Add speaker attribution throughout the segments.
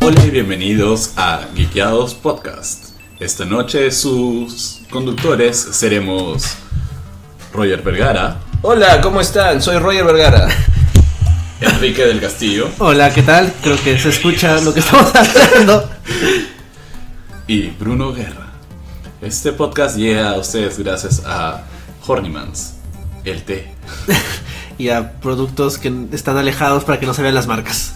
Speaker 1: Hola y bienvenidos a Geekeados Podcast. Esta noche sus conductores seremos Roger Vergara,
Speaker 2: Hola, ¿cómo están? Soy Roger Vergara.
Speaker 1: Enrique del Castillo
Speaker 3: Hola, ¿qué tal? Creo que se escucha lo que estamos haciendo.
Speaker 1: y Bruno Guerra. Este podcast llega a ustedes gracias a Hornimans, el té.
Speaker 3: Y a productos que están alejados para que no se vean las marcas.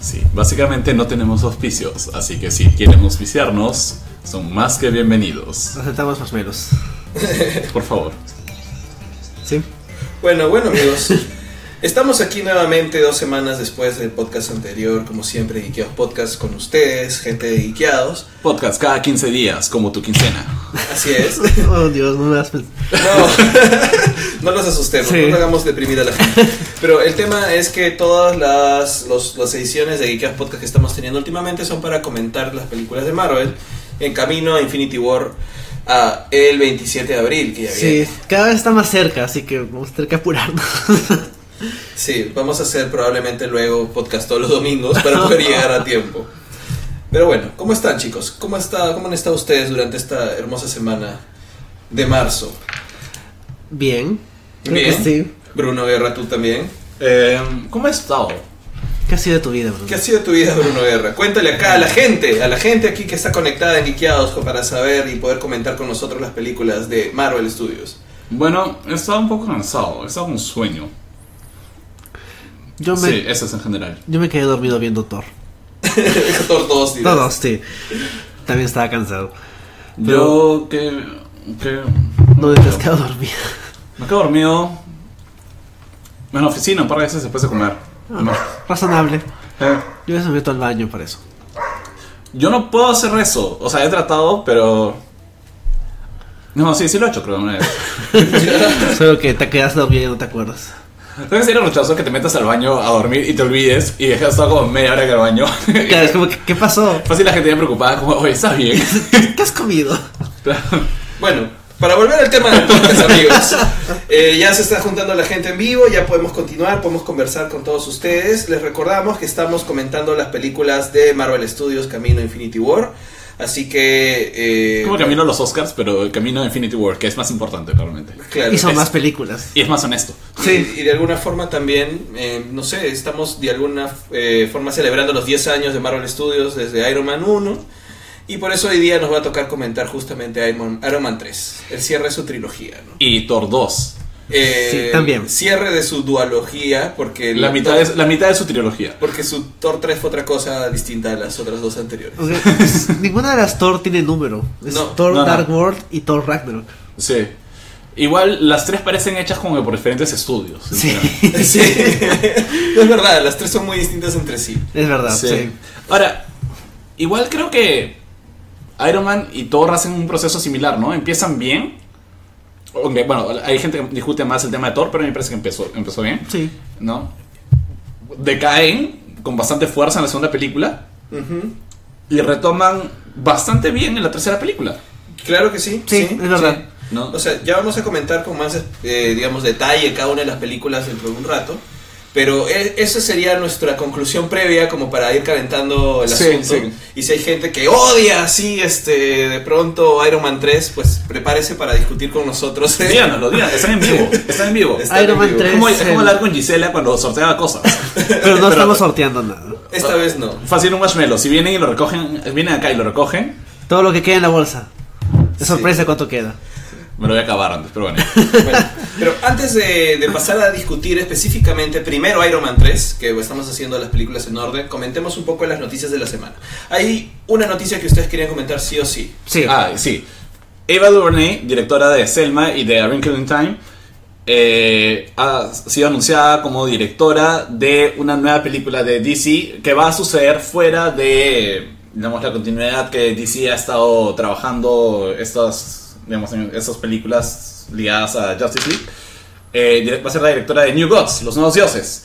Speaker 1: Sí, básicamente no tenemos auspicios, así que si quieren auspiciarnos, son más que bienvenidos.
Speaker 3: Aceptamos marshmallows.
Speaker 1: Por favor.
Speaker 3: ¿Sí?
Speaker 2: Bueno, bueno amigos, estamos aquí nuevamente dos semanas después del podcast anterior, como siempre, Geekeados Podcast con ustedes, gente de Geekeados.
Speaker 1: Podcast cada 15 días, como tu quincena.
Speaker 2: Así es.
Speaker 3: Oh, Dios, no me das pens-
Speaker 2: No, no los asustemos,
Speaker 3: Sí.
Speaker 2: no hagamos deprimir a la gente. Pero el tema es que todas las, los- las ediciones de Geekeados Podcast que estamos teniendo últimamente son para comentar las películas de Marvel en camino a Infinity War a el 27 de abril, que ya viene.
Speaker 3: Sí, cada vez está más cerca, así que vamos a tener que apurarnos.
Speaker 2: Sí, vamos a hacer probablemente luego podcast todos los domingos para poder llegar a tiempo. Pero bueno, ¿cómo están chicos? ¿Cómo, está, ¿Cómo han estado ustedes durante esta hermosa semana de marzo?
Speaker 3: Bien. Creo que
Speaker 2: Bien.
Speaker 3: sí.
Speaker 2: Bruno Guerra, tú también.
Speaker 1: Em, ¿Cómo has estado?
Speaker 3: ¿Qué ha sido de tu vida, Bruno?
Speaker 2: ¿Qué ha sido tu vida, Bruno Guerra? Cuéntale acá a la gente, a la gente aquí que está conectada en Ikeados para saber y poder comentar con nosotros las películas de Marvel Studios.
Speaker 1: Bueno, he estado un poco cansado, he estado con sueño.
Speaker 3: Yo me,
Speaker 1: Sí, eso es en general.
Speaker 3: yo me quedé dormido viendo Thor.
Speaker 2: Todos, todos, dirás.
Speaker 3: Todos, sí. También estaba cansado.
Speaker 1: Yo que... que
Speaker 3: No te has quedado dormido.
Speaker 1: Me quedo dormido en la oficina un par de veces después de comer.
Speaker 3: Ah.
Speaker 1: No.
Speaker 3: Razonable.
Speaker 1: Eh,
Speaker 3: Yo me meto al baño para eso.
Speaker 1: yo no puedo hacer eso. O sea, he tratado, pero... No, sí, sí lo he hecho, creo. Una vez.
Speaker 3: Solo que te quedas dormido y no te acuerdas.
Speaker 1: Creo que sería rechazo que te metas al baño a dormir y te olvides y dejas todo como media hora en el baño.
Speaker 3: Claro, es como, que, ¿qué pasó?
Speaker 1: Fácil la gente ya preocupada, como, oye, ¿estás bien?
Speaker 3: ¿Qué has comido?
Speaker 2: Bueno, para volver al tema del podcast, amigos, eh, ya se está juntando la gente en vivo, ya podemos continuar, podemos conversar con todos ustedes. Les recordamos que estamos comentando las películas de Marvel Studios Camino a Infinity War, así que... eh,
Speaker 1: Es como el camino a los Oscars, pero el camino a Infinity War, que es más importante realmente.
Speaker 2: claro,
Speaker 3: Y son
Speaker 2: es-
Speaker 3: más películas.
Speaker 1: Y es más honesto.
Speaker 3: Sí.
Speaker 2: Y, y de alguna forma también, eh, no sé, estamos de alguna eh, forma celebrando los 10 años de Marvel Studios desde Iron Man 1. Y por eso hoy día nos va a tocar comentar justamente Iron Man, Iron Man 3, el cierre de su trilogía, ¿no?
Speaker 1: Y Thor 2.
Speaker 2: Eh,
Speaker 3: Sí, también.
Speaker 2: Cierre de su dualogía, porque
Speaker 1: La
Speaker 2: el
Speaker 1: mitad,
Speaker 2: Thor-
Speaker 1: es, la mitad de su trilogía.
Speaker 2: Porque su Thor 3 fue otra cosa distinta a las otras dos anteriores.
Speaker 3: O sea, es- ninguna de las Thor tiene número. Es
Speaker 2: No,
Speaker 3: Thor
Speaker 1: no, no.
Speaker 3: Dark World y Thor Ragnarok.
Speaker 1: Sí. Igual las tres parecen hechas como que por diferentes estudios.
Speaker 3: Sí.
Speaker 1: ¿entiendes?
Speaker 2: Sí, es verdad, las tres son muy distintas entre sí.
Speaker 3: Es verdad, Ah, sí.
Speaker 1: Sí. Ahora, igual creo que Iron Man y Thor hacen un proceso similar, ¿no? Empiezan bien. Aunque, bueno, hay gente que discute más el tema de Thor, pero a mí me parece que empezó, empezó bien,
Speaker 3: Sí.
Speaker 1: ¿no? Decaen con bastante fuerza en la segunda película
Speaker 2: Ujú.
Speaker 1: y retoman bastante bien en la tercera película,
Speaker 2: Claro que sí.
Speaker 3: Sí, es verdad.
Speaker 1: ¿no?
Speaker 2: O sea, ya vamos a comentar con más, eh, digamos, detalle cada una de las películas dentro de un rato. Pero e- esa sería nuestra conclusión previa como para ir calentando el
Speaker 1: Sí,
Speaker 2: asunto.
Speaker 1: sí.
Speaker 2: Y si hay gente que odia así, este, de pronto Iron Man 3, pues prepárese para discutir con nosotros. ¿eh?
Speaker 1: Díganoslo, díganos, están en vivo, están en vivo.
Speaker 2: Está
Speaker 3: Iron Man
Speaker 2: en vivo.
Speaker 3: 3.
Speaker 1: Es como, es como
Speaker 3: el-
Speaker 1: hablar con Gisela cuando sorteaba cosas.
Speaker 3: Pero no estamos sorteando nada.
Speaker 2: Esta vez no.
Speaker 1: Fácil un marshmallow. Si vienen y lo recogen, vienen acá y lo recogen,
Speaker 3: Todo lo que queda en la bolsa.
Speaker 2: Sí.
Speaker 3: Es sorpresa cuánto queda.
Speaker 1: me lo voy a acabar antes, pero bueno.
Speaker 2: Bueno, pero antes de, de pasar a discutir específicamente primero Iron Man 3, que estamos haciendo las películas en orden, comentemos un poco las noticias de la semana. Hay una noticia que ustedes querían comentar sí o sí.
Speaker 3: Sí.
Speaker 1: Ah, sí. Eva DuVernay, directora de Selma y de A Wrinkle in Time, eh, ha sido anunciada como directora de una nueva película de DC que va a suceder fuera de digamos, la continuidad que DC ha estado trabajando estas, digamos, en estas películas ligadas a Justice League. Eh, direct- va a ser la directora de New Gods, Los Nuevos Dioses.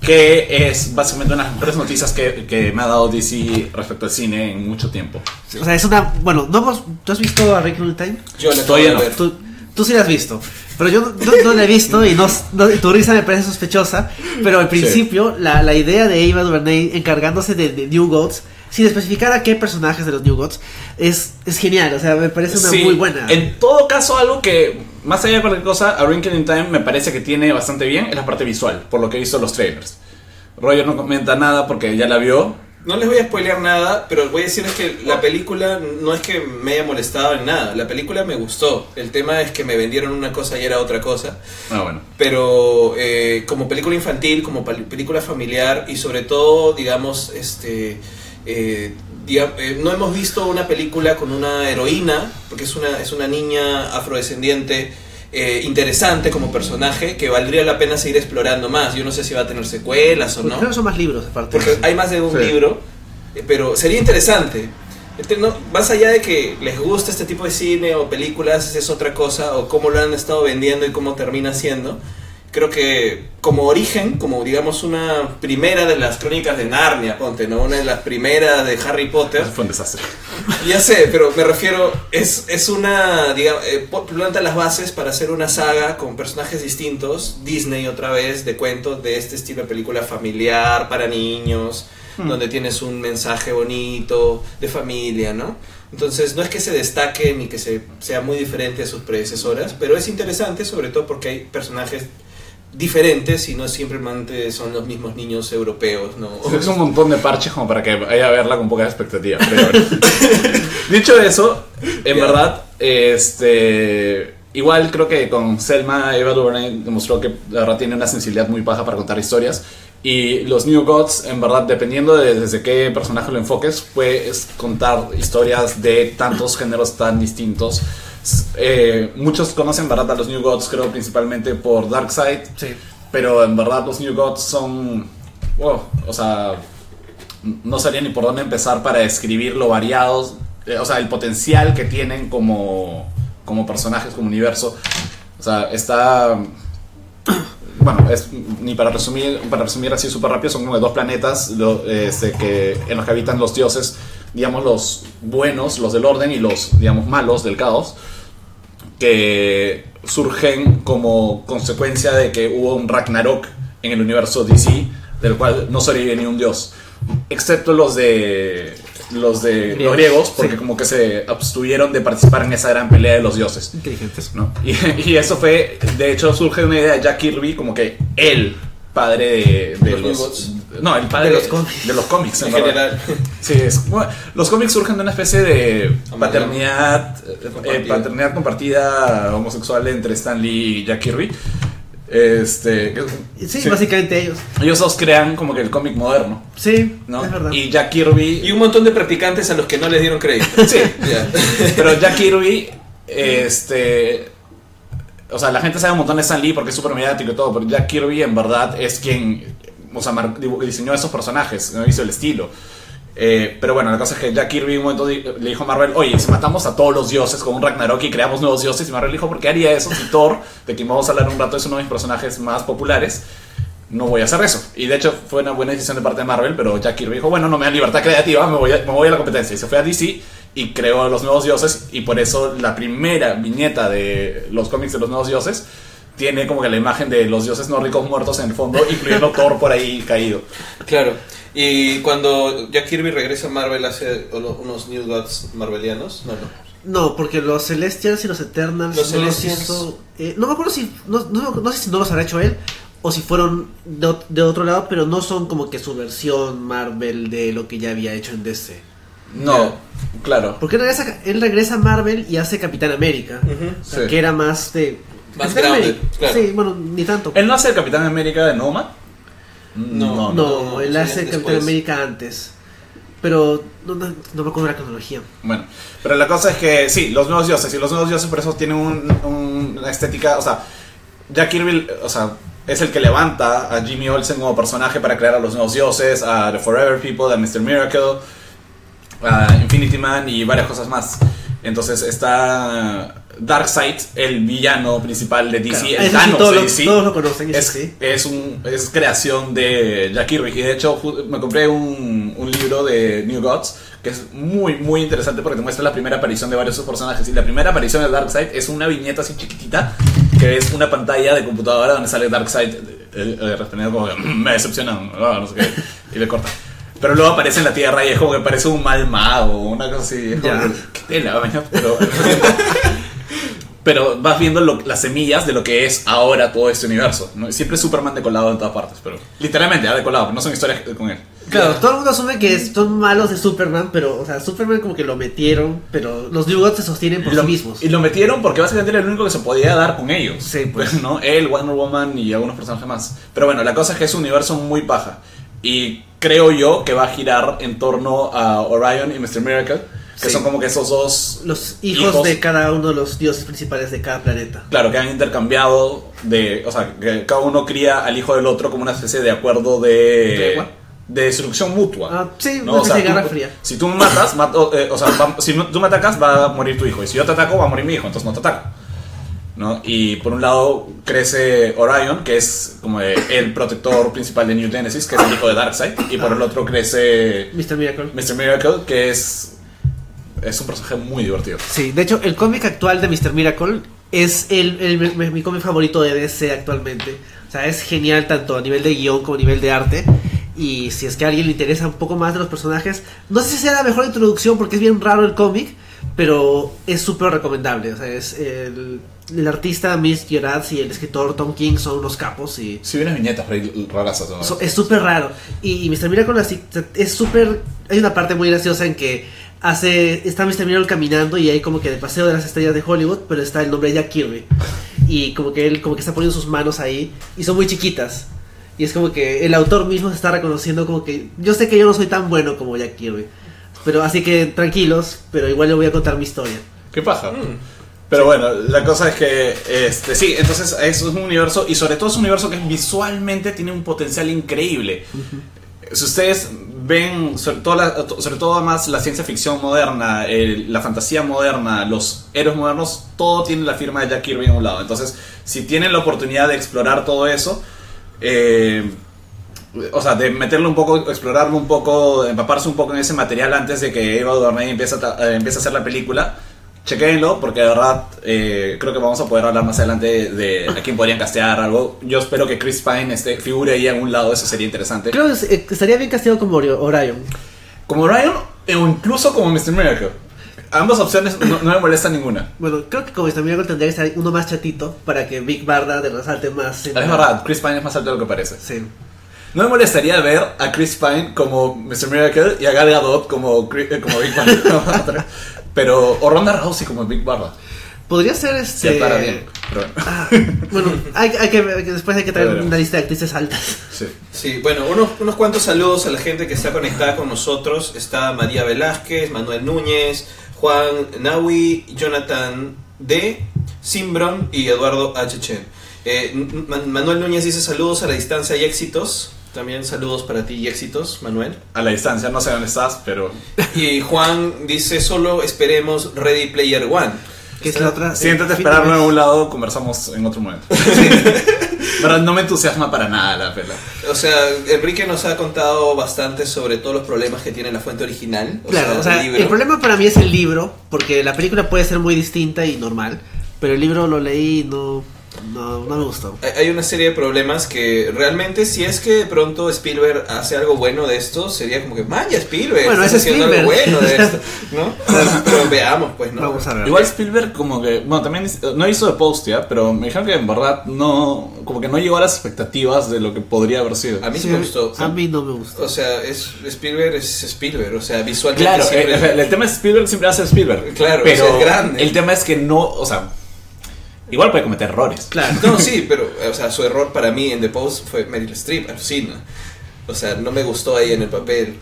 Speaker 1: Que es básicamente una de las mejores noticias que, que me ha dado DC respecto al cine en mucho tiempo.
Speaker 3: O sea, es una. Bueno, ¿no hemos- ¿tú has visto a Rick Rule Time?
Speaker 2: Yo la
Speaker 1: Estoy
Speaker 2: acabo de
Speaker 1: en-
Speaker 2: ver.
Speaker 3: Tú, tú sí la has visto. Pero yo no, no- no la he visto y no, no- tu risa me parece sospechosa. Pero al principio, la, la idea de Ava DuVernay encargándose de, de New Gods
Speaker 4: sin especificar a qué personajes de los New Gods, es, es genial. O sea, me parece una
Speaker 1: Sí,
Speaker 4: muy buena.
Speaker 1: En todo caso, algo que, más allá de cualquier cosa, a Wrinkle in Time me parece que tiene bastante bien es la parte visual, por lo que hizo los trailers. Roger no comenta nada porque ya la vio.
Speaker 2: No les voy a spoilear nada, pero voy a decirles que la película no es que me haya molestado en nada. La película me gustó. El tema es que me vendieron una cosa y era otra cosa.
Speaker 1: Ah, bueno.
Speaker 2: Pero eh, como película infantil, como pal- película familiar y sobre todo, digamos, este, eh, diga- eh, no hemos visto una película con una heroína, porque es una, es una niña afrodescendiente eh, interesante como personaje que valdría la pena seguir explorando más. Yo no sé si va a tener secuelas o
Speaker 4: Porque
Speaker 2: no.
Speaker 4: Creo que son más libros, aparte.
Speaker 2: Porque hay más de un
Speaker 1: Sí.
Speaker 2: libro, eh, pero sería interesante. Este, no- más allá de que les gusta este tipo de cine o películas, es otra cosa, o cómo lo han estado vendiendo y cómo termina siendo. Creo que como origen, como digamos una primera de las crónicas de Narnia, ponte, ¿no? Una de las primeras de Harry Potter.
Speaker 1: Fue un desastre.
Speaker 2: Ya sé, pero me refiero, es, es una, digamos, eh, po- planta las bases para hacer una saga con personajes distintos, Disney otra vez, de cuentos de este estilo de película familiar, para niños,
Speaker 1: Hmm.
Speaker 2: donde tienes un mensaje bonito, de familia, ¿no? Entonces, no es que se destaque ni que se, sea muy diferente a sus predecesoras, pero es interesante, sobre todo porque hay personajes diferentes y no siempre mante- son los mismos niños europeos, ¿no?
Speaker 1: Es un montón de parches como para que vaya a verla con poca expectativa. pero bueno. Dicho eso, en
Speaker 2: Ya.
Speaker 1: verdad, este. Igual creo que con Selma, Eva DuVernay demostró que la verdad tiene una sensibilidad muy baja para contar historias. Y los New Gods, en verdad, dependiendo de desde qué personaje lo enfoques, puedes contar historias de tantos géneros tan distintos. S- eh, muchos conocen, en verdad, a los New Gods, creo, principalmente por Darkseid.
Speaker 4: Sí.
Speaker 1: Pero en verdad los New Gods son... wow, o sea, no sabía ni por dónde empezar para describir lo variados, eh, o sea, el potencial que tienen como, como personajes, como universo. O sea, está... Bueno, es, ni para resumir, para resumir así súper rápido, son como de dos planetas lo- este, que, en los que habitan los dioses, digamos los buenos, los del orden y los, digamos, malos del caos que surgen como consecuencia de que hubo un Ragnarok en el universo DC, del cual no sobrevive ni un dios, excepto los de los de los
Speaker 4: Griegos,
Speaker 1: griegos, porque
Speaker 4: sí.
Speaker 1: como que se abstuvieron de participar en esa gran pelea de los dioses.
Speaker 4: Inteligentes.
Speaker 1: ¿no? Y, y eso fue, de hecho, surge una idea de Jack Kirby como que el padre de, de
Speaker 2: Los New
Speaker 1: los,
Speaker 2: Gods.
Speaker 1: no, el padre
Speaker 4: De los cómics.
Speaker 1: de los cómics en
Speaker 2: En
Speaker 1: verdad.
Speaker 2: general.
Speaker 1: Sí, es como- los cómics surgen de una especie de paternidad, eh,
Speaker 2: Compartida.
Speaker 1: paternidad compartida homosexual entre Stan Lee y Jack Kirby. Este,
Speaker 4: Sí,
Speaker 1: sí.
Speaker 4: básicamente ellos.
Speaker 1: Ellos dos crean como que el cómic moderno,
Speaker 4: Sí,
Speaker 1: ¿no?
Speaker 4: es verdad.
Speaker 1: Y Jack Kirby
Speaker 2: Y un montón de practicantes a los que no les dieron crédito.
Speaker 1: Sí.
Speaker 2: Ya.
Speaker 1: Pero Jack Kirby, este. O sea, la gente sabe un montón de Stan Lee porque es súper mediático y todo, pero Jack Kirby en verdad es quien o sea, mar- dibu- diseñó esos personajes, ¿no? hizo el estilo. Eh, pero bueno, la cosa es que Jack Kirby en un momento di- le dijo a Marvel, oye, si matamos a todos los dioses con un Ragnarok y creamos nuevos dioses, y Marvel dijo, ¿por qué haría eso si Thor, de quien vamos a hablar un rato, es uno de mis personajes más populares? no voy a hacer eso. Y de hecho fue una buena decisión de parte de Marvel, pero Jack Kirby dijo, bueno, no me dan libertad creativa, me voy a, me voy a la competencia. Y se fue a DC y creó a los nuevos dioses y por eso la primera viñeta de los cómics de los nuevos dioses tiene como que la imagen de los dioses nórdicos muertos en el fondo, incluyendo Thor por ahí caído.
Speaker 2: Claro. Y cuando Jack Kirby regresa a Marvel hace uno- unos New Gods marvelianos. No, no.
Speaker 4: No, porque los Celestials y los Eternals.
Speaker 2: Los
Speaker 4: no
Speaker 2: Celestials.
Speaker 4: hizo- eh, no me acuerdo si. No, no- no sé si no los habrá hecho él. O si fueron de, ot- de otro lado, pero no son como que su versión Marvel de lo que ya había hecho en DC.
Speaker 1: No, claro.
Speaker 4: Porque él regresa, él regresa a Marvel y hace Capitán América. O sea,
Speaker 1: Sí.
Speaker 4: Que era más de.
Speaker 2: Más
Speaker 4: Capitán
Speaker 2: grounded,
Speaker 4: América.
Speaker 2: claro.
Speaker 4: Sí, bueno, ni tanto.
Speaker 1: ¿Él no hace el Capitán América de Noma? No,
Speaker 4: no,
Speaker 2: no,
Speaker 4: él
Speaker 2: sí,
Speaker 4: hace
Speaker 2: después.
Speaker 4: Capitán América antes. Pero no, no, no me acuerdo la cronología.
Speaker 1: Bueno, pero la cosa es que sí, los nuevos dioses, y los nuevos dioses por eso tienen un- un- una estética, o sea, Jack Kirby, o sea, es el que levanta a Jimmy Olsen como personaje para crear a los nuevos dioses, a The Forever People, a Mr. Miracle, a Infinity Man y varias cosas más. Entonces está Darkseid, el villano principal de DC, el
Speaker 4: Claro. Eso sí,
Speaker 1: Thanos
Speaker 4: todos,
Speaker 1: de
Speaker 4: lo,
Speaker 1: DC
Speaker 4: todos lo conocen, eso
Speaker 1: es,
Speaker 4: sí.
Speaker 1: es un, es creación de Jack Kirby. Y de hecho, ju- me compré un, un libro de New Gods que es muy, muy interesante porque te muestra la primera aparición de varios de sus personajes. Y la primera aparición de Darkseid es una viñeta así chiquitita que es una pantalla de computadora donde sale Darkseid eh, eh, respondiendo como que, "Mm, me decepcionan, ah, no sé qué", y le corta. Pero luego aparece en la Tierra y es como que parece un mal mago, una cosa así. es como
Speaker 4: Ya.
Speaker 1: que, ¿qué tela, vaina? Pero, pero vas viendo lo- las semillas de lo que es ahora todo este universo. ¿no? Siempre es Superman decolado en todas partes, pero literalmente ha decolado, no son historias con él.
Speaker 4: Claro, todo el mundo asume que son malos de Superman, pero, o sea, Superman como que lo metieron, pero los New Gods se sostienen por
Speaker 1: Y lo-
Speaker 4: sí mismos.
Speaker 1: Y lo metieron porque básicamente era el único que se podía dar con ellos.
Speaker 4: Sí, pues.
Speaker 1: ¿no? Él, Wonder Woman y algunos personajes más. Pero bueno, la cosa es que es un universo muy paja. Y creo yo que va a girar en torno a Orion y Mr. Miracle, que
Speaker 4: Sí.
Speaker 1: son como que esos dos.
Speaker 4: Los hijos,
Speaker 1: Hijos.
Speaker 4: de cada uno de los dioses principales de cada planeta.
Speaker 1: Claro, que han intercambiado de. O sea, que cada uno cría al hijo del otro como una especie de acuerdo de.
Speaker 4: Tregua.
Speaker 1: de destrucción mutua.
Speaker 4: Ah, sí,
Speaker 1: ¿no?
Speaker 4: una
Speaker 1: O sea,
Speaker 4: especie de
Speaker 1: tú-
Speaker 4: guerra fría.
Speaker 1: Si tú me matas, mato- eh, o sea, va- si no- tú me atacas, va a morir tu hijo. Y si yo te ataco, va a morir mi hijo, entonces no te ataco. ¿no? Y por un lado crece Orion, que es como eh, el protector principal de New Genesis, que es el hijo de Darkseid. Y por el otro crece
Speaker 4: Mr. Miracle.
Speaker 1: Mr. Miracle, que es, es un personaje muy divertido.
Speaker 4: Sí, de hecho, el cómic actual de Mr. Miracle es el, el- mi, mi cómic favorito de DC actualmente. O sea, es genial tanto a nivel de guión como a nivel de arte. Y si es que a alguien le interesa un poco más de los personajes, no sé si sea la mejor introducción porque es bien raro el cómic, pero es súper recomendable. O sea, es el, el artista Miss Gerards y el escritor Tom King son unos capos y
Speaker 1: Si unas viñetas por ahí rarazas. ¿no?
Speaker 4: so- es súper raro. Y, y Mr. Miracle así, es súper... Hay una parte muy graciosa en que hace está Mr. Miracle caminando y hay como que el paseo de las estrellas de Hollywood, pero está el nombre de Jack Kirby. Y como que él como que está poniendo sus manos ahí y son muy chiquitas. Y es como que el autor mismo se está reconociendo como que yo sé que yo no soy tan bueno como Jack Kirby. Pero así que tranquilos, pero igual le voy a contar mi historia.
Speaker 1: ¿Qué pasa? Pero bueno, la cosa es que, este, sí, entonces es un universo, y sobre todo es un universo que visualmente tiene un potencial increíble. Si ustedes ven, sobre todo, la- sobre todo más la ciencia ficción moderna, el- la fantasía moderna, los héroes modernos, todo tiene la firma de Jack Kirby en un lado. Entonces, si tienen la oportunidad de explorar todo eso, eh, o sea, de meterlo un poco, explorarlo un poco, empaparse un poco en ese material antes de que Eva Duvernay empiece a, ta- eh, empiece a hacer la película, chequenlo, porque de verdad eh, creo que vamos a poder hablar más adelante de a quién podrían castear algo. Yo espero que Chris Pine este, figure ahí en un lado, eso sería interesante.
Speaker 4: Creo que es- eh, estaría bien castigado como Ori- Orion.
Speaker 1: Como Ryan eh, o incluso como Mr. Miracle. Ambas opciones no, no me molesta ninguna.
Speaker 4: Bueno, creo que como Mr. Miracle tendría que estar uno más chatito para que Big Barda te resalte más. en
Speaker 1: Es
Speaker 4: la-
Speaker 1: verdad, Chris Pine es más alto de lo que parece.
Speaker 4: Sí.
Speaker 1: No me molestaría ver a Chris Pine como Mr. Miracle y a Gal Gadot como, Cri- eh, como Big Barda. Pero, o Ronda Rousey como Big Barda.
Speaker 4: Podría ser
Speaker 1: Si
Speaker 4: este.
Speaker 1: aclara bien. Pero, bueno,
Speaker 4: Ah, bueno, hay, hay que, hay que- después hay que
Speaker 1: Ya
Speaker 4: traer
Speaker 1: veremos.
Speaker 4: una lista de actrices altas.
Speaker 1: sí.
Speaker 2: Sí, bueno, unos, unos cuantos saludos a la gente que está conectada con nosotros. Está María Velázquez, Manuel Núñez, Juan Nawi, Jonathan D, Simbron y Eduardo H. Chen. Eh, M- M- Manuel Núñez dice saludos a la distancia y éxitos. También saludos para ti y éxitos, Manuel.
Speaker 1: A la distancia, no sé dónde estás, pero.
Speaker 2: Y Juan dice solo esperemos Ready Player One.
Speaker 4: Que es la otra.
Speaker 1: Siéntate a
Speaker 4: eh,
Speaker 1: esperarme a
Speaker 4: fitness.
Speaker 1: un lado, conversamos en otro momento. Pero no me entusiasma para nada la pela.
Speaker 2: O sea, Enrique nos ha contado bastante sobre todos los problemas que tiene la fuente original. o
Speaker 4: Claro,
Speaker 2: sea,
Speaker 4: o sea,
Speaker 2: del libro.
Speaker 4: el problema para mí es el libro, porque la película puede ser muy distinta y normal, pero el libro lo leí y no, no, no me gustó.
Speaker 2: Hay- Hay una serie de problemas que realmente si es que de pronto Spielberg hace algo bueno de esto, sería como que, vaya Spielberg,
Speaker 4: Bueno,
Speaker 2: estás
Speaker 4: es
Speaker 2: haciendo algo
Speaker 4: Spielberg".
Speaker 2: bueno de esto, ¿no? Pero veamos, pues, ¿no?
Speaker 4: Vamos a ver.
Speaker 1: Igual Spielberg, como que. Bueno, también eh, no hizo de post ya, pero me dijeron que en verdad no. Como que no llegó a las expectativas de lo que podría haber sido.
Speaker 2: A mí sí
Speaker 4: Sí,
Speaker 2: me gustó.
Speaker 4: A mí no me gustó.
Speaker 2: O sea, es, Spielberg es Spielberg, o sea, visualmente
Speaker 1: Claro,
Speaker 2: siempre-
Speaker 1: eh, el, tema es Spielberg siempre hace Spielberg.
Speaker 2: Claro,
Speaker 1: pero
Speaker 2: o sea, es grande.
Speaker 1: El tema es que no, o sea, igual puede cometer errores.
Speaker 4: Claro.
Speaker 2: No, sí, pero, eh, o sea, su error para mí en The Post fue Meryl Streep, alucina. O sea, no me gustó ahí en el papel.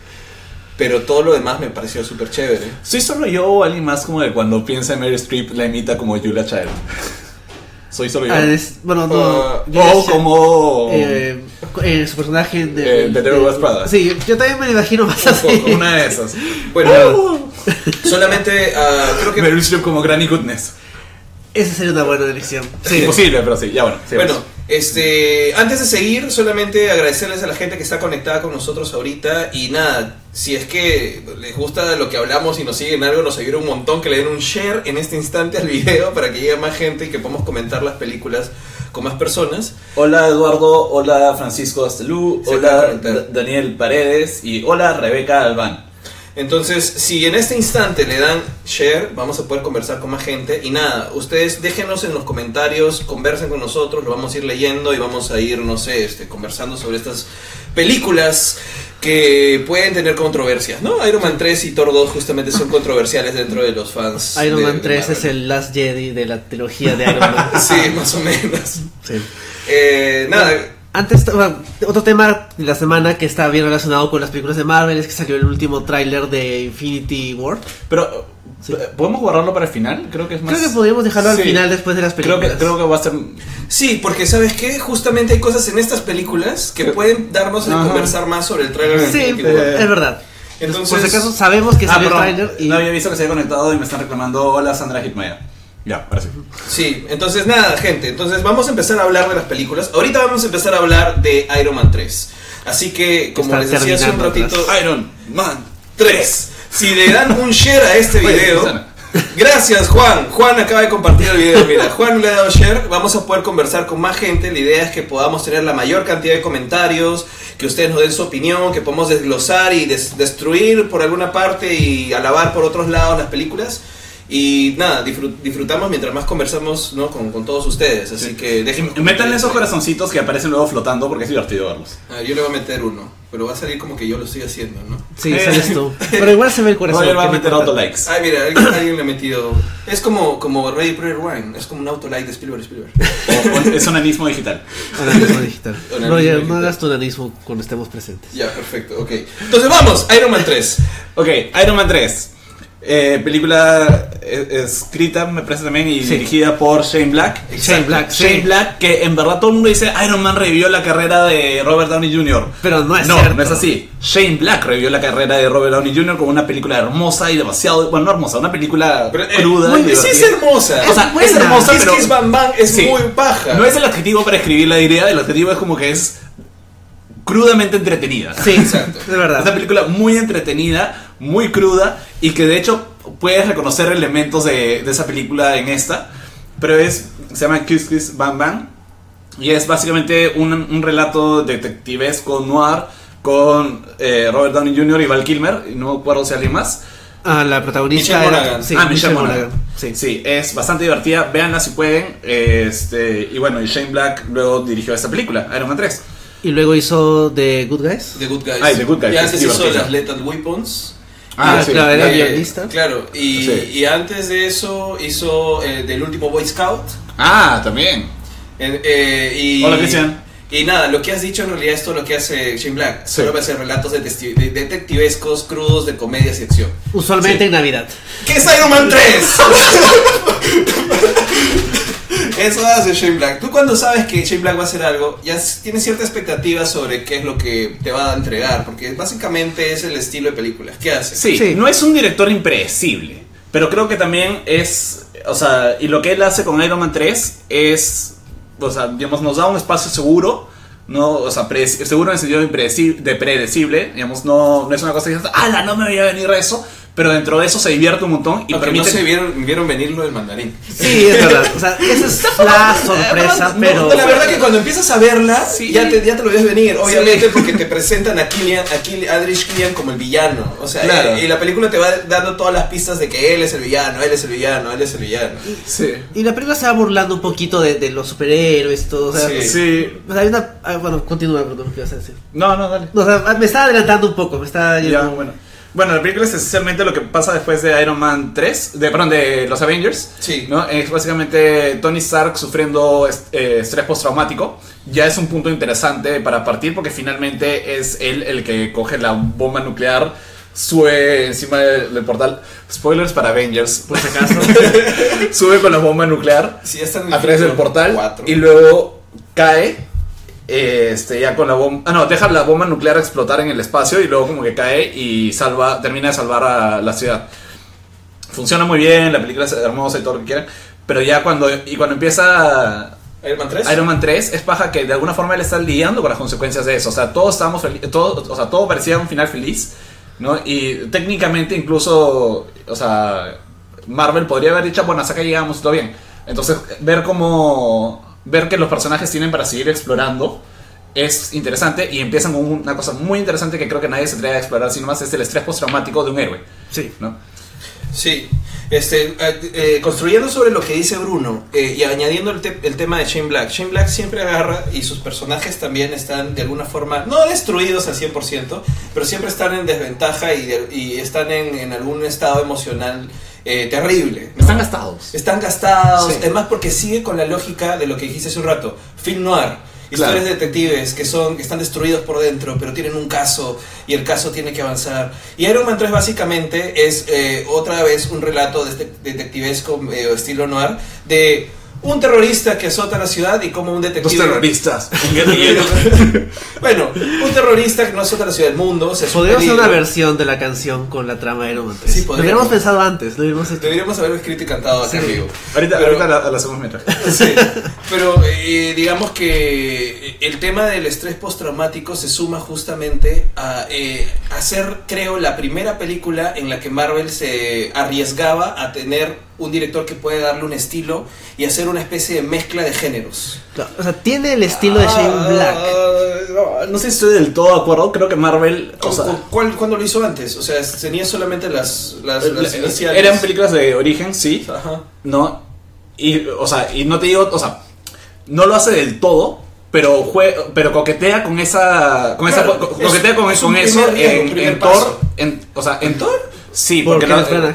Speaker 2: Pero todo lo demás me pareció súper chévere.
Speaker 1: Soy solo yo o alguien más como de cuando piensa en Mary Streep la imita como Julia Child. Soy solo yo.
Speaker 4: Ah, es- bueno, no.
Speaker 2: Ah,
Speaker 4: yo
Speaker 1: o
Speaker 4: ya sé-
Speaker 1: oh, como
Speaker 4: eh, eh, su personaje
Speaker 1: Eh,
Speaker 4: de.
Speaker 1: de Devil Wears Prada.
Speaker 4: Sí, yo, yo también me lo imagino más
Speaker 2: Un
Speaker 4: así.
Speaker 2: poco,
Speaker 1: una de esas.
Speaker 2: Bueno, solamente ah, creo que
Speaker 1: Mary Streep como Granny Goodness.
Speaker 4: Esa sería una buena elección. Sí.
Speaker 1: Imposible, pero sí, ya bueno. sí,
Speaker 2: Bueno,
Speaker 1: vamos.
Speaker 2: este, antes de seguir, solamente agradecerles a la gente que está conectada con nosotros ahorita y nada, si es que les gusta lo que hablamos y nos siguen algo, nos ayuda un montón que le den un share en este instante al video para que llegue más gente y que podamos comentar las películas con más personas.
Speaker 1: Hola Eduardo, hola Francisco Astelú,
Speaker 2: Se acaba de
Speaker 1: hola
Speaker 2: conectar.
Speaker 1: Da- Daniel Paredes y hola Rebeca Albán.
Speaker 2: Entonces, si en este instante le dan share, vamos a poder conversar con más gente. Y nada, ustedes déjenos en los comentarios, conversen con nosotros, lo vamos a ir leyendo y vamos a ir, no sé, este, conversando sobre estas películas que pueden tener controversias, ¿no? Iron Man 3 y Thor 2 justamente son controversiales dentro de los fans.
Speaker 4: Iron
Speaker 2: de-
Speaker 4: Man
Speaker 2: de
Speaker 4: 3
Speaker 2: Marvel.
Speaker 4: es el Last Jedi de la trilogía de Iron Man.
Speaker 2: Sí, más o menos.
Speaker 4: Sí.
Speaker 2: Eh, nada,
Speaker 4: Antes, bueno, otro tema de la semana que está bien relacionado con las películas de Marvel es que salió el último tráiler de Infinity War.
Speaker 1: Pero, eh,
Speaker 4: Sí.
Speaker 1: ¿podemos guardarlo para el final? Creo que es más...
Speaker 4: Creo que podríamos dejarlo al
Speaker 1: Sí.
Speaker 4: final después de las
Speaker 1: Creo
Speaker 4: películas.
Speaker 1: que, creo que va a ser...
Speaker 2: Sí, porque ¿sabes qué? Justamente hay cosas en estas películas que pueden darnos a
Speaker 1: Ajá.
Speaker 2: conversar más sobre el trailer.
Speaker 4: Sí,
Speaker 1: Eh,
Speaker 4: es verdad.
Speaker 2: Entonces-
Speaker 4: Por si acaso sabemos que
Speaker 1: Ah,
Speaker 4: salió
Speaker 1: perdón,
Speaker 4: el tráiler y...
Speaker 1: no había visto que se había conectado y me están reclamando hola Sandra Hitmaya. Ya, ahora sí.
Speaker 2: Sí, entonces nada, gente. Entonces vamos a empezar a hablar de las películas. Ahorita vamos a empezar a hablar de Iron Man 3. Así que, como
Speaker 4: Está
Speaker 2: les decía hace un
Speaker 4: terminando
Speaker 2: ratito,
Speaker 4: atrás.
Speaker 1: Iron Man.
Speaker 2: 3. Si le dan un share a este
Speaker 1: Oye,
Speaker 2: video.
Speaker 1: Susana.
Speaker 2: Gracias, Juan. Juan acaba de compartir el video. Mira, Juan le ha dado share. Vamos a poder conversar con más gente. La idea es que podamos tener la mayor cantidad de comentarios, que ustedes nos den su opinión, que podamos desglosar y des- destruir por alguna parte y alabar por otros lados las películas. Y nada, disfrut- disfrutamos mientras más conversamos ¿no? con, con todos ustedes. Así que déjenme.
Speaker 1: Métanle esos corazoncitos que aparecen luego flotando porque es divertido verlos.
Speaker 2: Ah, yo le voy a meter uno, pero va a salir como que yo lo estoy haciendo, ¿no?
Speaker 4: Sí, sales tú. Pero igual se ve el corazón.
Speaker 1: Roger va
Speaker 4: que
Speaker 1: a
Speaker 4: no
Speaker 1: meter
Speaker 4: importa.
Speaker 1: autolikes.
Speaker 2: Ay, mira, alguien, alguien le ha metido. Es como, como Ready Player One, es como un autolike de Spielberg Spielberg.
Speaker 1: O- o- es un anismo digital.
Speaker 4: Organismo digital.
Speaker 2: Organismo
Speaker 4: Roger, no
Speaker 2: digital.
Speaker 4: hagas tu organismo cuando estemos presentes.
Speaker 2: Ya, perfecto, ok. Entonces vamos, Iron Man 3.
Speaker 1: Ok, Iron Man 3. Eh, película eh, escrita, me parece también, y
Speaker 4: Sí.
Speaker 1: dirigida por Shane Black.
Speaker 4: Shane Black, sí.
Speaker 1: Shane Black, que en verdad todo el mundo dice Iron Man revivió la carrera de Robert Downey Jr.
Speaker 4: Pero no es
Speaker 1: no,
Speaker 4: cierto.
Speaker 1: no es así. Shane Black revivió la carrera de Robert Downey Jr. con una película hermosa y demasiado. Bueno, no hermosa, una película
Speaker 2: Pero, eh,
Speaker 1: cruda.
Speaker 2: muy-
Speaker 1: y
Speaker 2: sí, es
Speaker 1: divertida.
Speaker 2: hermosa.
Speaker 1: O sea,
Speaker 4: buena.
Speaker 1: es hermosa,
Speaker 2: es
Speaker 1: pero.
Speaker 2: que es Bam Bam, es
Speaker 1: Sí.
Speaker 2: muy paja.
Speaker 1: No es el adjetivo para escribir la idea, el adjetivo es como que es crudamente entretenida.
Speaker 4: Sí,
Speaker 2: Exacto.
Speaker 4: es verdad.
Speaker 1: Es una película muy entretenida, muy cruda y que de hecho puedes reconocer elementos de, de esa película en esta. Pero es, se llama Kiss Kiss Bang Bang y es básicamente un, un relato detectivesco noir con eh, Robert Downey Jr. y Val Kilmer. y No me acuerdo si alguien más.
Speaker 4: Ah, la protagonista
Speaker 2: Michelle
Speaker 4: era-
Speaker 2: Monaghan.
Speaker 4: Sí,
Speaker 1: ah, Michelle Monaghan.
Speaker 4: Sí.
Speaker 1: Sí, es bastante divertida. Véanla si pueden. Este, y bueno, y Shane Black luego dirigió esta película, Iron Man 3.
Speaker 4: Y luego hizo The Good Guys.
Speaker 2: The Good Guys.
Speaker 1: Ay, The Good Guys,
Speaker 2: Y
Speaker 1: es
Speaker 2: antes hizo
Speaker 1: divertido.
Speaker 2: las Lethal Weapons.
Speaker 4: Ah, claro, era
Speaker 2: Eh,
Speaker 4: guionista.
Speaker 2: Claro, y,
Speaker 1: Sí.
Speaker 2: y antes de eso hizo eh, Del último Boy Scout.
Speaker 1: Ah, también.
Speaker 2: En- eh, y,
Speaker 1: Hola, Cristian.
Speaker 2: Y nada, lo que has dicho en realidad es todo lo que hace Shane Black.
Speaker 1: Sí.
Speaker 2: Solo va a hacer relatos detesti- de- detectivescos, crudos, de comedias y acción.
Speaker 4: Usualmente en Navidad.
Speaker 2: ¿Qué es Iron Man 3? Eso hace Shane Black. Tú cuando sabes que Shane Black va a hacer algo, ya s- tienes cierta expectativa sobre qué es lo que te va a entregar, porque básicamente es el estilo de películas. ¿Qué hace?
Speaker 1: Sí,
Speaker 4: Sí.
Speaker 1: no es un director impredecible, pero creo que también es, o sea, y lo que él hace con Iron Man 3 es, o sea, digamos, nos da un espacio seguro, no, o sea, prede- seguro en el sentido de, impredeci- de predecible, digamos, no, no es una cosa que dices, ala, no me voy a venir a eso, pero dentro de eso se divierte un montón y
Speaker 2: Aunque
Speaker 1: permite...
Speaker 2: no se vieron, vieron venir lo del mandarín.
Speaker 4: Sí, es verdad. O sea, esa es la sorpresa,
Speaker 1: no,
Speaker 4: pero.
Speaker 2: No, la verdad que cuando empiezas a verla,
Speaker 1: Sí.
Speaker 2: ya, te, ya te lo ves venir, obviamente, porque te presentan a Killian, a Kill- a Aldrich Killian como el villano. O sea,
Speaker 1: Claro.
Speaker 2: y, y la película te va dando todas las pistas de que él es el villano, él es el villano, él es el villano.
Speaker 1: Sí.
Speaker 4: Y la película se va burlando un poquito de, de los superhéroes, todo. O sea,
Speaker 2: Sí.
Speaker 1: Sí.
Speaker 4: o sea, hay una. ah, bueno, continúa, perdón, ¿qué ibas a decir?
Speaker 1: No, no, dale.
Speaker 4: No, o sea, me estaba adelantando un poco, me estaba
Speaker 1: Ya,
Speaker 4: yendo.
Speaker 1: bueno. Bueno, la película es esencialmente lo que pasa después de Iron Man 3, de, perdón, de los Avengers.
Speaker 2: Sí.
Speaker 1: ¿no? Es básicamente Tony Stark sufriendo est- eh, estrés postraumático. Ya es un punto interesante para partir porque finalmente es él el que coge la bomba nuclear, sube encima del, del portal. Spoilers para Avengers, por si acaso. sube con la bomba nuclear
Speaker 2: Sí, ya están en
Speaker 1: a través del
Speaker 2: el
Speaker 1: portal
Speaker 2: cuatro.
Speaker 1: y luego cae. eh, Este, ya con la bomba. Ah, no, deja la bomba nuclear explotar en el espacio y luego, como que cae y salva, termina de salvar a la ciudad. Funciona muy bien, la película es hermosa y todo lo que quieran. Pero ya cuando, y cuando empieza
Speaker 2: Iron Man 3.
Speaker 1: Iron Man 3, es paja que de alguna forma él está lidiando con las consecuencias de eso. O sea, todos estábamos felices, todo, o sea, todo parecía un final feliz, ¿no? Y técnicamente incluso, o sea, Marvel podría haber dicho, bueno, hasta acá llegamos, todo bien. Entonces, ver cómo ver que los personajes tienen para seguir explorando es interesante y empiezan con una cosa muy interesante que creo que nadie se atreve a explorar, sino más es el estrés postraumático de un héroe,
Speaker 4: Sí.
Speaker 1: ¿no?
Speaker 2: Sí. Este, eh, eh, construyendo sobre lo que dice Bruno eh, y añadiendo el, te- el tema de Shane Black. Shane Black siempre agarra y sus personajes también están de alguna forma, no destruidos al 100%, pero siempre están en desventaja y, de- y están en, en algún estado emocional eh, terrible. ¿no?
Speaker 1: Están gastados.
Speaker 2: Están gastados,
Speaker 1: Sí.
Speaker 2: además porque sigue con la lógica de lo que dijiste hace un rato, film noir, historias
Speaker 1: Claro.
Speaker 2: de detectives que son que están destruidos por dentro, pero tienen un caso y el caso tiene que avanzar. Y Iron Man 3 básicamente es eh, otra vez un relato de este- detectivesco eh, o estilo noir de un terrorista que azota la ciudad y como un
Speaker 1: Dos
Speaker 2: detective
Speaker 1: terroristas, un guerrillero.
Speaker 2: bueno, un terrorista que no azota la ciudad del mundo, se
Speaker 4: Podríamos hacer
Speaker 2: suicida.
Speaker 4: una versión de la canción con la trama de Iron Man 3.
Speaker 2: Sí,
Speaker 4: lo
Speaker 2: podríamos.
Speaker 4: hubiéramos pensado antes, lo hubiéramos hecho.
Speaker 2: Deberíamos haberlo escrito y cantado acá
Speaker 4: Sí.
Speaker 2: en vivo.
Speaker 1: ahorita
Speaker 2: Pero-
Speaker 1: ahorita la, la hacemos mientras.
Speaker 2: Sí, pero eh, digamos que el tema del estrés postraumático se suma justamente a eh, hacer, creo, la primera película en la que Marvel se arriesgaba a tener un director que puede darle un estilo y hacer una especie de mezcla de géneros.
Speaker 4: Claro, O sea, tiene el estilo de Shane Black.
Speaker 1: Ah, no sé si estoy del todo de acuerdo, creo que Marvel, o
Speaker 2: ¿Cu-
Speaker 1: sea,
Speaker 2: cu- cuál- ¿Cuándo lo hizo antes? O sea, tenía solamente las, las, las iniciales.
Speaker 1: eran películas de origen, sí,
Speaker 2: Ajá.
Speaker 1: ¿no? Y, o sea, y no te digo, o sea, no lo hace del todo, pero, jue- pero coquetea con esa, con esa,
Speaker 2: Claro,
Speaker 1: co- co-
Speaker 2: es-
Speaker 1: coquetea con,
Speaker 2: es
Speaker 1: con
Speaker 2: un
Speaker 1: eso
Speaker 2: primer riesgo, un
Speaker 1: en,
Speaker 2: primer
Speaker 1: en Thor,
Speaker 2: paso.
Speaker 1: en- o sea, en Thor, sí,
Speaker 4: Por
Speaker 1: porque
Speaker 4: Kenneth
Speaker 1: no-
Speaker 4: Branagh.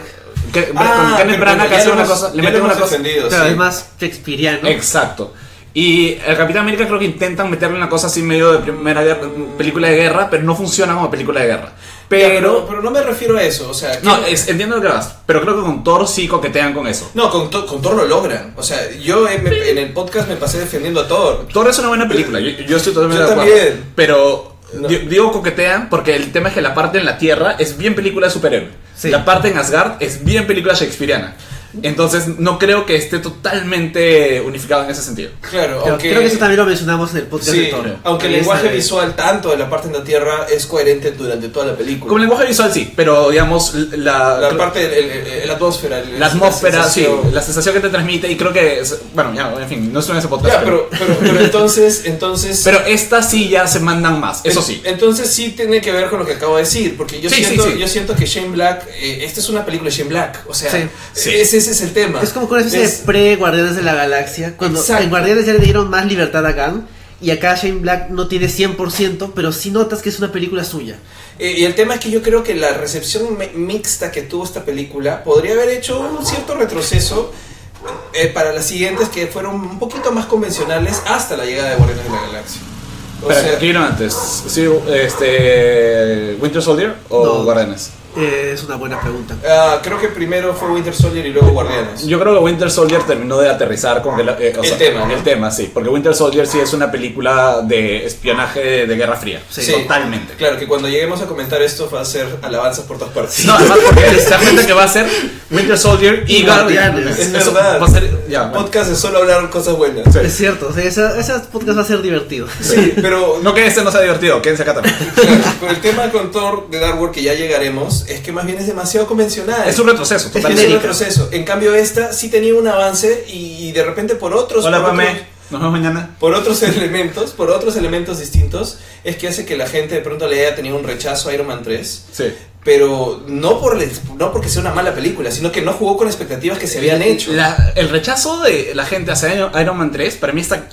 Speaker 1: que-
Speaker 2: Ah,
Speaker 1: con Kenneth
Speaker 2: pero
Speaker 1: Branagh
Speaker 2: ya
Speaker 1: hace
Speaker 2: lo
Speaker 1: una
Speaker 2: hemos-
Speaker 1: cosa, le
Speaker 2: ya lo
Speaker 1: meten
Speaker 2: hemos
Speaker 1: una cosa,
Speaker 2: defendido,
Speaker 4: Claro,
Speaker 2: sí.
Speaker 4: es más shakespeariano.
Speaker 1: Exacto. Y el Capitán América creo que intentan meterle una cosa así medio de primera guerra- película de guerra, pero no funciona como película de guerra.
Speaker 2: Ya,
Speaker 1: Pero,
Speaker 2: pero no me refiero a eso. O sea,
Speaker 1: no, es- entiendo lo que vas, pero creo que con Thor sí coquetean con eso.
Speaker 2: No, con, To- con Thor lo logran. O sea, yo en, me- en el podcast me pasé defendiendo a Thor.
Speaker 1: Thor es una buena película, yo, yo estoy totalmente
Speaker 2: Yo
Speaker 1: de acuerdo.
Speaker 2: también.
Speaker 1: Pero
Speaker 2: No.
Speaker 1: di- digo coquetean porque el tema es que la parte en la Tierra es bien película de superhéroe.
Speaker 4: Sí.
Speaker 1: La parte en Asgard es bien película shakespeariana. Entonces no creo que esté totalmente unificado en ese sentido.
Speaker 2: Claro,
Speaker 4: Creo,
Speaker 2: aunque,
Speaker 4: creo que eso también lo mencionamos en el podcast
Speaker 2: sí,
Speaker 4: de Thor.
Speaker 2: aunque el
Speaker 4: Ahí está,
Speaker 2: lenguaje
Speaker 4: eh.
Speaker 2: visual tanto de la parte de la tierra es coherente durante toda la película.
Speaker 1: Como lenguaje visual sí, pero digamos la,
Speaker 2: la parte, el- el- el- la atmósfera. el-
Speaker 1: la atmósfera, sí,
Speaker 2: sensación.
Speaker 1: la sensación que te transmite y creo que, es- bueno, ya, en fin, no es en ese podcast.
Speaker 2: Ya, pero, pero, pero entonces, entonces...
Speaker 1: pero estas sí ya se mandan más, eso
Speaker 2: en-
Speaker 1: sí.
Speaker 2: Entonces sí tiene que ver con lo que acabo de decir, porque yo,
Speaker 1: Sí,
Speaker 2: siento,
Speaker 1: sí, sí.
Speaker 2: yo siento que Shane Black, eh, esta es una película de Shane Black, o sea,
Speaker 4: Sí.
Speaker 1: Sí.
Speaker 2: Ese, ese es el tema.
Speaker 4: Es como con ese
Speaker 2: Es-
Speaker 4: de pre-Guardianes de la Galaxia. Cuando
Speaker 2: Exacto.
Speaker 4: en Guardianes ya le dieron más libertad a Gunn. Y acá Shane Black no tiene 100%, pero sí notas que es una película suya.
Speaker 2: Eh, y el tema es que yo creo que la recepción mi- mixta que tuvo esta película podría haber hecho un cierto retroceso eh, para las siguientes que fueron un poquito más convencionales hasta la llegada de Guardianes de la Galaxia. O
Speaker 1: Espera,
Speaker 2: sea,
Speaker 1: ¿qué vino antes? ¿Sí, este, ¿Winter Soldier o
Speaker 4: No.
Speaker 1: Guardianes?
Speaker 4: Eh, es una buena pregunta.
Speaker 2: ah, creo que primero fue Winter Soldier y luego Guardianes.
Speaker 1: Yo creo que Winter Soldier terminó de aterrizar con el, eh, o
Speaker 2: El
Speaker 1: sea,
Speaker 2: tema, ¿no?
Speaker 1: El tema, sí. Porque Winter Soldier sí es una película de espionaje de Guerra Fría.
Speaker 4: Sí.
Speaker 1: Totalmente.
Speaker 2: Claro, que cuando lleguemos a comentar esto va a ser alabanzas por todas partes.
Speaker 1: No, además porque se da cuenta que va a ser Winter Soldier y,
Speaker 4: Y
Speaker 1: Guardianes.
Speaker 4: Guardianes.
Speaker 2: Es
Speaker 1: Eso
Speaker 2: verdad.
Speaker 1: Va a ser, ya, bueno.
Speaker 2: Podcast de solo hablar cosas buenas.
Speaker 1: Sí.
Speaker 4: Es cierto, o sea, esa- ese podcast va a ser divertido.
Speaker 2: Sí, pero
Speaker 1: No que este no sea divertido, quédense acá también.
Speaker 2: claro, pero el tema con Thor de Dark World que ya llegaremos es que más bien es demasiado convencional.
Speaker 1: Es un retroceso,
Speaker 4: Es
Speaker 2: Es
Speaker 1: totalmente.
Speaker 2: un
Speaker 4: genérica.
Speaker 2: retroceso. En cambio, esta sí tenía un avance y, y de repente por otros.
Speaker 1: Hola,
Speaker 2: por otros-
Speaker 1: Pame. Nos vemos mañana.
Speaker 2: por otros elementos, por otros elementos distintos, es que hace que la gente de pronto le haya tenido un rechazo a Iron Man 3,
Speaker 1: Sí.
Speaker 2: pero no, por les- no porque sea una mala película, sino que no jugó con expectativas que se habían hecho.
Speaker 1: Eh, La- el rechazo de la gente hacia Iron- Iron Man 3 para mí está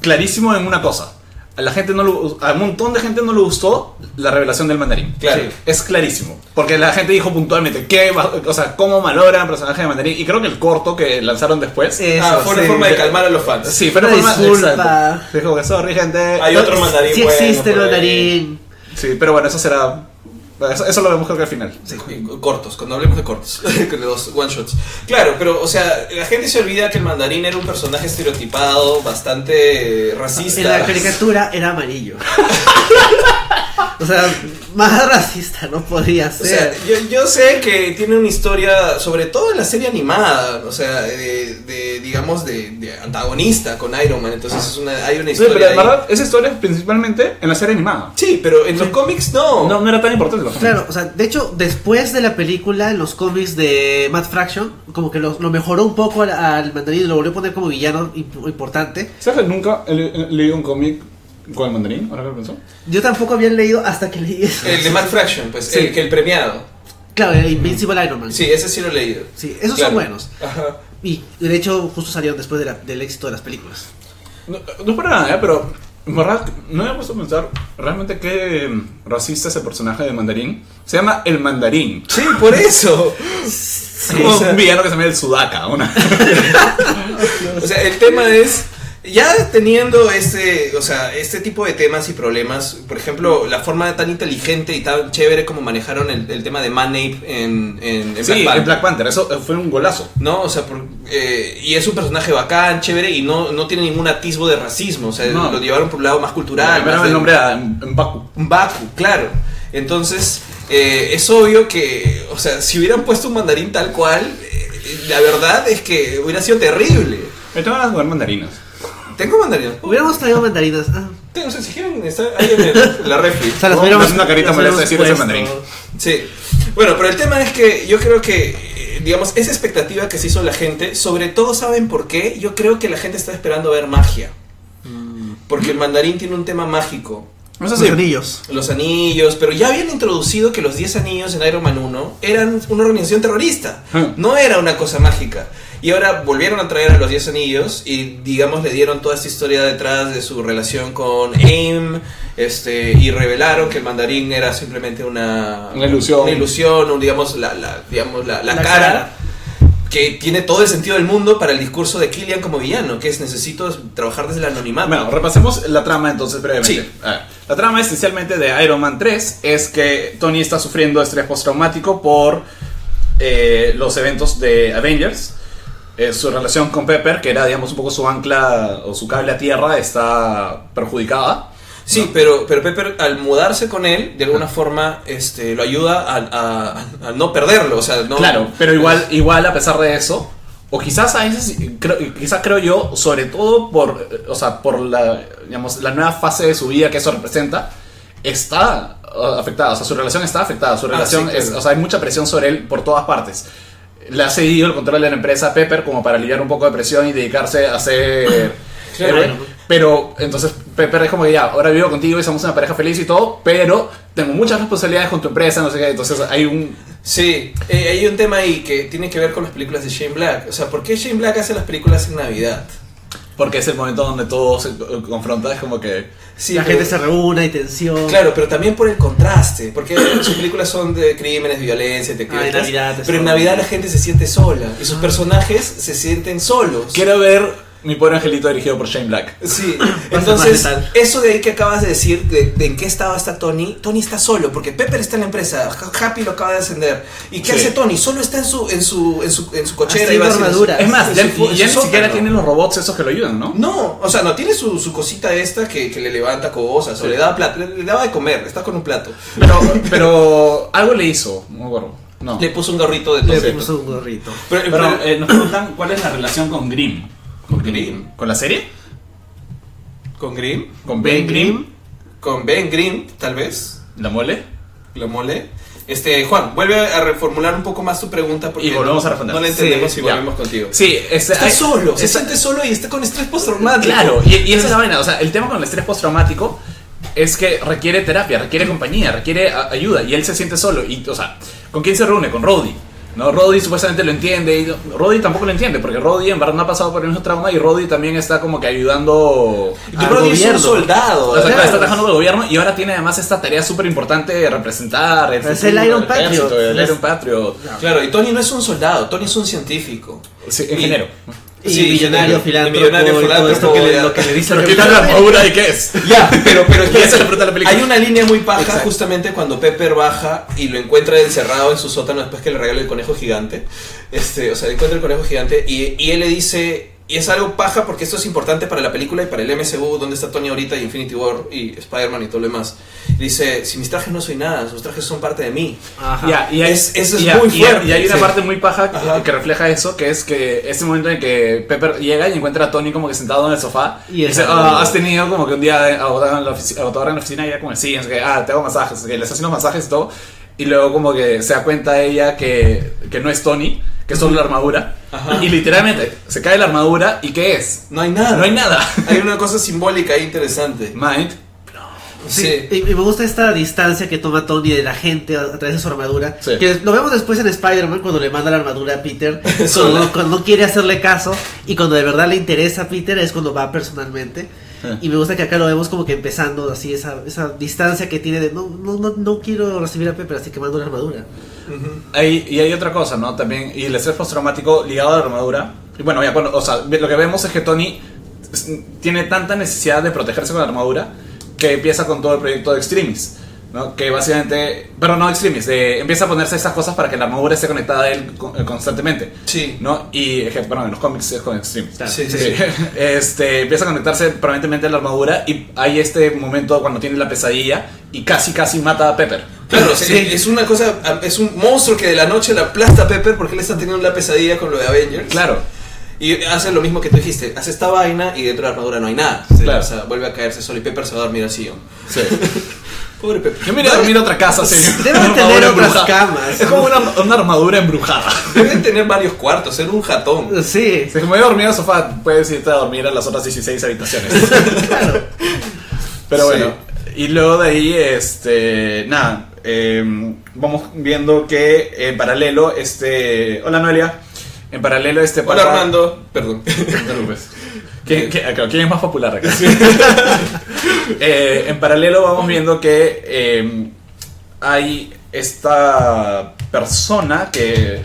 Speaker 1: clarísimo en una cosa. A la gente no lo- a un montón de gente no le gustó la revelación del mandarín.
Speaker 2: Claro.
Speaker 1: Es clarísimo. Porque la gente dijo puntualmente, ¿qué, va- o sea, ¿cómo malogran el personaje de mandarín? Y creo que el corto que lanzaron después.
Speaker 4: Eh,
Speaker 2: Ah,
Speaker 4: Eso,
Speaker 2: fue una
Speaker 4: sí.
Speaker 2: forma de calmar a los fans.
Speaker 1: sí, pero
Speaker 4: una
Speaker 1: fue más-
Speaker 4: disculpa.
Speaker 1: exacto. Dijo que sorry, gente.
Speaker 2: Hay otro mandarín.
Speaker 4: Sí
Speaker 2: bueno
Speaker 4: existe el
Speaker 2: por ahí.
Speaker 4: mandarín.
Speaker 1: Sí, pero bueno, eso será. Eso, eso lo vemos creo que al final.
Speaker 2: Y Cortos, cuando hablemos de cortos, con los one shots. Claro, pero, o sea, la gente se olvida que el mandarín era un personaje estereotipado, bastante eh, racista.
Speaker 4: En la caricatura era amarillo. O sea, más racista no podría
Speaker 2: O
Speaker 4: ser.
Speaker 2: sea, yo, yo sé que tiene una historia, sobre todo en la serie animada, o sea, de, de, digamos, de, de antagonista con Iron Man, entonces es una, hay una
Speaker 1: Sí,
Speaker 2: historia.
Speaker 1: pero la
Speaker 2: ahí.
Speaker 1: verdad, esa historia es principalmente en la serie animada.
Speaker 2: Sí, pero en los cómics no.
Speaker 1: No, no era tan importante. los
Speaker 4: Claro, o sea, de hecho, después de la película, en los cómics de Matt Fraction, como que lo, lo mejoró un poco al, al mandarín y lo volvió a poner como villano imp- importante.
Speaker 1: ¿Sabes que nunca he le- he leído un cómic con el mandarín? Ahora que lo pienso.
Speaker 4: Yo tampoco había leído hasta que leí eso.
Speaker 2: El de Matt Fraction, pues,
Speaker 4: Sí.
Speaker 2: el, que el premiado.
Speaker 4: Claro, el Invincible Iron Man.
Speaker 2: Sí, ese sí lo he leído.
Speaker 4: Sí, esos
Speaker 2: Claro.
Speaker 4: son buenos.
Speaker 2: Ajá.
Speaker 4: Y de hecho, justo salieron después de la- del éxito de las películas.
Speaker 1: No, no es para nada, ¿eh? pero en verdad, no me he puesto a pensar realmente qué mm, racista es el personaje de mandarín. Se llama el mandarín.
Speaker 2: Sí, por eso.
Speaker 1: Es como
Speaker 2: o sea-
Speaker 1: un villano que se llama el sudaca. Una...
Speaker 2: O sea, el tema es. Ya teniendo este, o sea, este tipo de temas y problemas, por ejemplo, la forma tan inteligente y tan chévere como manejaron el, el tema de Manape en, en, en
Speaker 1: sí,
Speaker 2: Black Panther.
Speaker 1: el Black Panther. Eso eh, fue un golazo.
Speaker 2: ¿no? O sea, por- eh, y es un personaje bacán, chévere, y no, no tiene ningún atisbo de racismo, o sea,
Speaker 1: No.
Speaker 2: lo llevaron por un lado más cultural.
Speaker 1: Primero
Speaker 2: más
Speaker 1: el
Speaker 2: de-
Speaker 1: nombre a Mbaku.
Speaker 2: Baku, claro. Entonces, eh, es obvio que, o sea, si hubieran puesto un mandarín tal cual, eh, la verdad es que hubiera sido terrible.
Speaker 1: Me tengo ganas de jugar mandarinas.
Speaker 2: Tengo mandarinas.
Speaker 4: Hubiéramos traído mandarinas. Ah,
Speaker 2: O sea, si quieren, está ahí en el- la refri.
Speaker 4: o sea, las
Speaker 1: Oh,
Speaker 4: hubiéramos.
Speaker 1: es una carita
Speaker 4: las
Speaker 1: molesta
Speaker 4: hubiéramos
Speaker 1: decir ese
Speaker 4: puesto.
Speaker 1: mandarín.
Speaker 2: Sí. Bueno, pero el tema es que yo creo que, eh, digamos, esa expectativa que se hizo la gente, sobre todo, ¿saben por qué? Yo creo que la gente está esperando ver magia. Porque el mandarín tiene un tema mágico.
Speaker 1: Eso
Speaker 4: Los
Speaker 1: sí.
Speaker 4: anillos.
Speaker 2: Los anillos, pero ya habían introducido que los 10 anillos en Iron Man 1 eran una organización terrorista.
Speaker 1: Ah.
Speaker 2: No era una cosa mágica. Y ahora volvieron a traer a los 10 anillos y, digamos, le dieron toda esta historia detrás de su relación con AIM. Este, y revelaron que el mandarín era simplemente una,
Speaker 1: Una ilusión.
Speaker 2: una ilusión, un, digamos, la, la- digamos, la, la
Speaker 4: La
Speaker 2: cara,
Speaker 4: cara.
Speaker 2: que tiene todo el sentido del mundo para el discurso de Killian como villano, que es necesito trabajar desde el anonimato.
Speaker 1: Bueno, repasemos la trama entonces brevemente.
Speaker 2: Sí.
Speaker 1: A ver, la trama esencialmente de Iron Man 3 es que Tony está sufriendo estrés postraumático por eh, los eventos de Avengers. Eh, su relación con Pepper, que era digamos un poco su ancla o su cable a tierra, está perjudicada.
Speaker 2: Sí, pero, pero Pepper al mudarse con él, de alguna forma este, lo ayuda a, a- a no perderlo. O sea, no,
Speaker 1: Claro, pero igual, igual a pesar de eso, o quizás a veces, creo, quizás creo yo, sobre todo por, eh, o sea, por la, digamos, la nueva fase de su vida que eso representa, está uh, afectada, o sea, su relación está afectada, su
Speaker 2: Ah,
Speaker 1: relación
Speaker 2: sí,
Speaker 1: es,
Speaker 2: claro.
Speaker 1: o sea, hay mucha presión sobre él por todas partes. Le ha cedido el control de la empresa a Pepper como para aliviar un poco de presión y dedicarse a ser
Speaker 4: Claro.
Speaker 1: héroe. Pero entonces Pepper es como que ya, ahora vivo contigo y somos una pareja feliz y todo, pero tengo muchas responsabilidades con tu empresa, no sé qué, entonces hay un
Speaker 2: Sí, eh, hay un tema ahí que tiene que ver con las películas de Shane Black. O sea, ¿por qué Shane Black hace las películas en Navidad?
Speaker 1: Porque es el momento donde todo se eh, confronta, es como que...
Speaker 2: Sí,
Speaker 4: la
Speaker 2: pero-
Speaker 4: gente se reúne, hay tensión.
Speaker 2: Claro, pero también por el contraste, porque sus películas son de crímenes, violencia, detectives,
Speaker 4: Ah, en Navidad Ah. es
Speaker 2: pero en
Speaker 4: solo.
Speaker 2: Navidad la gente se siente sola y sus personajes se sienten solos.
Speaker 1: Quiero ver Mi Pobre Angelito dirigido por Shane Black.
Speaker 2: Sí,
Speaker 4: más
Speaker 2: entonces,
Speaker 4: letal.
Speaker 2: eso de ahí que acabas de decir, de, de en qué estado está Tony, Tony está solo, porque Pepper está en la empresa, Ha- Happy lo acaba de ascender. ¿Y
Speaker 1: Sí.
Speaker 2: qué hace Tony? Solo está en su, en su, en su, en su cochera
Speaker 4: Haciendo
Speaker 2: y va haciendo
Speaker 4: armadura.
Speaker 2: su-
Speaker 1: Es más,
Speaker 2: en
Speaker 1: ya,
Speaker 2: su- en su
Speaker 1: ya ni
Speaker 2: sótano.
Speaker 1: siquiera tiene los robots esos que lo ayudan, ¿no?
Speaker 2: No, o sea, no, tiene su, su cosita esta que, que le levanta cosas, o
Speaker 1: Sí.
Speaker 2: le daba plato, le, le daba de comer, está con un plato.
Speaker 1: Pero, pero algo le hizo, no me acuerdo. No.
Speaker 2: Le puso un gorrito de
Speaker 4: Le
Speaker 2: tocino.
Speaker 4: puso un gorrito.
Speaker 2: Pero-
Speaker 1: Pero,
Speaker 2: pero-
Speaker 1: eh, nos preguntan cuál es la relación con Grimm. ¿Con
Speaker 2: Grimm?
Speaker 1: ¿Con la serie?
Speaker 2: ¿Con Grimm?
Speaker 1: ¿Con Ben
Speaker 4: Ben
Speaker 1: Grimm?
Speaker 2: ¿Con Ben Grimm, tal vez?
Speaker 1: ¿La mole?
Speaker 2: Lo mole. Este, Juan, vuelve a reformular un poco más tu pregunta porque
Speaker 1: Y volvemos a responder.
Speaker 2: no la entendemos
Speaker 1: Sí,
Speaker 2: y
Speaker 1: ya.
Speaker 2: volvemos contigo.
Speaker 1: Sí, este,
Speaker 2: Está
Speaker 1: hay-
Speaker 2: solo, se
Speaker 1: esa-
Speaker 2: siente solo y está con estrés postraumático.
Speaker 1: Claro, y, y esa es la vaina. O sea, el tema con el estrés postraumático es que requiere terapia, requiere compañía, requiere a- ayuda. Y él se siente solo. Y, o sea, ¿con quién se reúne? Con Roddy. ¿no? Roddy supuestamente lo entiende. Y no- Roddy tampoco lo entiende, porque Roddy en verdad no ha pasado por el mismo trauma. Y Roddy también está como que ayudando.
Speaker 2: Yo
Speaker 1: a-
Speaker 2: creo que es un
Speaker 4: gobierno.
Speaker 2: soldado.
Speaker 1: o sea,
Speaker 2: claro.
Speaker 1: está trabajando con el gobierno y ahora tiene además esta tarea súper importante de representar el,
Speaker 4: Es el
Speaker 1: futuro
Speaker 4: Iron
Speaker 1: del ejército,
Speaker 4: Patriot.
Speaker 1: El Iron Patriot.
Speaker 2: Claro, y Tony no es un soldado, Tony es un científico.
Speaker 1: Sí, ingeniero.
Speaker 4: Y
Speaker 2: Sí,
Speaker 4: millonario,
Speaker 2: y
Speaker 4: filántropo.
Speaker 2: millonario,
Speaker 4: y todo
Speaker 2: filántropo,
Speaker 4: esto que
Speaker 2: ya.
Speaker 4: le, lo que le dice
Speaker 1: Pero
Speaker 4: al
Speaker 1: quitarle la
Speaker 4: capitán.
Speaker 1: armadura y qué es.
Speaker 2: Ya, pero, pero
Speaker 1: Y esa es la pregunta de la película.
Speaker 2: Hay una línea muy paja
Speaker 1: Exacto.
Speaker 2: justamente cuando Pepper baja y lo encuentra encerrado en su sótano después que le regala el conejo gigante. Este, o sea, le encuentra el conejo gigante y, y él le dice, Y es algo paja porque esto es importante para la película y para el MCU, donde está Tony ahorita y Infinity War y Spider-Man y todo lo demás. Dice, si mis trajes no soy nada, sus trajes son parte de mí.
Speaker 4: Ajá.
Speaker 1: Ya, y hay-
Speaker 2: Es- eso es
Speaker 1: ya,
Speaker 2: muy
Speaker 1: y hay-
Speaker 2: fuerte,
Speaker 1: Y hay una
Speaker 2: sí.
Speaker 1: parte muy paja
Speaker 2: Ajá.
Speaker 1: que, que refleja eso, que es que ese momento en que Pepper llega y encuentra a Tony como que sentado en el sofá
Speaker 4: Y
Speaker 1: y,
Speaker 4: el-
Speaker 1: dice, "Ah, has tenido como que un día agotado en la oficina, agotador en la oficina y ella como que sí, es que, ah, te hago masajes, que le hace unos masajes y todo. Y luego como que se da cuenta ella que, que no es Tony, que es solo la armadura.
Speaker 2: Ajá.
Speaker 1: Y literalmente se cae la armadura y ¿qué es?
Speaker 2: No hay nada.
Speaker 1: No hay nada.
Speaker 2: Hay una cosa simbólica ahí interesante.
Speaker 1: Mind.
Speaker 4: Sí, Y, y me gusta esta distancia que toma Tony de la gente a, a través de su armadura.
Speaker 1: Sí.
Speaker 4: Que lo vemos después en Spider-Man cuando le manda la armadura a Peter, cuando,
Speaker 2: Sola.
Speaker 4: cuando no quiere hacerle caso y cuando de verdad le interesa a Peter es cuando va personalmente.
Speaker 1: Ah.
Speaker 4: Y me gusta que acá lo vemos como que empezando así, esa, esa distancia que tiene de no, no, no, no quiero recibir a Pepper, así que mando la armadura.
Speaker 2: Ujú.
Speaker 1: Hay- y hay otra cosa, ¿no? También, y el estrés postraumático ligado a la armadura. Y bueno, ya cuando, o sea, ve- lo que vemos es que Tony s- tiene tanta necesidad de protegerse con la armadura que empieza con todo el proyecto de Extremis, ¿no? Que básicamente, pero no Extremis, eh, empieza a ponerse esas cosas para que la armadura esté conectada a él con- eh, constantemente,
Speaker 2: Sí.
Speaker 1: ¿no? Y, eh, bueno, en los cómics es con Extremis.
Speaker 4: Claro.
Speaker 2: Sí, sí,
Speaker 1: Sí.
Speaker 2: sí.
Speaker 1: Este, empieza a conectarse permanentemente a la armadura y hay este momento cuando tiene la pesadilla y casi, casi mata a Pepper.
Speaker 2: Claro,
Speaker 4: Sí.
Speaker 2: es- es una cosa, es un monstruo que de la noche la aplasta a Pepper porque él está teniendo una pesadilla con lo de Avengers.
Speaker 1: Claro.
Speaker 2: Y hace lo mismo que tú dijiste, hace esta vaina y dentro de la armadura no hay nada.
Speaker 1: Claro.
Speaker 2: O sea, vuelve a caerse solo y Pepper se va a dormir al sillón.
Speaker 1: Sí.
Speaker 2: Pobre Pepper.
Speaker 1: Yo me iría a dormir a otra casa, señor.
Speaker 4: Deben
Speaker 1: Una
Speaker 4: tener
Speaker 1: armadura
Speaker 4: otras
Speaker 1: embrujada.
Speaker 4: camas.
Speaker 1: Es como una, una armadura embrujada.
Speaker 2: Deben tener varios cuartos, ser un jatón.
Speaker 4: Sí,
Speaker 1: Si me voy a dormir al sofá, puedes irte a dormir a las otras 16 habitaciones.
Speaker 4: claro.
Speaker 1: Pero
Speaker 2: Sí.
Speaker 1: bueno, y luego de ahí, este, nada, eh, vamos viendo que en paralelo, este, hola Noelia, en paralelo este
Speaker 2: Hola
Speaker 1: pata-
Speaker 2: Armando. Perdón.
Speaker 1: No te preocupes. ¿Quién, quién- acá, quién es más popular acá? Eh, en paralelo vamos viendo que eh, hay esta persona que,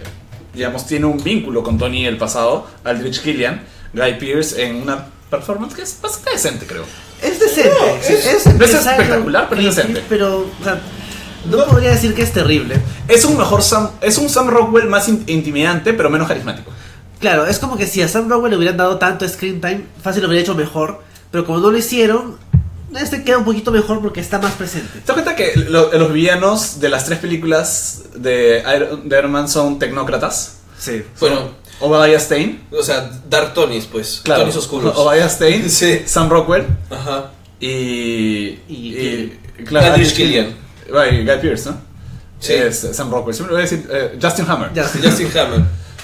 Speaker 1: digamos, tiene un vínculo con Tony del pasado, Aldrich Killian, Guy Pierce, en una performance que es bastante decente, creo.
Speaker 4: Es decente.
Speaker 2: No,
Speaker 4: sí,
Speaker 2: es-
Speaker 1: no es
Speaker 4: empresario,
Speaker 1: espectacular, pero es
Speaker 4: sí,
Speaker 1: decente.
Speaker 4: Pero, o sea, no podría decir que es terrible.
Speaker 1: Es un mejor Sam, es un Sam Rockwell más in- intimidante, pero menos carismático.
Speaker 4: Claro, es como que si a Sam Rockwell le hubieran dado tanto screen time, fácil lo hubiera hecho mejor. Pero como no lo hicieron, este queda un poquito mejor porque está más presente.
Speaker 1: ¿Te das cuenta que lo- los villanos de las tres películas de Iron, de Iron Man son tecnócratas?
Speaker 4: Sí.
Speaker 2: Bueno,
Speaker 1: Obadiah Stane.
Speaker 2: o sea, Dark Tonys, pues.
Speaker 1: Claro.
Speaker 2: Tonys oscuros.
Speaker 1: Obadiah Stane,
Speaker 2: Sí.
Speaker 1: Sam Rockwell
Speaker 2: Ajá.
Speaker 1: y.
Speaker 4: Y-
Speaker 1: claro,
Speaker 2: Aldrich Killian.
Speaker 1: Right, Guy Pierce, ¿no?
Speaker 2: Sí.
Speaker 1: Es, eh, Sam Rockwell. Siempre voy a decir eh, Justin Hammer.
Speaker 4: Ya,
Speaker 2: Justin Hammer.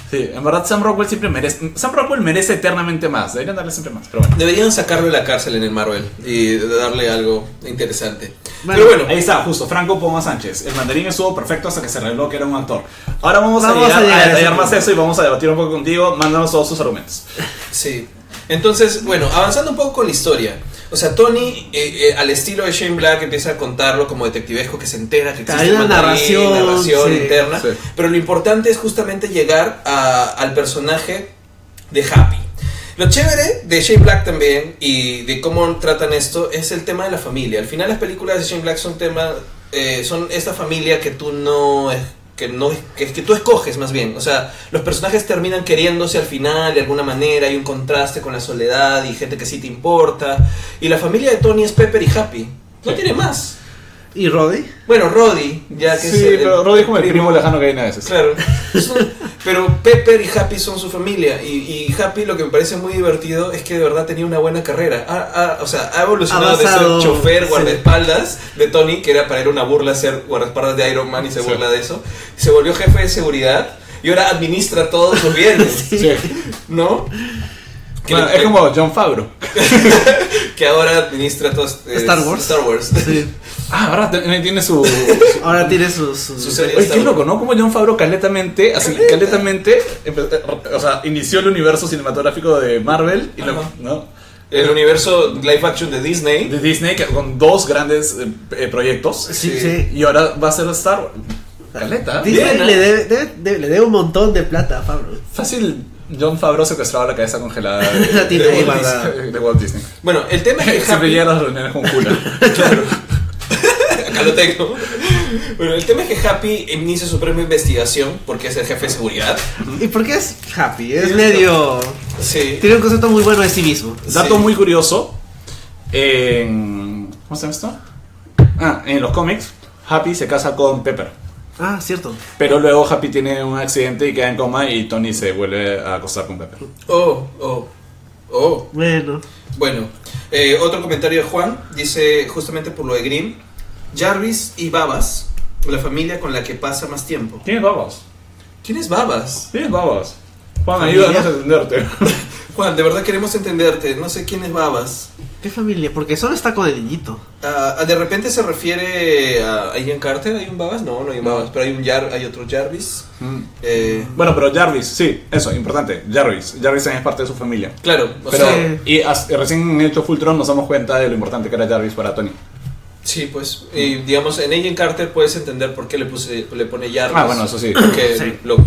Speaker 1: Sí, en verdad Sam Rockwell siempre merece. Sam Rockwell merece eternamente más. Deberían darle siempre más, pero bueno.
Speaker 2: Deberían sacarlo de la cárcel en el Marvel y darle algo interesante.
Speaker 4: Bueno,
Speaker 2: Pero bueno,
Speaker 1: Ahí está, justo, Franco Poma Sánchez. El mandarín estuvo perfecto hasta que se reveló que era un actor. Ahora vamos,
Speaker 4: Vamos a
Speaker 1: a, llegar
Speaker 4: llegar a
Speaker 1: a
Speaker 4: ese
Speaker 1: detallar más
Speaker 4: punto.
Speaker 1: eso y vamos a debatir un poco contigo. Mándanos todos tus argumentos.
Speaker 2: sí. Entonces, bueno, avanzando un poco con la historia. O sea, Tony, eh, eh, al estilo de Shane Black, empieza a contarlo como detectivesco que se entera que
Speaker 4: Claro,
Speaker 2: existe
Speaker 4: hay
Speaker 2: un
Speaker 4: una
Speaker 2: mandarín,
Speaker 4: narración,
Speaker 2: narración
Speaker 4: sí.
Speaker 2: interna.
Speaker 1: Sí.
Speaker 2: Pero lo importante es justamente llegar a- al personaje de Happy. Lo chévere de Shane Black también y de cómo tratan esto es el tema de la familia. Al final las películas de Shane Black son tema, eh, son esta familia que tú no es- que no es- que, que tú escoges más bien. O sea, los personajes terminan queriéndose al final de alguna manera. Hay un contraste con la soledad y gente que sí te importa. Y la familia de Tony es Pepper y Happy. No tiene más.
Speaker 4: ¿Y Roddy?
Speaker 2: Bueno, Roddy, ya que es
Speaker 1: Sí,
Speaker 2: el-
Speaker 1: pero Roddy es como el primo lejano que hay a veces.
Speaker 2: Claro. Son- Pero Pepper y Happy son su familia. Y, y Happy lo que me parece muy divertido es que de verdad tenía una buena carrera. Ha- ha- o sea, ha evolucionado
Speaker 4: Avanzado,
Speaker 2: de ser chofer,
Speaker 4: sí.
Speaker 2: guardaespaldas de Tony, que era para él una burla ser guardaespaldas de Iron Man y se
Speaker 1: Sí.
Speaker 2: burla de eso. Se volvió jefe de seguridad y ahora administra todos los bienes,
Speaker 1: Sí.
Speaker 2: ¿no? Que,
Speaker 1: Bueno, es como John Favreau.
Speaker 2: que ahora administra todos eh,
Speaker 4: Star Wars.
Speaker 2: Star Wars.
Speaker 4: Sí.
Speaker 1: Ah, ahora también tiene su.
Speaker 4: Ahora tiene sus. sus-
Speaker 2: Su serie
Speaker 1: Oye,
Speaker 2: Star
Speaker 1: qué
Speaker 2: Wars.
Speaker 1: loco, ¿no? Como John Favreau caletamente, así caletamente, empe- o sea, inició el universo cinematográfico de Marvel y luego,
Speaker 2: Ajá.
Speaker 1: ¿no?
Speaker 2: El universo live action de Disney.
Speaker 1: De Disney que- con dos grandes eh, eh, proyectos
Speaker 4: Sí,
Speaker 2: Sí.
Speaker 4: sí.
Speaker 1: y ahora va a ser Star Wars. Caleta.
Speaker 4: Disney
Speaker 2: Bien, ¿eh?
Speaker 4: le, debe, debe- debe- le debe un montón de plata a Pablo.
Speaker 1: Fácil, John Favreau secuestraba la cabeza congelada de,
Speaker 4: La tiene
Speaker 1: de
Speaker 4: ahí
Speaker 1: Walt,
Speaker 4: guardada.
Speaker 1: Disney, de Walt Disney.
Speaker 2: Bueno, el tema es que
Speaker 1: Siempre
Speaker 2: Happy...
Speaker 1: llega a las reuniones con Kula.
Speaker 2: Claro. Acá lo tengo. Bueno, el tema es que Happy inicia su propia investigación porque es el jefe de seguridad.
Speaker 4: ¿Y por qué es happy? Es
Speaker 2: Sí,
Speaker 4: medio.
Speaker 2: Sí.
Speaker 4: Tiene un concepto muy bueno de sí mismo.
Speaker 1: Dato
Speaker 2: Sí.
Speaker 1: muy curioso. En, ¿Cómo se llama esto? Ah, en los cómics, Happy se casa con Pepper.
Speaker 4: Ah, cierto.
Speaker 1: Pero luego Happy tiene un accidente y queda en coma y Tony se vuelve a acostar con Pepper.
Speaker 2: Oh, oh, oh.
Speaker 4: Bueno.
Speaker 2: Bueno, eh, otro comentario de Juan dice justamente por lo de Grimm, Jarvis y Babas, la familia con la que pasa más tiempo.
Speaker 1: Tienes babos.
Speaker 2: ¿Quién es Babas?
Speaker 1: Tienes babos. Juan,
Speaker 4: Familia.
Speaker 1: ayúdanos a entenderte.
Speaker 2: Juan, de verdad queremos entenderte, no sé quién es Babas.
Speaker 4: ¿Qué familia? Porque solo está con el niñito.
Speaker 2: Ah, ¿De repente se refiere a a Ian Carter? ¿Hay un Babas? No, no hay un
Speaker 1: No.
Speaker 2: Babas, pero hay, un Jar- hay otro Jarvis.
Speaker 1: Mm.
Speaker 2: Eh,
Speaker 1: bueno, pero Jarvis, sí, eso, importante. Jarvis. Jarvis también es parte de su familia.
Speaker 2: claro, o
Speaker 1: Pero
Speaker 2: sea,
Speaker 1: y as- recién en hecho Fultron nos damos cuenta de lo importante que era Jarvis para Tony.
Speaker 2: sí, pues, y, digamos, en Ian Carter puedes entender por qué le, puse, le pone Jarvis.
Speaker 1: Ah, bueno, eso sí.
Speaker 2: que
Speaker 4: Sí.
Speaker 2: lo-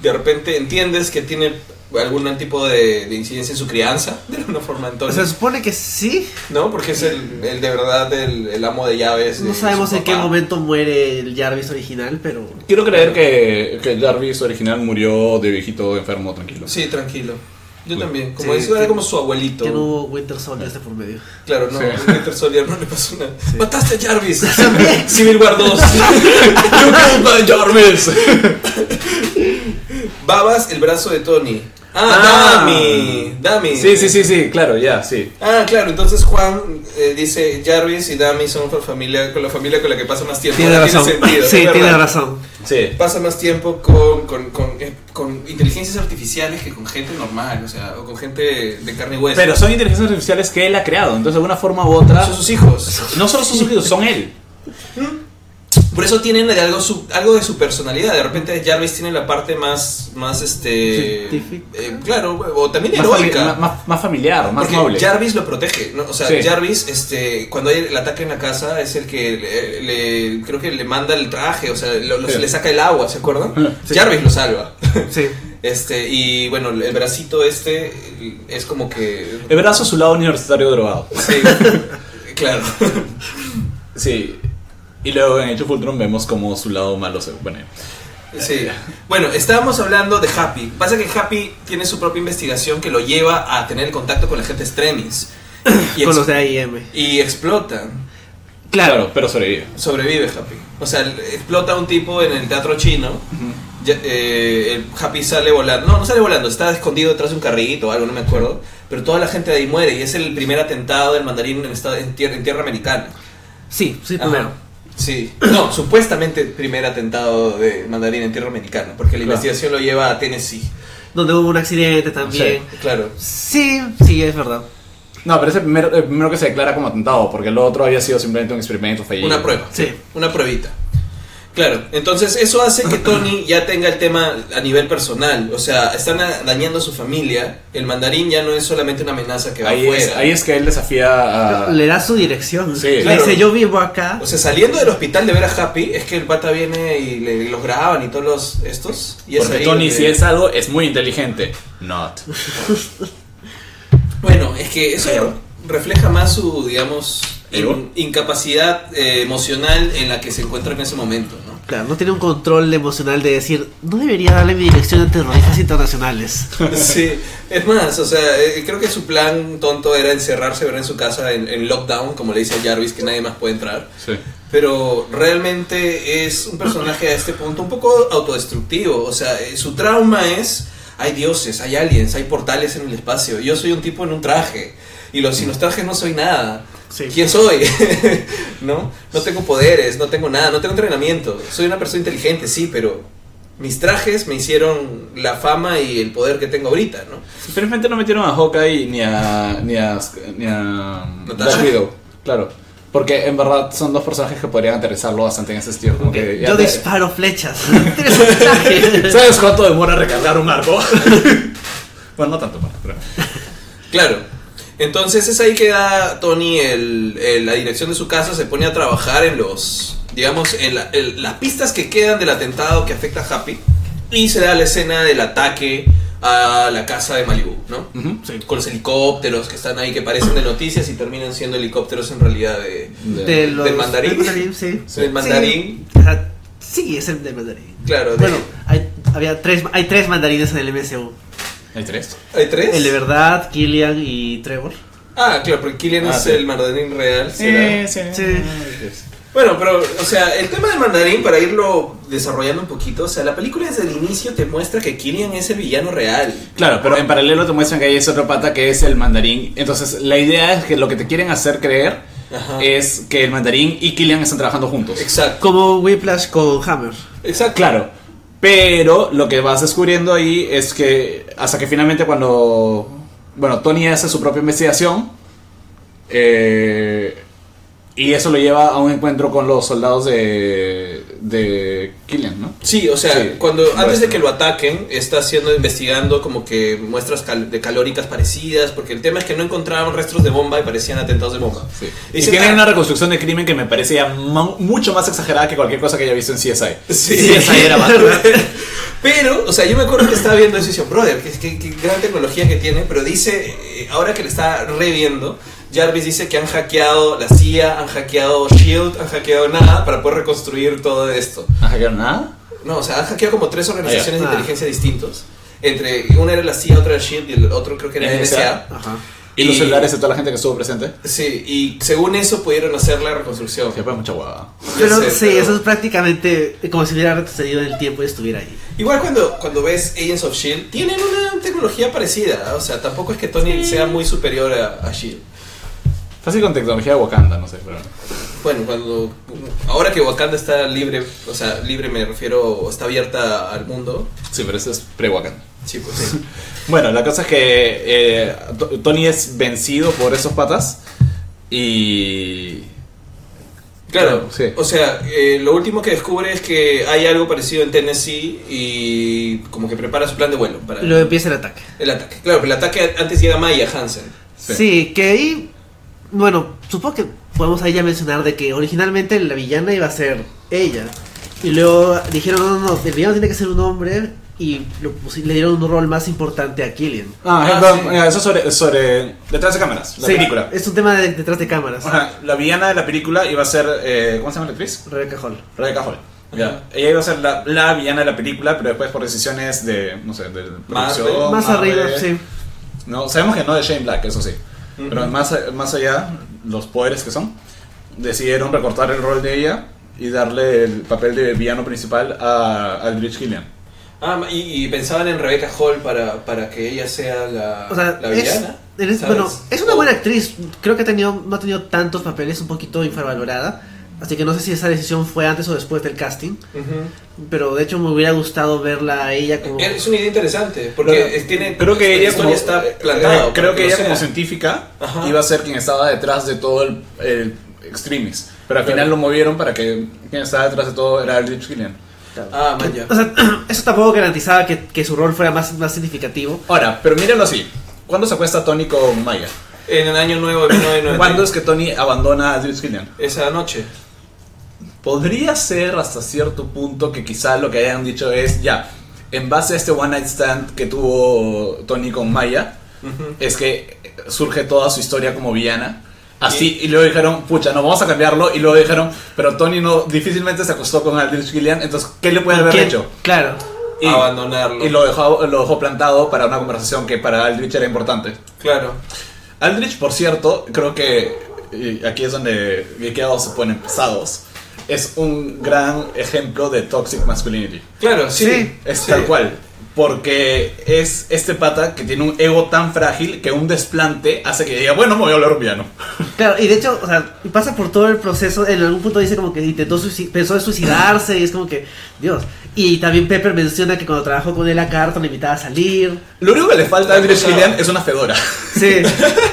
Speaker 2: de repente entiendes que tiene algún tipo de, de incidencia en su crianza, de alguna forma entonces,
Speaker 4: se supone que sí.
Speaker 2: ¿no? Porque es el, el de verdad el, el amo de llaves.
Speaker 4: No
Speaker 2: de
Speaker 4: sabemos
Speaker 2: su
Speaker 4: en qué
Speaker 2: papá.
Speaker 4: momento muere el Jarvis original, pero.
Speaker 1: Quiero creer que, que Jarvis original murió de viejito enfermo, tranquilo.
Speaker 2: Sí, tranquilo. Yo
Speaker 1: Sí.
Speaker 2: también, como
Speaker 4: Sí,
Speaker 2: eso era
Speaker 4: que-
Speaker 2: como su abuelito.
Speaker 4: Que no hubo Winter Soldier este por medio.
Speaker 2: Claro, no,
Speaker 1: Sí.
Speaker 2: a Winter Soldier no le pasó nada. ¡Mataste a Jarvis!
Speaker 4: También.
Speaker 2: Civil War 2.
Speaker 1: You killed my Jarvis.
Speaker 2: Babas, el brazo de Tony.
Speaker 1: Ah.
Speaker 2: Ah, Dami. Dami.
Speaker 1: Sí, sí, sí, sí, claro, ya, sí.
Speaker 2: Ah, claro, entonces Juan eh, dice Jarvis y Dami son fa- familia, con la familia con la que pasa más tiempo.
Speaker 4: Tiene
Speaker 2: Ahora
Speaker 4: razón.
Speaker 2: sentido, es
Speaker 4: sí, tiene
Speaker 2: verdad.
Speaker 4: razón.
Speaker 1: Sí.
Speaker 2: Pasa más tiempo con, con, con, eh, con inteligencias artificiales que con gente normal, o sea, o con gente de carne y hueso.
Speaker 1: Pero son inteligencias artificiales que él ha creado, entonces de alguna forma u otra.
Speaker 2: son sus hijos.
Speaker 1: No solo son sus hijos, son él.
Speaker 2: Por eso tienen de algo, su- algo de su personalidad. De repente Jarvis tiene la parte más, más este...
Speaker 4: Científica.
Speaker 2: eh, claro, o también
Speaker 1: Más,
Speaker 2: heroica.
Speaker 1: fami- más- más- más familiar, más
Speaker 2: Porque
Speaker 1: noble.
Speaker 2: Jarvis lo protege, ¿no? O sea,
Speaker 1: Sí.
Speaker 2: Jarvis, este, cuando hay el ataque en la casa, es el que le, le- creo que le manda el traje, o sea, lo- lo-
Speaker 1: Sí.
Speaker 2: le saca el agua, ¿se acuerdan?
Speaker 1: Sí.
Speaker 2: Jarvis lo salva.
Speaker 4: Sí.
Speaker 2: Este, y bueno, el bracito este es como que.
Speaker 1: El brazo es su lado universitario drogado.
Speaker 2: Sí, claro.
Speaker 1: Sí. Y luego en Hecho Fultron vemos como su lado malo se pone.
Speaker 2: Sí. Bueno, estábamos hablando de Happy. Pasa que Happy tiene su propia investigación que lo lleva a tener el contacto con la gente Extremis. Y,
Speaker 4: con
Speaker 2: ex-
Speaker 4: los de AIM.
Speaker 2: y explota.
Speaker 1: Claro, pero sobrevive.
Speaker 2: sobrevive Happy. O sea, explota un tipo en el teatro chino. Ya- eh, el Happy sale volando. No, no sale volando, está escondido detrás de un carrito o algo, no me acuerdo. Pero toda la gente de ahí muere y es el primer atentado del mandarín en, esta- en tier- en tierra americana.
Speaker 4: Sí, sí,
Speaker 2: Ajá.
Speaker 4: primero.
Speaker 2: Sí, no, supuestamente el primer atentado de mandarín en tierra americana, porque la
Speaker 1: Claro.
Speaker 2: investigación lo lleva a Tennessee.
Speaker 4: Donde hubo un accidente también.
Speaker 2: Claro.
Speaker 4: Sí, sí, es verdad.
Speaker 1: No, pero es el primero, el primero que se declara como atentado, porque el otro había sido simplemente un experimento fallido.
Speaker 2: Una prueba.
Speaker 4: Sí.
Speaker 2: Una pruebita. Claro, entonces eso hace que Tony ya tenga el tema a nivel personal. O sea, están a- dañando a su familia. El mandarín ya no es solamente una amenaza que va
Speaker 1: Ahí es,
Speaker 2: afuera.
Speaker 1: ahí es que él desafía a.
Speaker 4: Le da su dirección.
Speaker 1: Sí.
Speaker 4: le
Speaker 2: Ah. Claro.
Speaker 4: dice, yo vivo acá.
Speaker 2: O sea, saliendo del hospital de ver a Happy, es que el pata viene y le- los graban y todos los, estos. Y es
Speaker 1: Porque
Speaker 2: ahí
Speaker 1: Tony,
Speaker 2: donde-
Speaker 1: si es algo, es muy inteligente. Not.
Speaker 2: Bueno, es que eso refleja más su, digamos, in-
Speaker 1: Ego.
Speaker 2: incapacidad eh, emocional en la que se encuentra en ese momento, ¿no?
Speaker 4: Claro, no tiene un control emocional de decir, no debería darle mi dirección a terroristas internacionales.
Speaker 2: Sí, es más, o sea, eh, creo que su plan tonto era encerrarse ¿verdad? en su casa en, en lockdown, como le dice a Jarvis, que nadie más puede entrar.
Speaker 1: Sí.
Speaker 2: Pero realmente es un personaje a este punto un poco autodestructivo. O sea, eh, su trauma es: hay dioses, hay aliens, hay portales en el espacio. Yo soy un tipo en un traje. Y los, sin los trajes no soy nada.
Speaker 4: Sí.
Speaker 2: ¿Quién soy? ¿No? No tengo poderes, no tengo nada, no tengo entrenamiento. Soy una persona inteligente, sí, pero mis trajes me hicieron la fama y el poder que tengo ahorita, ¿no?
Speaker 1: Simplemente no metieron a Hawkeye ni a. ni a. ni a.
Speaker 2: Natasha.
Speaker 1: Black Widow, claro. Porque en verdad son dos personajes que podrían aterrizarlo bastante en ese estilo. como que ya
Speaker 4: Yo
Speaker 1: te-
Speaker 4: disparo flechas. Tienes un traje.
Speaker 1: ¿Sabes cuánto demora recargar un arco? bueno, no tanto, pues, pero.
Speaker 2: Claro. Entonces es ahí que da Tony el- el- la dirección de su casa, se pone a trabajar en los, digamos, en, la- en las pistas que quedan del atentado que afecta a Happy y se da la escena del ataque a la casa de Malibu, ¿no?
Speaker 1: Ujú.
Speaker 2: Con los helicópteros que están ahí, que parecen de noticias y terminan siendo helicópteros en realidad de...
Speaker 4: De los-
Speaker 2: ¿Del mandarín?
Speaker 4: del sí.
Speaker 1: Sí.
Speaker 2: Del mandarín.
Speaker 4: Sí. Ajá. Sí, es el del mandarín.
Speaker 2: Claro, de-
Speaker 4: Bueno, hay, había tres, hay tres mandarines en el MCU.
Speaker 1: Hay tres.
Speaker 2: ¿Hay tres?
Speaker 4: El de verdad, Killian y Trevor.
Speaker 2: Ah, claro, porque Killian
Speaker 1: Ah,
Speaker 2: es
Speaker 1: sí.
Speaker 2: el mandarín real.
Speaker 4: Eh,
Speaker 2: será.
Speaker 1: sí,
Speaker 4: Sí.
Speaker 2: Bueno, pero, o sea, el tema del mandarín, para irlo desarrollando un poquito, o sea, la película desde el inicio te muestra que Killian es el villano real.
Speaker 1: Claro, pero en paralelo te muestran que hay ese otro pata que es el mandarín. Entonces, la idea es que lo que te quieren hacer creer
Speaker 2: Ajá.
Speaker 1: es que el mandarín y Killian están trabajando juntos.
Speaker 2: Exacto.
Speaker 4: Como Whiplash con Hammer.
Speaker 2: Exacto.
Speaker 1: Claro. Pero lo que vas descubriendo ahí es que hasta que finalmente cuando, bueno, Tony hace su propia investigación eh, y eso lo lleva a un encuentro con los soldados de, de Killian, ¿no?
Speaker 2: Sí, o sea,
Speaker 1: Sí,
Speaker 2: cuando
Speaker 1: muestra.
Speaker 2: antes de que lo ataquen, está haciendo investigando como que muestras cal- de calóricas parecidas, porque el tema es que no encontraban restos de bomba y parecían atentados de bomba.
Speaker 1: Y,
Speaker 2: Dicen,
Speaker 1: tienen
Speaker 2: "Ah,
Speaker 1: una reconstrucción de crimen que me parece ya mu- mucho más exagerada que cualquier cosa que haya visto en CSI.
Speaker 2: Sí.
Speaker 1: CSI era más.
Speaker 2: Pero, o sea, yo me acuerdo que estaba viendo eso y decía, brother, qué, qué- qué gran tecnología que tiene, pero dice, eh, ahora que le está reviendo, Jarvis dice que han hackeado la CIA, han hackeado Shield, han hackeado nada para poder reconstruir todo esto.
Speaker 1: ¿No hackearon nada?
Speaker 2: No, o sea, han hackeado como tres organizaciones
Speaker 4: Ah, ya.
Speaker 2: de inteligencia distintos. Entre una era la CIA, otra era Shield y el otro creo que era
Speaker 1: NSA.
Speaker 2: NSA.
Speaker 4: Ajá.
Speaker 1: ¿Y, los
Speaker 2: Y-
Speaker 1: celulares de toda la gente que estuvo presente?
Speaker 2: Sí, y según eso pudieron hacer la reconstrucción.
Speaker 1: Sí, pues mucha guada.
Speaker 2: Ya
Speaker 4: Pero
Speaker 2: sé,
Speaker 4: sí,
Speaker 2: pero-
Speaker 4: eso es prácticamente como si hubiera retrocedido en el tiempo y estuviera ahí.
Speaker 2: Igual cuando, cuando ves Agents of Shield, E tienen una tecnología parecida. ¿eh? O sea, tampoco es que Tony sea muy superior a, a Shield.
Speaker 1: Fácil con tecnología de Wakanda, no sé, pero...
Speaker 2: Bueno, cuando ahora que Wakanda está libre, o sea, libre me refiero, está abierta al mundo.
Speaker 1: Sí, pero eso es pre-Wakanda.
Speaker 2: Sí, pues sí.
Speaker 1: Bueno, la cosa es que eh, T- Tony es vencido por esos patas y...
Speaker 2: Claro,
Speaker 1: Sí.
Speaker 2: o sea, eh, lo último que descubre es que hay algo parecido en Tennessee y como que prepara su plan de vuelo para
Speaker 4: Luego empieza el ataque.
Speaker 2: el ataque. Claro, pero el ataque antes llega Maya Hansen.
Speaker 1: Sí.
Speaker 4: Sí, que ahí. Bueno, supongo que podemos ahí ya mencionar de que originalmente la villana iba a ser ella. Y luego dijeron, no, no, no, el villano tiene que ser un hombre. Y lo pusi- le dieron un rol más importante a Killian.
Speaker 1: Ah,
Speaker 2: Ah,
Speaker 1: perdón,
Speaker 2: sí.
Speaker 1: mira, eso sobre, sobre... Detrás de cámaras, la
Speaker 4: Sí,
Speaker 1: película.
Speaker 4: Es un tema de- detrás de cámaras.
Speaker 1: Ajá, la villana de la película iba a ser... eh, ¿Cómo se llama la actriz?
Speaker 4: Rebecca Hall.
Speaker 1: Rebecca Hall. Ya. Ella iba a ser la, la villana de la película, pero después por decisiones de, no sé, de producción...
Speaker 4: Más
Speaker 1: Marvel,
Speaker 4: arriba, sí.
Speaker 1: No, sabemos que no de Shane Black, eso sí. Pero
Speaker 2: Ujú.
Speaker 1: más, más allá, los poderes que son, decidieron recortar el rol de ella y darle el papel de villano principal a Aldrich Killian.
Speaker 2: Ah, y, y pensaban en Rebecca Hall para, para que ella sea la,
Speaker 4: O sea,
Speaker 2: la
Speaker 4: es,
Speaker 2: villana.
Speaker 4: eres-
Speaker 2: ¿sabes? Oh.
Speaker 4: bueno, es una
Speaker 2: O-
Speaker 4: buena actriz. Creo que ha tenido, no ha tenido tantos papeles, un poquito infravalorada. Así que no sé si esa decisión fue antes o después del casting.
Speaker 2: Oh, Ujú.
Speaker 4: Pero de hecho me hubiera gustado verla a ella como...
Speaker 2: Es una idea interesante, porque
Speaker 1: Pero-
Speaker 2: es- tiene,
Speaker 1: creo que
Speaker 2: la
Speaker 1: ella
Speaker 2: historia
Speaker 1: como,
Speaker 2: está
Speaker 1: eh,
Speaker 2: plantada. para
Speaker 1: creo que
Speaker 2: lo
Speaker 1: ella
Speaker 2: sea.
Speaker 1: como científica
Speaker 2: Ajá.
Speaker 1: iba a ser quien estaba detrás de todo el, el extremis. Pero al
Speaker 2: Claro.
Speaker 1: final lo movieron para que quien estaba detrás de todo era Aldrich Killian.
Speaker 2: Ah, man, ya.
Speaker 4: O sea, eso tampoco garantizaba que, que su rol fuera más, más significativo.
Speaker 1: Ahora, pero mírenlo así. ¿Cuándo se acuesta Tony con Maya?
Speaker 2: En el año nuevo de 1990.
Speaker 1: ¿Cuándo es que Tony abandona a Aldrich Killian?
Speaker 2: Esa noche.
Speaker 1: Podría ser hasta cierto punto que quizá lo que hayan dicho es, ya, en base a este One Night Stand que tuvo Tony con Maya,
Speaker 2: Ujú.
Speaker 1: es que surge toda su historia como villana. Así, y, luego dijeron, pucha, no, vamos a cambiarlo. Y luego dijeron, pero Tony no, difícilmente se acostó con Aldrich Gillian, entonces, ¿qué le puede haber
Speaker 4: ¿Quién?
Speaker 1: hecho?
Speaker 4: Claro.
Speaker 1: Y,
Speaker 2: Abandonarlo.
Speaker 1: Y lo dejó, lo dejó plantado para una conversación que para Aldrich era importante.
Speaker 2: Claro.
Speaker 1: Aldrich, por cierto, creo que y aquí es donde Geekeados se ponen pesados. Es un gran ejemplo de toxic masculinity.
Speaker 2: Claro, sí.
Speaker 4: Sí,
Speaker 1: Es
Speaker 2: Sí.
Speaker 1: tal cual. Porque es este pata que tiene un ego tan frágil que un desplante hace que diga, bueno, me voy a hablar un piano.
Speaker 4: Claro, y de hecho, o sea, y pasa por todo el proceso, en algún punto dice como que intentó suici- pensó en suicidarse y es como que, Dios. Y también Pepper menciona que cuando trabajó con él a Carton le invitaba a salir.
Speaker 1: Lo único que le falta a Aldrich
Speaker 2: Claro.
Speaker 1: Gillian es una fedora.
Speaker 4: Sí.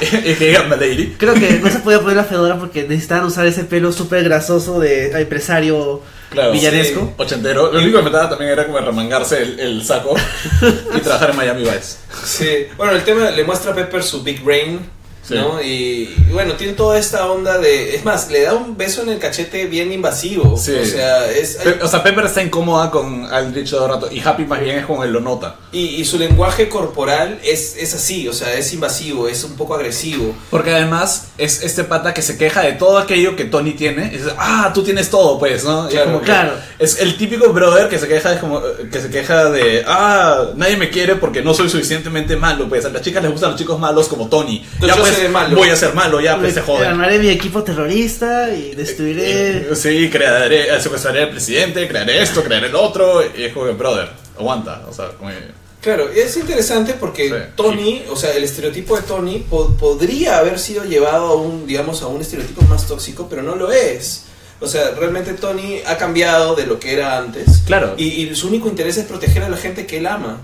Speaker 1: y que diga, "My lady".
Speaker 4: Creo que no se podía poner la fedora porque necesitaban usar ese pelo súper grasoso de empresario
Speaker 1: Claro.
Speaker 4: villanesco.
Speaker 1: Ochentero. Lo único que me daba también era como remangarse el, el saco y trabajar en Miami Vice.
Speaker 2: Sí. Bueno, el tema le muestra a Pepper su Big Brain.
Speaker 1: Sí.
Speaker 2: ¿no? Y, y bueno, tiene toda esta onda de... Es más, le da un beso en el cachete bien invasivo.
Speaker 1: Sí.
Speaker 2: O sea, es...
Speaker 1: Pe- O sea, Pepper está incómoda con Aldrich todo el rato y Happy más bien es con el lo nota.
Speaker 2: Y, y su lenguaje corporal es, es así, o sea, es invasivo, es un poco agresivo.
Speaker 1: Porque además es este pata que se queja de todo aquello que Tony tiene. Y dice, ah, tú tienes todo, pues, ¿no? Y
Speaker 2: Claro,
Speaker 1: como que
Speaker 4: claro.
Speaker 1: Es el típico brother que se queja es como eh, que se queja de, ah, nadie me quiere porque no soy suficientemente malo, pues. A las chicas les gustan los chicos malos como Tony.
Speaker 2: Yo
Speaker 1: ya
Speaker 2: soy
Speaker 1: pues,
Speaker 2: de malo.
Speaker 1: voy a ser malo, ya pues se joden.
Speaker 4: Armaré mi equipo terrorista y destruiré.
Speaker 1: Eh, Sí, crearé, eh, secuestraré al presidente, crearé esto, crearé el otro. Y es como que, brother, aguanta. O sea, como que-
Speaker 2: Claro, y es interesante porque
Speaker 1: Sí.
Speaker 2: Tony, o sea, el estereotipo de Tony po- podría haber sido llevado a un, digamos, a un estereotipo más tóxico, pero no lo es. O sea, realmente Tony ha cambiado de lo que era antes.
Speaker 1: Claro.
Speaker 2: Y, y su único interés es proteger a la gente que él ama.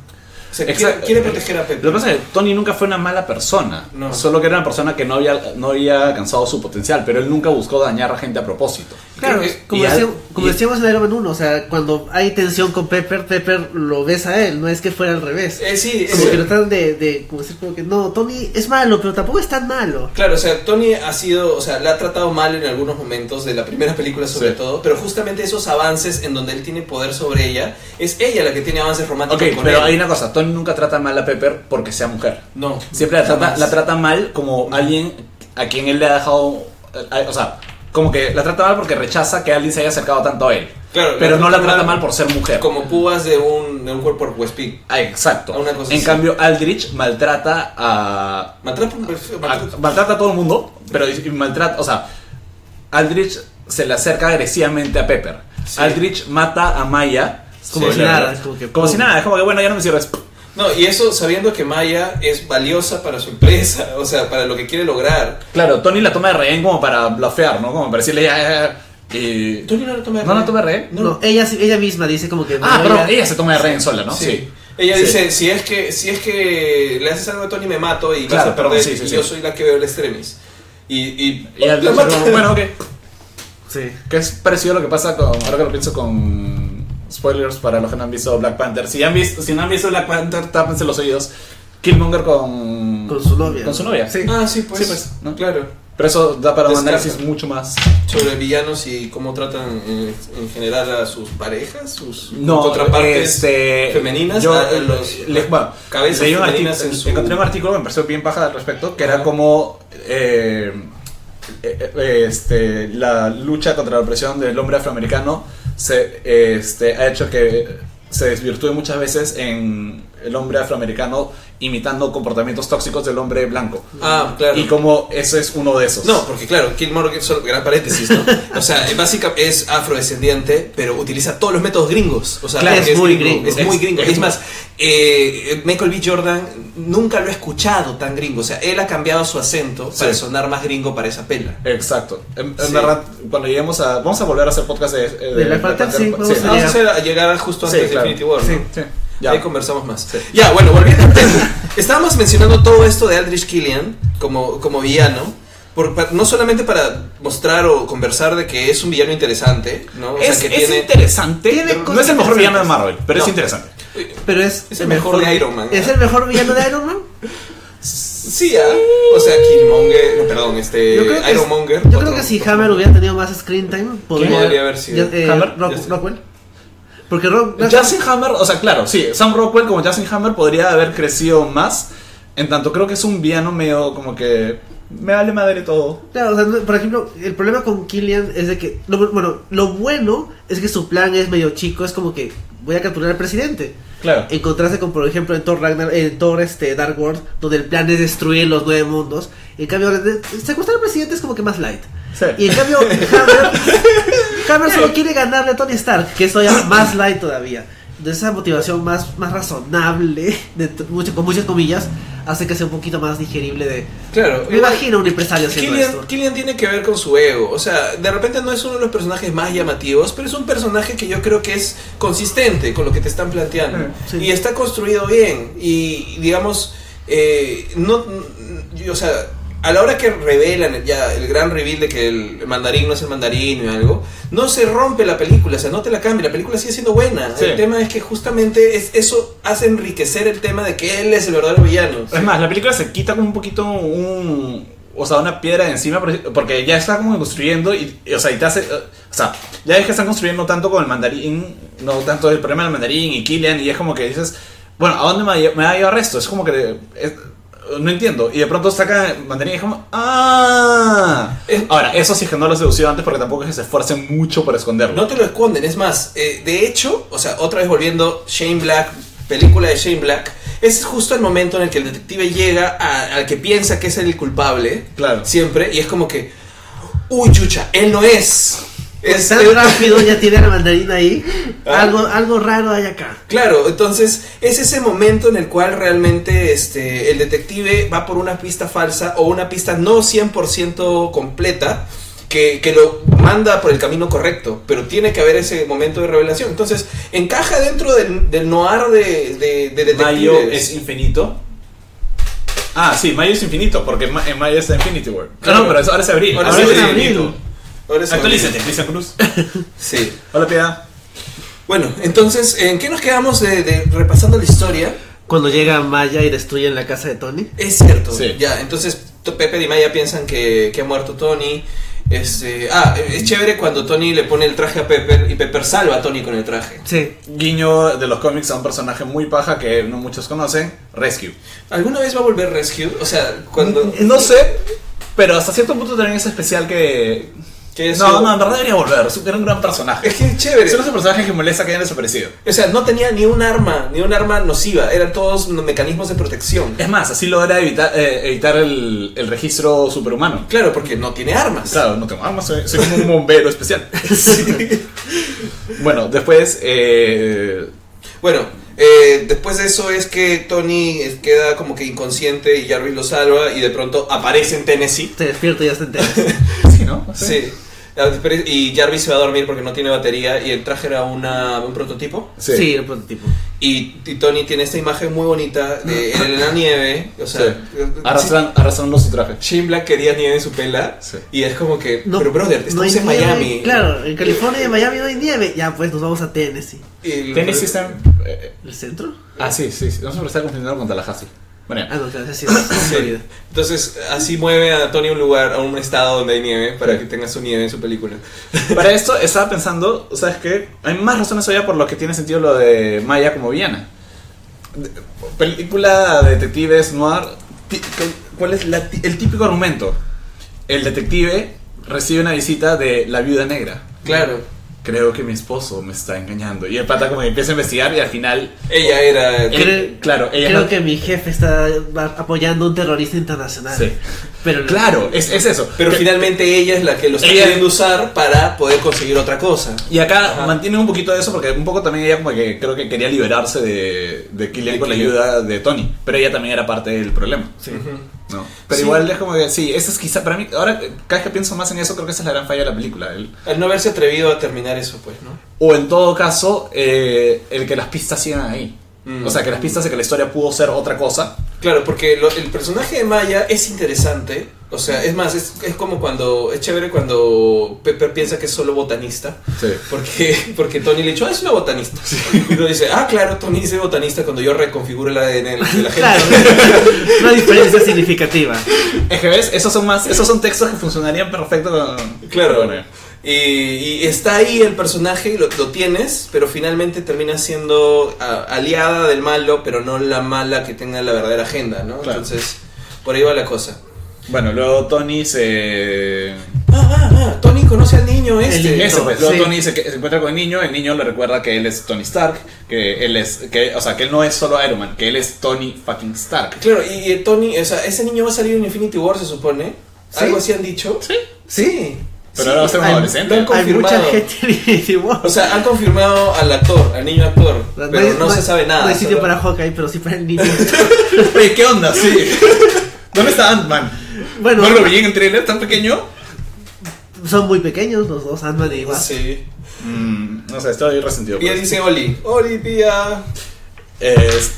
Speaker 2: O sea, quiere,
Speaker 1: Exacto.
Speaker 2: quiere proteger a Pepe.
Speaker 1: Lo que pasa es que Tony nunca fue una mala persona.
Speaker 2: No.
Speaker 1: Solo que era una persona que no había, no había alcanzado su potencial, pero él nunca buscó dañar a gente a propósito.
Speaker 4: Claro,
Speaker 2: creo que-
Speaker 4: como,
Speaker 1: y al-
Speaker 4: decíamos, como
Speaker 1: y-
Speaker 4: decíamos en Iron Man 1, o sea, cuando hay tensión con Pepper, Pepper lo besa a él, no es que fuera al revés.
Speaker 2: Eh, sí, es
Speaker 4: Como que
Speaker 2: cierto.
Speaker 4: lo tratan de, de como decir, como que no, Tony es malo, pero tampoco es tan malo.
Speaker 2: Claro, o sea, Tony ha sido, o sea, la ha tratado mal en algunos momentos de la primera película sobre
Speaker 1: Sí.
Speaker 2: todo, pero justamente esos avances en donde él tiene poder sobre ella, es ella la que tiene avances románticos
Speaker 1: Ok,
Speaker 2: con
Speaker 1: pero
Speaker 2: él.
Speaker 1: hay una cosa, Tony nunca trata mal a Pepper porque sea mujer.
Speaker 2: No.
Speaker 1: Siempre la trata,
Speaker 2: jamás.
Speaker 1: la trata mal como alguien a quien él le ha dejado... eh, O sea, como que la trata mal porque rechaza que alguien se haya acercado tanto a él.
Speaker 2: Claro,
Speaker 1: pero no la trata mal por ser mujer.
Speaker 2: Como púas de un, de un cuerpo huespí.
Speaker 1: Ah, exacto.
Speaker 2: A una cosa
Speaker 1: en
Speaker 2: así.
Speaker 1: cambio, Aldrich maltrata a,
Speaker 2: Maltrata un perfil-
Speaker 1: a- maltrata a todo el mundo, pero y- y maltrata, o sea, Aldrich se le acerca agresivamente a Pepper.
Speaker 2: Sí.
Speaker 1: Aldrich mata a Maya
Speaker 4: Como
Speaker 1: Sí,
Speaker 4: si
Speaker 1: la
Speaker 4: nada,
Speaker 1: verdad.
Speaker 4: como que-
Speaker 1: como si nada, es como que bueno, ya no me sirves.
Speaker 2: No, y eso sabiendo que Maya es valiosa para su empresa, o sea, para lo que quiere lograr.
Speaker 1: Claro, Tony la toma de rehén como para blafear, ¿no? Como para decirle ya, ya, ya, y-
Speaker 2: Tony no la toma de
Speaker 1: No la
Speaker 2: rehén.
Speaker 1: toma de rehén.
Speaker 4: No, ella, ella misma dice como que...
Speaker 1: Ah,
Speaker 4: no,
Speaker 1: pero
Speaker 4: ella-
Speaker 1: ella se toma de rehén sola, ¿no?
Speaker 2: Sí. Ella
Speaker 1: Sí.
Speaker 2: dice, si es que si es que le haces algo a Tony me mato y
Speaker 1: Claro,
Speaker 2: vas a perder
Speaker 1: perdón, sí, sí,
Speaker 2: y
Speaker 1: sí.
Speaker 2: yo soy la que veo el extremis. Y, y,
Speaker 1: Y Aldrich,
Speaker 2: la mata.
Speaker 1: como, bueno, ok.
Speaker 4: Sí.
Speaker 1: Que es parecido a lo que pasa con. Ahora que lo pienso con. Spoilers para los que no han visto Black Panther. Si, han visto, si no han visto Black Panther, tápense los oídos. Killmonger con.
Speaker 4: Con su novia.
Speaker 1: Con su novia, sí.
Speaker 2: Ah, sí, pues.
Speaker 1: Sí, pues, ¿no?
Speaker 2: Claro.
Speaker 1: Pero eso da para un
Speaker 2: Descarta.
Speaker 1: análisis mucho más.
Speaker 2: Sobre villanos y cómo tratan en, en general a sus parejas, sus
Speaker 1: No,
Speaker 2: contrapartes
Speaker 1: este,
Speaker 2: femeninas.
Speaker 1: Yo,
Speaker 2: a- a los,
Speaker 1: le- bueno,
Speaker 2: cabezas
Speaker 1: leí un
Speaker 2: femeninas
Speaker 1: artículo-
Speaker 2: en su-
Speaker 1: Encontré un artículo que me pareció bien paja al respecto, que era
Speaker 2: Ajá.
Speaker 1: como eh, eh, eh, este, la lucha contra la opresión del hombre afroamericano se, eh, este, ha hecho que se desvirtúe muchas veces en el hombre afroamericano imitando comportamientos tóxicos del hombre blanco.
Speaker 2: Ah, claro.
Speaker 1: Y como eso es uno de esos.
Speaker 2: No, porque claro, Killmonger, solo gran paréntesis, ¿no? O sea, básicamente es afrodescendiente, pero utiliza todos los métodos gringos. O sea,
Speaker 4: Claro,
Speaker 2: porque
Speaker 4: es muy gringo.
Speaker 2: Es muy
Speaker 1: Es-
Speaker 2: gringo.
Speaker 1: es
Speaker 2: Es
Speaker 1: muy-
Speaker 2: más, eh, Michael B. Jordan nunca lo he escuchado tan gringo. O sea, él ha cambiado su acento
Speaker 1: Sí.
Speaker 2: para sonar más gringo para esa pela.
Speaker 1: Exacto. En, en
Speaker 2: Sí.
Speaker 1: verdad, cuando lleguemos a. Vamos a volver a hacer podcast de. eh,
Speaker 4: De Black Panther, sí, vamos a-
Speaker 2: Vamos a hacer- a llegar justo
Speaker 1: Sí,
Speaker 2: antes
Speaker 1: claro.
Speaker 2: de Infinity War. ¿no?
Speaker 1: Sí, sí. Ya.
Speaker 2: Ahí conversamos más. Ya, bueno, volviendo al tema. Estábamos mencionando todo esto de Aldrich Killian como, como villano. por- pa- no solamente para mostrar o conversar de que es un villano interesante, ¿no? O sea,
Speaker 1: es,
Speaker 2: que
Speaker 1: es
Speaker 2: tiene-
Speaker 1: interesante.
Speaker 4: tiene
Speaker 1: No es el
Speaker 4: cosas
Speaker 1: mejor villano de
Speaker 4: interesantes.
Speaker 1: Marvel, pero es
Speaker 2: No.
Speaker 1: interesante.
Speaker 4: Pero es,
Speaker 2: Es el mejor de Iron Man,
Speaker 4: ¿Es
Speaker 2: ¿no?
Speaker 4: el mejor villano de Iron Man?
Speaker 2: Sí, ah, o sea, Killmonger, no, perdón, este
Speaker 4: Yo creo que,
Speaker 2: Ironmonger.
Speaker 4: yo creo
Speaker 2: otro-
Speaker 4: que si Hammer hubiera tenido más screen time, podría,
Speaker 2: podría haber sido?
Speaker 4: Ya- eh,
Speaker 1: Hammer,
Speaker 4: Rock-
Speaker 2: Justin.
Speaker 4: Rockwell. Porque Rock,
Speaker 1: Justin Hammer, o sea, claro, sí, Sam Rockwell como Justin Hammer podría haber crecido más. En tanto, creo que es un villano medio como que. Me vale madre todo.
Speaker 4: Claro, o sea, no- por ejemplo, el problema con Killian es de que, lo, bu- bueno, lo bueno es que su plan es medio chico, es como que voy a capturar al presidente.
Speaker 1: Claro.
Speaker 4: En contraste con, por ejemplo, en Thor, Ragnar, en Thor este, Dark World, donde el plan es destruir los nueve mundos. En cambio, de- secuestrar al presidente es como que más light.
Speaker 1: Sí.
Speaker 4: Y en cambio, Hammer, Hammer solo quiere ganarle a Tony Stark, que es todavía más light todavía. De esa motivación más, más razonable, de t- mucho- con muchas comillas, hace que sea un poquito más digerible de...
Speaker 2: Claro.
Speaker 4: Me imagino un empresario haciendo esto.
Speaker 2: Killian, Killian tiene que ver con su ego, o sea, de repente no es uno de los personajes más llamativos, pero es un personaje que yo creo que es consistente con lo que te están planteando.
Speaker 4: Sí.
Speaker 2: Y está construido bien, y digamos, eh, no, mm, y, o sea, a la hora que revelan ya el gran reveal de que el mandarín no es el mandarín o algo, no se rompe la película, o sea, no te la cambia, la película sigue siendo buena.
Speaker 1: Sí.
Speaker 2: El tema es que justamente es, eso hace enriquecer el tema de que él es el verdadero villano.
Speaker 1: Es más, la película se quita como un poquito un... O sea, una piedra de encima por- porque ya está como construyendo y, y, o sea, y te hace... eh, O sea, ya es que están construyendo tanto con el mandarín, no tanto el problema del mandarín y Killian y es como que dices, bueno, ¿a dónde me, va a lle- me va a llevar esto? Es como que... es- no entiendo. Y de pronto saca mandarín y es como... ¡Ah!
Speaker 2: Es-
Speaker 1: Ahora, eso sí es que no lo he seducido antes porque tampoco es que se esfuercen mucho por esconderlo.
Speaker 2: No te lo esconden, es más, eh, de hecho, o sea, otra vez volviendo, Shane Black, película de Shane Black, es justo el momento en el que el detective llega a- al que piensa que es el culpable,
Speaker 1: Claro.
Speaker 2: siempre, y es como que, uy, chucha, él no es. Es
Speaker 4: Tan
Speaker 2: él-
Speaker 4: rápido ya tiene la mandarina ahí.
Speaker 1: Ah.
Speaker 4: Algo, algo raro hay acá.
Speaker 2: Claro, entonces es ese momento en el cual realmente este, el detective va por una pista falsa o una pista no 100% completa que, que lo manda por el camino correcto, pero tiene que haber ese momento de revelación. Entonces encaja dentro del, del noir de, de, de detectives.
Speaker 1: Mayo es infinito. Ah, sí, Mayo es infinito, porque ma- en Mayo está Infinity War.
Speaker 2: Claro.
Speaker 1: Ah, No, no, pero es- ahora es abril.
Speaker 2: Ahora
Speaker 1: Ahora,
Speaker 2: es
Speaker 1: es
Speaker 2: abril.
Speaker 1: abril.
Speaker 2: Ahora es-
Speaker 1: Actualízate, Cristian Cruz.
Speaker 2: Sí.
Speaker 1: Hola, Piedad.
Speaker 2: Bueno, entonces, ¿en qué nos quedamos de- de repasando la historia?
Speaker 4: Cuando llega Maya y destruyen la casa de Tony.
Speaker 2: Es cierto.
Speaker 1: Sí.
Speaker 2: Ya, entonces t- Pepe y Maya piensan que, que ha muerto Tony. Este, ah, es chévere cuando Tony le pone el traje a Pepper y Pepper salva a Tony con el traje.
Speaker 4: Sí.
Speaker 1: Guiño de los cómics a un personaje muy paja que no muchos conocen, Rescue.
Speaker 2: ¿Alguna vez va a volver Rescue? O sea, cuando...
Speaker 1: No sé, pero hasta cierto punto también es especial que...
Speaker 2: que es
Speaker 1: No,
Speaker 2: su-
Speaker 1: no, en verdad debería volver, es un- era un gran
Speaker 2: Es
Speaker 1: personaje.
Speaker 2: que es chévere.
Speaker 1: Es uno de esos personajes que molesta que hayan desaparecido.
Speaker 2: O sea, no tenía ni un arma, ni un arma nociva. Eran todos mecanismos de protección.
Speaker 1: Es más, así logra evitar, eh, evitar el, el registro superhumano.
Speaker 2: Claro, porque no tiene armas.
Speaker 1: Claro, no tengo armas, soy, soy como un bombero especial. Bueno, después, eh,
Speaker 2: Bueno, eh, después de eso es que Tony eh, queda como que inconsciente y Jarvis lo salva y de pronto aparece en Tennessee.
Speaker 4: Te despierto y ya está entero.
Speaker 1: sí, ¿no?
Speaker 2: Sí. Y Jarvis se va a dormir porque no tiene batería y el traje era una, un prototipo.
Speaker 1: Sí.
Speaker 4: Sí, el prototipo.
Speaker 2: Y, y Tony tiene esta imagen muy bonita de él en la nieve. O sea, eh,
Speaker 1: Sí. Arrastran, arrastrando su traje.
Speaker 2: Shane Black quería nieve en su pela.
Speaker 1: Sí.
Speaker 2: Y es como que,
Speaker 4: No,
Speaker 2: pero brother,
Speaker 4: no hay
Speaker 2: estamos en
Speaker 4: nieve.
Speaker 2: Miami.
Speaker 4: Claro, en California y en Miami no hay nieve. Ya, pues nos vamos a Tennessee.
Speaker 2: Y-
Speaker 1: Tennessee está en- eh,
Speaker 4: ¿El centro?
Speaker 1: ah, sí, sí, sí. No sé por qué está confundiendo con Tallahassee. Bueno,
Speaker 4: Ah,
Speaker 1: ya.
Speaker 4: no, claro, así es.
Speaker 2: Sí.
Speaker 4: Florida.
Speaker 2: Entonces, así mueve a Tony a un lugar, a un estado donde hay nieve, para que tenga su nieve en su película.
Speaker 1: para esto estaba pensando, ¿sabes qué? Hay más razones todavía por lo que tiene sentido lo de Maya como villana. De- película de detectives noir, ti- ¿cuál es la ti- el típico argumento? El detective recibe una visita de la viuda negra.
Speaker 2: Claro.
Speaker 1: Creo que mi esposo me está engañando. Y el pata como que empieza a investigar y al final...
Speaker 2: Ella era.
Speaker 1: Él-
Speaker 4: Creo-
Speaker 1: claro, ella
Speaker 4: Creo
Speaker 1: no-
Speaker 4: que mi jefe está va- apoyando a un terrorista internacional.
Speaker 1: Sí.
Speaker 4: Pero
Speaker 1: Claro, es, es eso.
Speaker 2: Pero
Speaker 1: Que-
Speaker 2: finalmente ella es la que lo está
Speaker 1: Ella-
Speaker 2: queriendo usar para poder conseguir otra cosa.
Speaker 1: Y acá
Speaker 2: Ajá.
Speaker 1: mantiene un poquito de eso porque un poco también ella como que creo que quería liberarse de, de Killian
Speaker 2: De
Speaker 1: con la
Speaker 2: Killian.
Speaker 1: ayuda de Tony. Pero ella también era parte del problema.
Speaker 2: Ujú.
Speaker 1: ¿no? Pero
Speaker 2: Sí.
Speaker 1: igual es como que sí, esa es quizá para mí, ahora eh, cada vez que pienso más en eso creo que esa es la gran falla de la película. el-
Speaker 2: Al no haberse atrevido a terminar eso, pues, ¿no?
Speaker 1: o en todo caso, eh, el que las pistas sigan ahí.
Speaker 2: Mm.
Speaker 1: O sea, que las pistas de que la historia pudo ser otra cosa.
Speaker 2: Claro, porque lo- el personaje de Maya es interesante. O sea, es más, es, es como cuando. Es chévere cuando Pepper piensa que es solo botanista.
Speaker 1: Sí.
Speaker 2: Porque, porque Tony le dijo, ah, es una botanista. Y uno dice, ah, claro, Tony dice botanista cuando yo reconfiguro el ADN de la de la gente.
Speaker 4: Claro, una diferencia significativa.
Speaker 1: Es que ves, esos son más, esos son textos que funcionarían perfecto con...
Speaker 2: Claro.
Speaker 1: Bueno,
Speaker 2: Y, y está ahí el personaje y lo, lo tienes, pero finalmente termina siendo ah, aliada del malo, pero no la mala que tenga la verdadera agenda, ¿no?
Speaker 1: Claro.
Speaker 2: Entonces, por ahí va la cosa.
Speaker 1: bueno, luego Tony se...
Speaker 2: Ah, ah, ah, Tony conoce al niño este.
Speaker 4: niño.
Speaker 1: Eso, pues, luego
Speaker 4: Sí.
Speaker 1: Tony dice que se encuentra con el niño, el niño le recuerda que él es Tony Stark, que él es, que, o sea, que él no es solo Iron Man, que él es Tony fucking Stark.
Speaker 2: Claro, y, eh, Tony, o sea, ese niño va a salir en Infinity War, se supone.
Speaker 4: ¿Sí?
Speaker 2: Algo así han dicho. Sí. Sí.
Speaker 1: Pero ahora va a ser un
Speaker 4: Ay,
Speaker 1: adolescente.
Speaker 2: no.
Speaker 4: Hay
Speaker 2: Confirmado.
Speaker 4: mucha gente en Infinity War.
Speaker 2: O sea, han confirmado al actor, al niño actor,
Speaker 4: hay-
Speaker 2: pero no, se
Speaker 4: hay-
Speaker 2: sabe nada.
Speaker 4: No hay sitio
Speaker 2: solo-
Speaker 4: para Hawkeye, pero sí para el niño.
Speaker 1: Oye, ¿qué onda? Sí. ¿Dónde está Ant-Man?
Speaker 4: Bueno,
Speaker 1: ¿No lo vi en el trailer tan pequeño?
Speaker 4: son muy pequeños los dos, Ant-Man y Wasp.
Speaker 2: Sí.
Speaker 1: Mm, no sé, estoy resentido. por
Speaker 2: Pia
Speaker 1: eso.
Speaker 2: dice Oli. Oli, Pia.
Speaker 1: Es-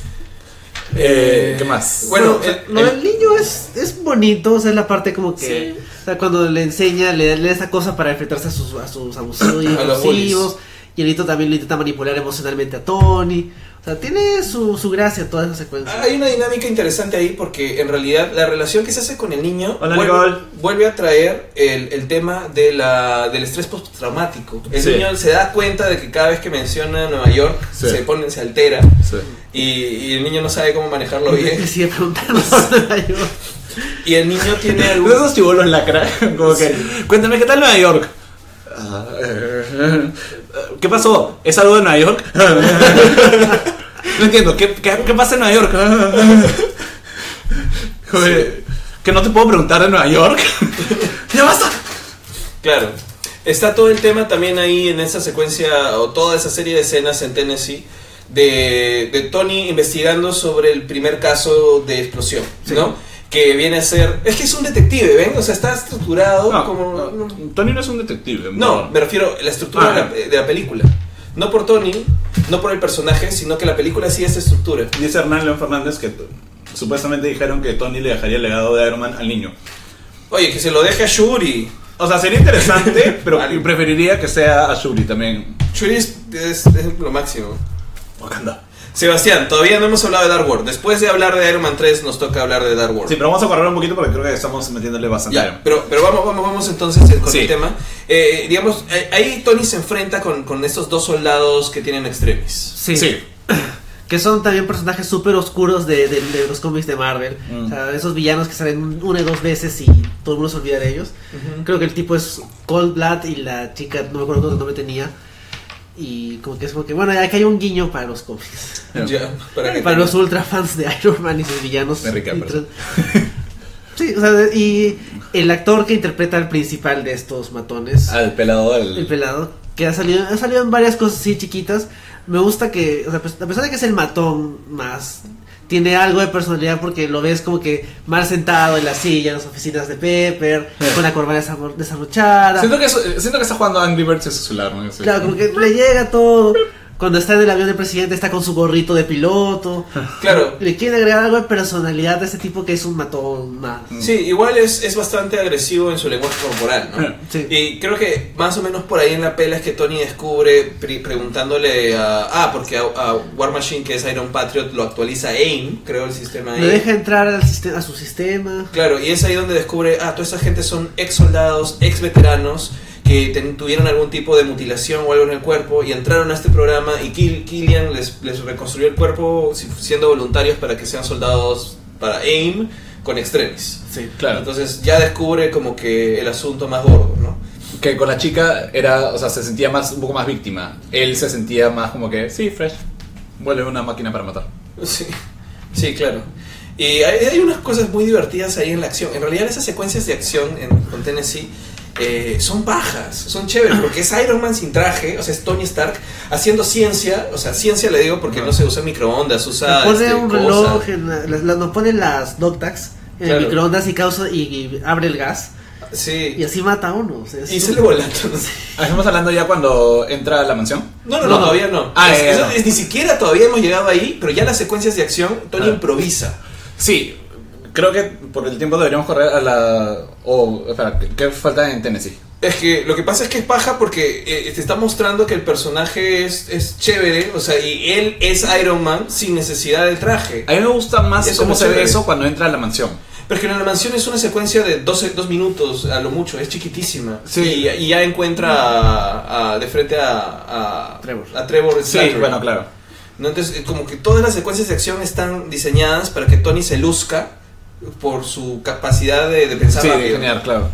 Speaker 1: Eh, ¿Qué más?
Speaker 2: Bueno,
Speaker 4: o sea,
Speaker 2: el-
Speaker 4: lo
Speaker 2: el-
Speaker 4: del niño es, es bonito, o sea, es la parte como que. O sea, cuando le enseña, le, da- le da esa cosa para enfrentarse a sus, a sus abusivos.
Speaker 2: A los bullies.
Speaker 4: abusivos y el Lito también lo intenta manipular emocionalmente a Tony. O sea, tiene su, su gracia toda esa secuencia.
Speaker 2: Hay una dinámica interesante ahí porque en realidad la relación que se hace con el niño
Speaker 1: Hola,
Speaker 2: vuelve,
Speaker 1: Nicole.
Speaker 2: vuelve a traer el, el tema de la, del estrés postraumático. El
Speaker 1: Sí.
Speaker 2: niño se da cuenta de que cada vez que menciona Nueva York
Speaker 1: Sí.
Speaker 2: se pone, se altera
Speaker 1: Sí.
Speaker 2: y, y el niño no sabe cómo manejarlo
Speaker 4: Que
Speaker 2: bien.
Speaker 4: sigue preguntando. sobre ello.
Speaker 2: Y el niño tiene algún...
Speaker 1: Esos chibolos lacra, como que, cuéntame, ¿qué tal Nueva York? Ah, eh, ¿Qué pasó? ¿Es algo de Nueva York? No entiendo, ¿qué, qué, qué pasa en Nueva York? Joder, que no te puedo preguntar de Nueva York. ¡Ya basta!
Speaker 2: Claro. Está todo el tema también ahí en esa secuencia o toda esa serie de escenas en Tennessee de, de Tony investigando sobre el primer caso de explosión, ¿no? Que viene a ser... Es que es un detective, ¿ven? O sea, está estructurado como...
Speaker 1: no, Tony no es un detective.
Speaker 2: No, me refiero a la estructura
Speaker 1: Ah,
Speaker 2: de, la, de la película. No por Tony, no por el personaje, sino que la película sí es estructura.
Speaker 1: Dice Hernán León Fernández que t- supuestamente dijeron que Tony le dejaría el legado de Iron Man al niño.
Speaker 2: Oye, que se lo deje a Shuri.
Speaker 1: O sea, sería interesante, pero
Speaker 2: Vale.
Speaker 1: preferiría que sea Ashuri también.
Speaker 2: Shuri es- es- es lo máximo.
Speaker 1: Wakanda.
Speaker 2: Sebastián, todavía no hemos hablado de Dark World. Después de hablar de Iron Man 3, nos toca hablar de Dark World.
Speaker 1: Sí, pero vamos a correr un poquito porque creo que estamos metiéndole bastante.
Speaker 2: Ya, pero, pero vamos, vamos, vamos entonces con
Speaker 1: Sí.
Speaker 2: el tema. Eh, digamos, eh, ahí Tony se enfrenta con, con estos dos soldados que tienen extremis.
Speaker 1: sí.
Speaker 4: Que son también personajes súper oscuros de, de- de los cómics de Marvel.
Speaker 1: Mm.
Speaker 4: O sea, esos villanos que salen una y dos veces y todo el mundo se olvida de ellos. Creo que el tipo es Cold Blood y la chica, no me acuerdo qué nombre tenía. Y como que es como que, bueno, aquí hay un guiño para los cómics.
Speaker 2: Ya, para que
Speaker 4: Para los ultra fans de Iron Man y sus villanos.
Speaker 1: Me rica, perdón.
Speaker 4: Sí, o sea, y el actor que interpreta al principal de estos matones.
Speaker 1: Al pelado del.
Speaker 4: El pelado, que ha salido, ha salido en varias cosas así chiquitas. Me gusta que, o sea, pues, a pesar de que es el matón más, tiene algo de personalidad porque lo ves como que mal sentado en la silla, en las oficinas de Pepper, con la corbata desamo- desabrochada.
Speaker 1: Siento que, es- siento que está jugando Angry Birds en su celular, ¿no? Sí.
Speaker 4: Claro, como que le llega todo. Cuando está en el avión del presidente está con su gorrito de piloto.
Speaker 2: Claro.
Speaker 4: Le quieren agregar algo de personalidad de ese tipo que es un matón más.
Speaker 2: Sí, igual es, es bastante agresivo en su lenguaje corporal, ¿no?
Speaker 4: Sí.
Speaker 2: Y creo que más o menos por ahí en la pela es que Tony descubre pri- preguntándole a... Ah, porque a, a War Machine, que es Iron Patriot, lo actualiza AIM, creo, el sistema
Speaker 4: Le
Speaker 2: AIM.
Speaker 4: deja entrar al sistema, a su sistema.
Speaker 2: Claro, y es ahí donde descubre, ah, toda esa gente son ex soldados, ex veteranos, que ten- tuvieron algún tipo de mutilación o algo en el cuerpo y entraron a este programa y Kill- Killian les, les reconstruyó el cuerpo si- siendo voluntarios para que sean soldados para AIM con extremis.
Speaker 1: Sí, claro.
Speaker 2: Entonces ya descubre como que el asunto más gordo, ¿no?
Speaker 1: Que con la chica era, o sea, se sentía más, un poco más víctima. Él se sentía más como que, sí, Fresh, vuelve una máquina para matar.
Speaker 2: Sí, sí, claro. Y hay, hay unas cosas muy divertidas ahí en la acción. En realidad esas secuencias de acción en, con Tennessee eh, son bajas, son chéveres, porque es Iron Man sin traje, o sea, es Tony Stark haciendo ciencia, o sea, ciencia le digo porque no se usa microondas, usa...
Speaker 4: Nos pone
Speaker 2: este,
Speaker 4: un
Speaker 2: cosa.
Speaker 4: reloj, en la- la- la- nos pone las doctax en
Speaker 2: Claro.
Speaker 4: el microondas y causa y, y abre el gas y
Speaker 2: Sí,
Speaker 4: así mata a uno. o sea, es
Speaker 2: y
Speaker 4: un-
Speaker 2: sale volando. no sé.
Speaker 1: Ah, Estamos hablando ya cuando entra a la mansión.
Speaker 2: No, no, no,
Speaker 4: No.
Speaker 2: todavía no.
Speaker 1: Ah,
Speaker 2: Es-
Speaker 1: ya, ya,
Speaker 2: eso
Speaker 1: no.
Speaker 2: es- ni siquiera todavía hemos llegado ahí, pero ya las secuencias de acción, Tony
Speaker 1: Ah.
Speaker 2: improvisa.
Speaker 1: Sí, creo que por el tiempo deberíamos correr a la... O, espera, ¿qué- ¿qué falta en Tennessee?
Speaker 2: Es que lo que pasa es que es paja porque eh, te está mostrando que el personaje es, es chévere, o sea, y él es Iron Man sin necesidad del traje.
Speaker 1: A mí me gusta más
Speaker 2: Eso
Speaker 1: cómo
Speaker 2: no
Speaker 1: se
Speaker 2: se
Speaker 1: ve
Speaker 2: ve.
Speaker 1: eso cuando entra a la mansión.
Speaker 2: Pero es que en la mansión es una secuencia de 12, dos minutos a lo mucho, es chiquitísima.
Speaker 1: Sí.
Speaker 2: Y, y ya encuentra a- a- de frente a, a
Speaker 4: Trevor.
Speaker 2: A Trevor Slattery.
Speaker 1: bueno, claro.
Speaker 2: ¿No? Entonces, eh, como que todas las secuencias de acción están diseñadas para que Tony se luzca por su capacidad de, de pensar
Speaker 1: Sí,
Speaker 2: rápido.
Speaker 1: genial, claro.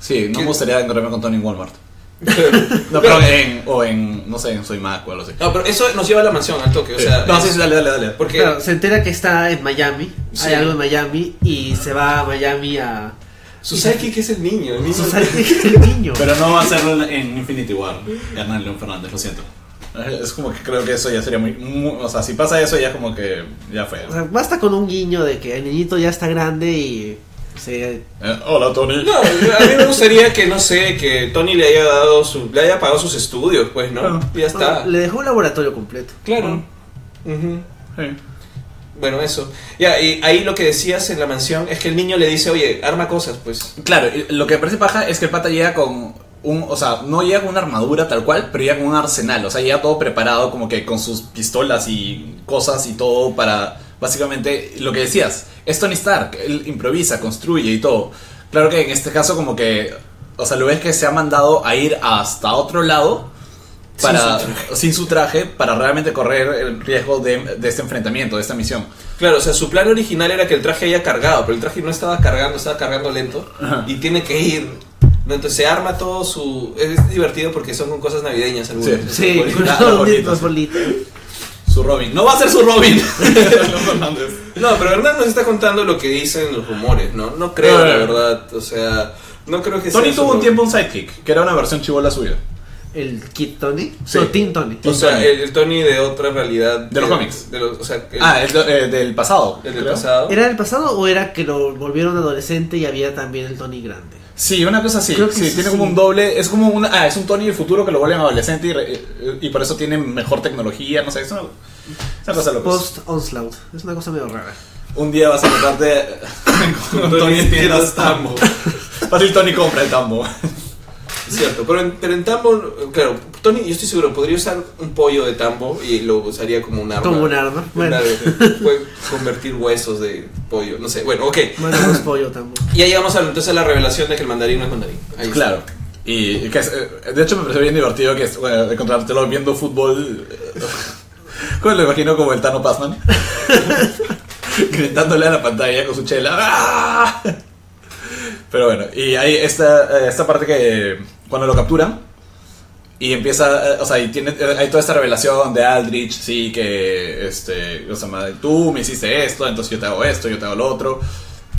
Speaker 1: Sí, no
Speaker 2: ¿Qué-
Speaker 1: me gustaría encontrarme con Tony en Walmart. No,
Speaker 2: no,
Speaker 1: pero eh,
Speaker 2: pero,
Speaker 1: en, o en, no sé, en Soy Mac o algo así.
Speaker 2: no, pero eso nos lleva a la mansión al toque, o
Speaker 1: Sí.
Speaker 2: sea...
Speaker 1: no,
Speaker 2: es-
Speaker 1: sí, sí, dale, dale, dale.
Speaker 2: Porque
Speaker 4: Claro, se entera que está en Miami,
Speaker 2: Sí.
Speaker 4: hay algo en Miami y se va a Miami a
Speaker 2: Su psychic es el niño, el niño.
Speaker 4: su el niño.
Speaker 1: Pero no va a hacerlo en Infinity War, Hernán León Fernández, lo siento. Eh, Es como que creo que eso ya sería muy, muy- O sea, si pasa eso ya como que ya fue.
Speaker 4: O sea, basta con un guiño de que el niñito ya está grande y se
Speaker 1: Eh, hola, Tony.
Speaker 2: No, a mí me gustaría que, no sé, que Tony le haya dado su, le haya pagado sus estudios,
Speaker 1: Ah,
Speaker 2: pues, ¿no?
Speaker 1: Claro.
Speaker 2: Y ya está.
Speaker 4: le dejó un laboratorio completo.
Speaker 2: Claro. Ujú.
Speaker 1: Sí.
Speaker 2: Bueno, eso. Ya, y ahí lo que decías en la mansión es que el niño le dice, oye, arma cosas, pues.
Speaker 1: Claro, y lo que me parece paja es que el pata llega con un, o sea, no llega con una armadura tal cual, pero llega con un arsenal, o sea, llega todo preparado como que con sus pistolas y cosas y todo para, básicamente, lo que decías, es Tony Stark, él improvisa, construye y todo. Claro que en este caso como que, o sea, lo ves que se ha mandado a ir hasta otro lado para, sin, su traje. para realmente correr el riesgo de, de este enfrentamiento, de esta misión.
Speaker 2: Claro, o sea, su plan original era que el traje haya cargado, pero el traje no estaba cargando, estaba cargando lento
Speaker 1: Ajá.
Speaker 2: y tiene que ir. ¿no? Entonces se arma todo su... Es divertido porque son con cosas navideñas algunas.
Speaker 1: Sí.
Speaker 4: Sí,
Speaker 1: Bolita,
Speaker 4: con
Speaker 1: la
Speaker 4: los
Speaker 1: bolita.
Speaker 4: los bolitas.
Speaker 1: Su Robin. No va a ser su Robin. Los Fernández.
Speaker 2: No, pero Hernán nos está contando lo que dicen los rumores, ¿no? No
Speaker 1: No,
Speaker 2: creo,
Speaker 1: no,
Speaker 2: la
Speaker 1: no.
Speaker 2: verdad. O sea, no creo que
Speaker 1: Tony
Speaker 2: sea
Speaker 1: tuvo
Speaker 2: su-
Speaker 1: un tiempo un sidekick, que era una versión chivola suya.
Speaker 4: El Kid Tony.
Speaker 1: Sí.
Speaker 4: No, Teen Tony.
Speaker 2: O sea, el, el Tony de otra realidad.
Speaker 1: De los cómics.
Speaker 2: de los- o sea, el,
Speaker 1: Ah, el, do- eh, del pasado.
Speaker 2: el del
Speaker 1: creo.
Speaker 2: pasado.
Speaker 4: ¿Era el pasado o era que lo volvieron adolescente y había también el Tony grande?
Speaker 1: Sí, una cosa así.
Speaker 4: Creo que
Speaker 1: Sí,
Speaker 4: sí,
Speaker 1: tiene
Speaker 4: sí.
Speaker 1: como un doble. Es como una. Ah, es un Tony del futuro que lo vuelven adolescente y, re- eh, y por eso tiene mejor tecnología. No sé, es una, es una cosa loca.
Speaker 4: Post Onslaught. Es una cosa medio rara.
Speaker 1: Un día vas a tratarte con Tony,
Speaker 2: Tony
Speaker 1: en tiendas
Speaker 2: tiendas
Speaker 1: tambo.
Speaker 2: Tambo.
Speaker 1: Fácil Tony compra el tambo.
Speaker 2: Cierto, pero en, pero en Tambo, claro, Tony, yo estoy seguro, podría usar un pollo de Tambo y lo usaría como un arma.
Speaker 4: Como un arma, bueno.
Speaker 2: Una de- puede convertir huesos de pollo, no sé. Bueno, ok.
Speaker 4: Bueno, no es pollo tampoco.
Speaker 2: Y ya llegamos a, entonces a la revelación de que el mandarín no es mandarín. Ahí está.
Speaker 1: Claro. Y que es, eh, de hecho me pareció bien divertido que es, bueno, encontrártelo viendo fútbol. eh, Como lo imagino como el Tano Pazman. Gritándole a la pantalla con su chela. ¡Ah! Pero bueno, y hay esta, eh, esta parte que eh, cuando lo capturan y empieza, eh, o sea, y tiene, eh, hay toda esta revelación de Aldrich, sí, que, este, o sea, ma- tú me hiciste esto, entonces yo te hago esto, yo te hago lo otro.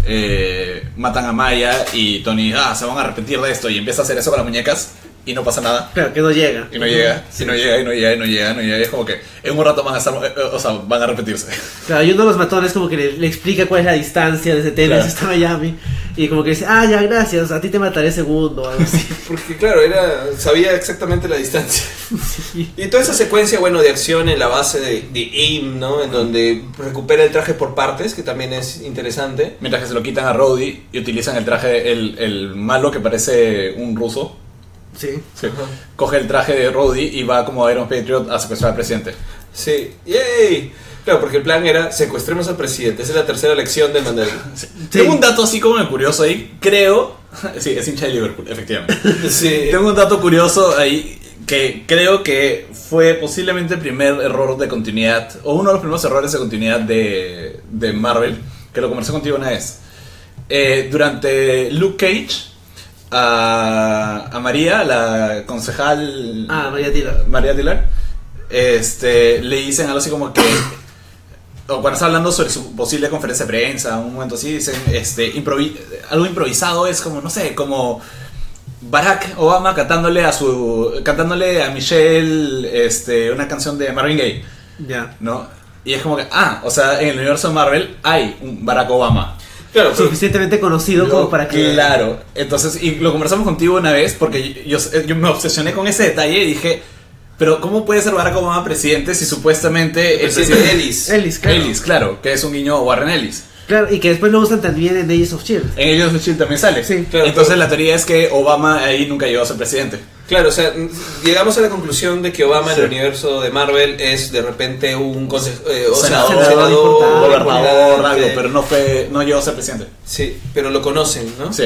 Speaker 1: Eh, matan a Maya y Tony, ah, se van a arrepentir de esto y empieza a hacer eso con las muñecas y no pasa nada.
Speaker 4: Claro, que no llega.
Speaker 1: Y no llega, y no llega, y no llega, y no llega, y no llega. y es como que en un rato van a estar, eh, eh, o sea, van a repetirse.
Speaker 4: Claro, y uno de los matones como que le, le explica cuál es la distancia desde Tennessee
Speaker 1: Claro.
Speaker 4: hasta Miami. Y como que dice, ah, ya, gracias, a ti te mataré segundo o algo así.
Speaker 2: Porque claro, era, sabía exactamente la distancia. Y toda esa secuencia, bueno, de acción en la base de, de AIM, ¿no? En donde recupera el traje por partes, que también es interesante.
Speaker 1: Mientras que se lo quitan a Roddy y utilizan el traje, el, el malo que parece un ruso.
Speaker 4: Sí.
Speaker 1: Sí. Coge el traje de Roddy y va como Iron Patriot a secuestrar al presidente.
Speaker 2: Sí, ¡yay! Claro, porque el plan era secuestremos al presidente. Esa es la tercera lección del mandarín.
Speaker 1: Tengo un dato así como de curioso ahí, creo. Sí, es hincha de Liverpool, efectivamente.
Speaker 2: Sí.
Speaker 1: Tengo un dato curioso ahí que creo que fue posiblemente el primer error de continuidad, o uno de los primeros errores de continuidad de, de Marvel, que lo conversé contigo una vez. Eh, durante Luke Cage, a, a María, la concejal
Speaker 4: Ah, María Tila.
Speaker 1: María Dillard, este, le dicen algo así como que, o cuando está hablando sobre su posible conferencia de prensa, un momento así, dicen, este, improvi- algo improvisado es como, no sé, como Barack Obama cantándole a su, cantándole a Michelle, este, una canción de Marvin Gaye,
Speaker 4: Ya.
Speaker 1: ¿no? Y es como que, ah, o sea, en el universo de Marvel hay un Barack Obama.
Speaker 2: Claro, pero-
Speaker 4: Suficientemente conocido
Speaker 1: Lo-
Speaker 4: como para que...
Speaker 1: Claro, entonces, y lo conversamos contigo una vez porque yo, yo- yo me obsesioné con ese detalle y dije, pero ¿cómo puede ser Barack Obama presidente si supuestamente
Speaker 2: el presidente Ellis.
Speaker 4: Ellis, claro.
Speaker 1: Ellis, claro, que es un guiño a Warren Ellis.
Speaker 4: Claro, y que después lo usan también en Days of Shield.
Speaker 1: En ellos Shield también sale.
Speaker 4: Sí,
Speaker 2: claro,
Speaker 1: entonces
Speaker 2: pero-
Speaker 1: la teoría es que Obama ahí nunca llegó a ser presidente.
Speaker 2: Claro, o sea, llegamos a la conclusión de que Obama en
Speaker 1: Sí.
Speaker 2: el universo de Marvel es de repente un conse- eh, o sea,
Speaker 1: senador,
Speaker 2: un
Speaker 4: senador, diputado,
Speaker 1: gobernador,
Speaker 2: importante.
Speaker 1: algo, pero no fue, no llegó a ser presidente.
Speaker 2: Sí, pero lo conocen, ¿no?
Speaker 1: Sí,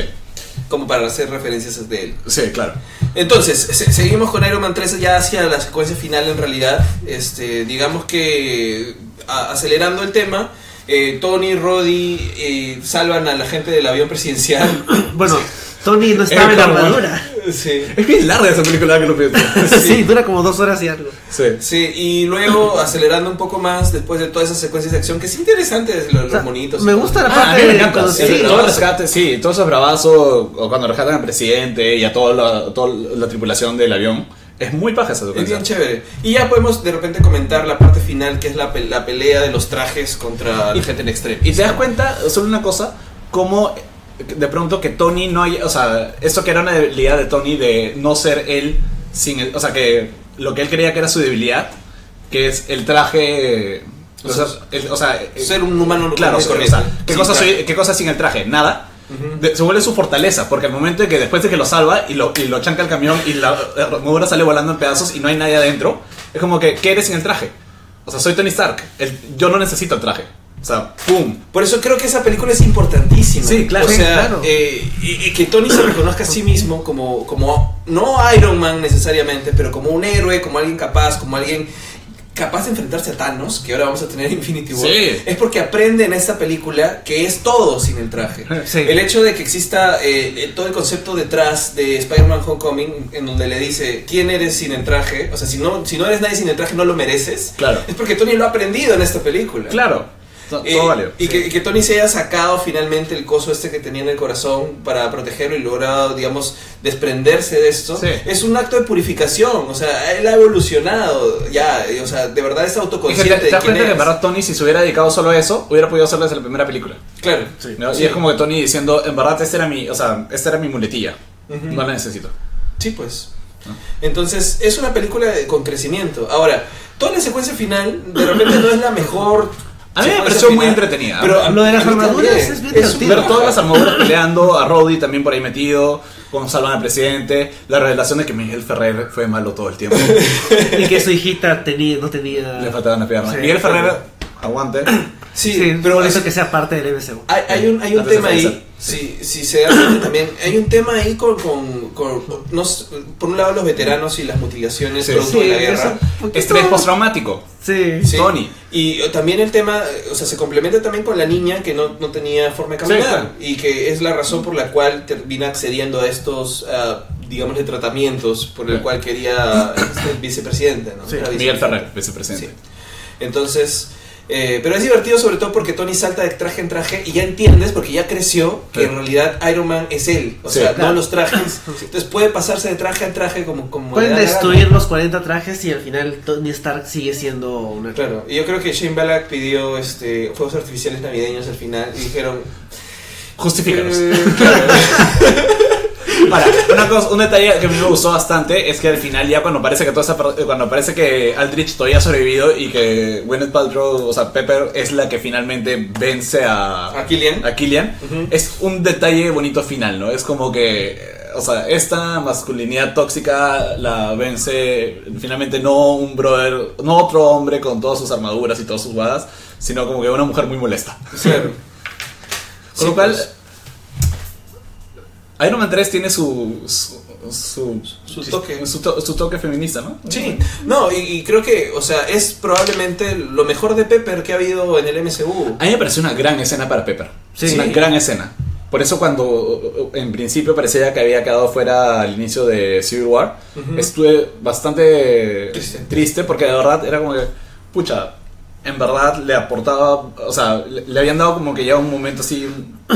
Speaker 2: Como para hacer referencias de él.
Speaker 1: sí, claro.
Speaker 2: Entonces, se- seguimos con Iron Man 3 ya hacia la secuencia final en realidad. Este, digamos que a- acelerando el tema, eh, Tony, Roddy eh, salvan a la gente del avión presidencial. Eh,
Speaker 4: Bueno, Tony no estaba en la
Speaker 1: claro,
Speaker 4: armadura.
Speaker 2: sí.
Speaker 1: Es bien larga esa película que lo pienso.
Speaker 4: Sí. dura como dos horas y algo.
Speaker 1: Sí.
Speaker 2: Sí, y luego acelerando un poco más después de todas esas secuencias de acción, que es interesante lo- los,
Speaker 4: O sea,
Speaker 2: monitos. y
Speaker 4: me
Speaker 2: todo.
Speaker 4: gusta la
Speaker 1: Ah, a mí
Speaker 4: parte
Speaker 1: me
Speaker 4: de
Speaker 1: encanta.
Speaker 4: cuando-
Speaker 1: Sí,
Speaker 2: el
Speaker 4: sí,
Speaker 1: todo
Speaker 2: bravazo.
Speaker 1: rescate, sí, todos esos bravazos, o cuando rescatan al presidente y a toda la, toda la tripulación del avión. Es muy paja esa
Speaker 2: Es
Speaker 1: secuencia.
Speaker 2: bien chévere. Y ya podemos de repente comentar la parte final, que es la, pe- la pelea de los trajes contra la
Speaker 1: Y-
Speaker 2: gente en extremo.
Speaker 1: Y te das cuenta, solo una cosa, como de pronto que Tony no hay, o sea, esto que era una debilidad de Tony de no ser él sin el- o sea, que lo que él creía que era su debilidad, que es el traje O sea, el- o sea, el-
Speaker 2: Ser un humano
Speaker 1: Claro,
Speaker 2: normal y
Speaker 1: sí, o
Speaker 2: corriente.
Speaker 1: sea, ¿qué,
Speaker 2: eh, Sin
Speaker 1: cosa
Speaker 2: traje.
Speaker 1: soy- ¿qué cosa sin el traje? Nada. De- se vuelve su fortaleza, porque al momento de que después de que lo salva y lo, y lo chanca el camión y la la armadura sale volando en pedazos y no hay nadie adentro, es como que, ¿qué eres sin el traje? O sea, soy Tony Stark, el- yo no necesito el traje. O sea, ¡pum!
Speaker 2: Por eso creo que esa película es importantísima.
Speaker 1: Sí, claro.
Speaker 2: O
Speaker 1: Sí,
Speaker 2: sea,
Speaker 4: claro.
Speaker 2: eh, y, y que Tony se reconozca a sí mismo como, como, no Iron Man necesariamente, pero como un héroe, como alguien capaz, como alguien capaz de enfrentarse a Thanos, que ahora vamos a tener en Infinity War.
Speaker 1: Sí.
Speaker 2: Es porque aprende en esta película que es todo sin el traje.
Speaker 4: Sí.
Speaker 2: El hecho de que exista eh, eh, todo el concepto detrás de Spider-Man Homecoming, en donde le dice, ¿quién eres sin el traje? O sea, si no, si no eres nadie sin el traje, no lo mereces.
Speaker 1: Claro.
Speaker 2: Es porque Tony lo ha aprendido en esta película.
Speaker 1: Claro, to-
Speaker 2: Eh,
Speaker 1: todo valió.
Speaker 2: Y, que, y que Tony se haya sacado finalmente el coso este que tenía en el corazón para protegerlo y logrado, digamos, desprenderse de esto.
Speaker 1: Sí.
Speaker 2: Es un acto de purificación. O sea, él ha evolucionado ya. y, O sea, de verdad
Speaker 1: Y
Speaker 2: es
Speaker 1: que
Speaker 2: autoconsciente.
Speaker 1: te, te
Speaker 2: de
Speaker 1: das
Speaker 2: quién
Speaker 1: cuenta que en
Speaker 2: es.
Speaker 1: verdad Tony, si se hubiera dedicado solo a eso, hubiera podido hacerlo desde la primera película.
Speaker 2: Claro.
Speaker 1: ¿no?
Speaker 2: Sí.
Speaker 1: Y es como que Tony diciendo, en verdad, esta era mi, o sea, esta era mi muletilla.
Speaker 2: Ujú.
Speaker 1: No la necesito.
Speaker 2: Sí, pues.
Speaker 1: Ah.
Speaker 2: Entonces, es una película de- con crecimiento. Ahora, toda la secuencia final, de repente no es la mejor.
Speaker 1: A mí me
Speaker 2: secuencia
Speaker 1: pareció muy entretenida.
Speaker 2: Pero
Speaker 4: Lo de las
Speaker 2: a mí
Speaker 4: armaduras
Speaker 2: también.
Speaker 4: es bien
Speaker 2: un
Speaker 4: divertido.
Speaker 1: Ver
Speaker 2: baja.
Speaker 1: todas las armaduras peleando, a Roddy también por ahí metido, cómo salvan al presidente, la revelación de que Miguel Ferrer fue malo todo el tiempo,
Speaker 4: Y que su hijita tenía, no tenía.
Speaker 1: le faltaba una pierna.
Speaker 4: Sí.
Speaker 1: Miguel Ferrer, aguante.
Speaker 2: Sí,
Speaker 4: Sí,
Speaker 2: pero
Speaker 4: pero eso
Speaker 2: es- Ah,
Speaker 4: que sea parte del MCU.
Speaker 2: Hay, hay un, hay un
Speaker 1: Antes de
Speaker 2: tema
Speaker 1: finalizar.
Speaker 2: ahí, si, si se da cuenta también, hay un tema ahí con, con, con- no sé, por un lado los veteranos y las mutilaciones
Speaker 1: Sí.
Speaker 2: producto
Speaker 4: Sí,
Speaker 2: de pues, la
Speaker 4: eso
Speaker 2: guerra.
Speaker 4: un poquito-
Speaker 1: Estrés postraumático.
Speaker 4: Sí.
Speaker 2: Sí.
Speaker 1: Tony.
Speaker 2: Y eh, también el tema, o sea, se complementa también con la niña que no, no tenía forma de
Speaker 1: Sí,
Speaker 2: caminar
Speaker 1: claro.
Speaker 2: y que es la razón por la cual termina accediendo a estos, ah, digamos, de tratamientos por el
Speaker 1: Sí.
Speaker 2: cual quería ser vicepresidente, ¿no?
Speaker 4: Sí,
Speaker 2: Era
Speaker 1: Miguel
Speaker 2: vicepresidente.
Speaker 1: Ferrer, vicepresidente.
Speaker 2: Entonces, eh, pero es divertido sobre todo porque Tony salta de traje en traje y ya entiendes, porque ya creció, que
Speaker 1: Sí.
Speaker 2: en realidad Iron Man es él, o
Speaker 1: Sí.
Speaker 2: sea,
Speaker 4: Claro.
Speaker 2: no los trajes. Entonces puede pasarse de traje a traje como... como le
Speaker 4: Pueden
Speaker 2: da la gana.
Speaker 4: destruir los 40 trajes y al final Tony Stark sigue siendo una.
Speaker 2: Claro, y yo creo que Shane Ballack pidió este, fuegos artificiales navideños al final y dijeron...
Speaker 1: Justifícalos.
Speaker 2: "Eh, claro".
Speaker 1: Ahora, una cosa, un detalle que a mí me gustó bastante es que al final ya cuando parece que toda esa per- cuando parece que Aldrich todavía ha sobrevivido y que Gwyneth Paltrow, o sea, Pepper es la que finalmente vence a
Speaker 2: ¿A Killian?
Speaker 1: a Killian,
Speaker 2: Ujú.
Speaker 1: es un detalle bonito final, ¿no? Es como que eh, o sea, esta masculinidad tóxica la vence finalmente no un brother, no otro hombre con todas sus armaduras y todas sus guadas, sino como que una mujer muy molesta.
Speaker 2: Claro.
Speaker 1: Con lo
Speaker 2: Sí,
Speaker 1: cual,
Speaker 2: pues,
Speaker 1: Iron Man 3 tiene su. su, su,
Speaker 2: Su toque.
Speaker 1: Su, to- su toque feminista, ¿no?
Speaker 2: Sí, no, y, y creo que, o sea, es probablemente lo mejor de Pepper que ha habido en el MCU.
Speaker 1: A mí me pareció una gran escena para Pepper.
Speaker 4: Sí.
Speaker 1: Una gran escena. Por eso, cuando en principio parecía que había quedado fuera al inicio de Civil War,
Speaker 2: Ujú.
Speaker 1: estuve bastante
Speaker 2: Triste.
Speaker 1: triste porque de verdad era como que, pucha, en verdad le aportaba, o sea, le, le habían dado como que ya un momento así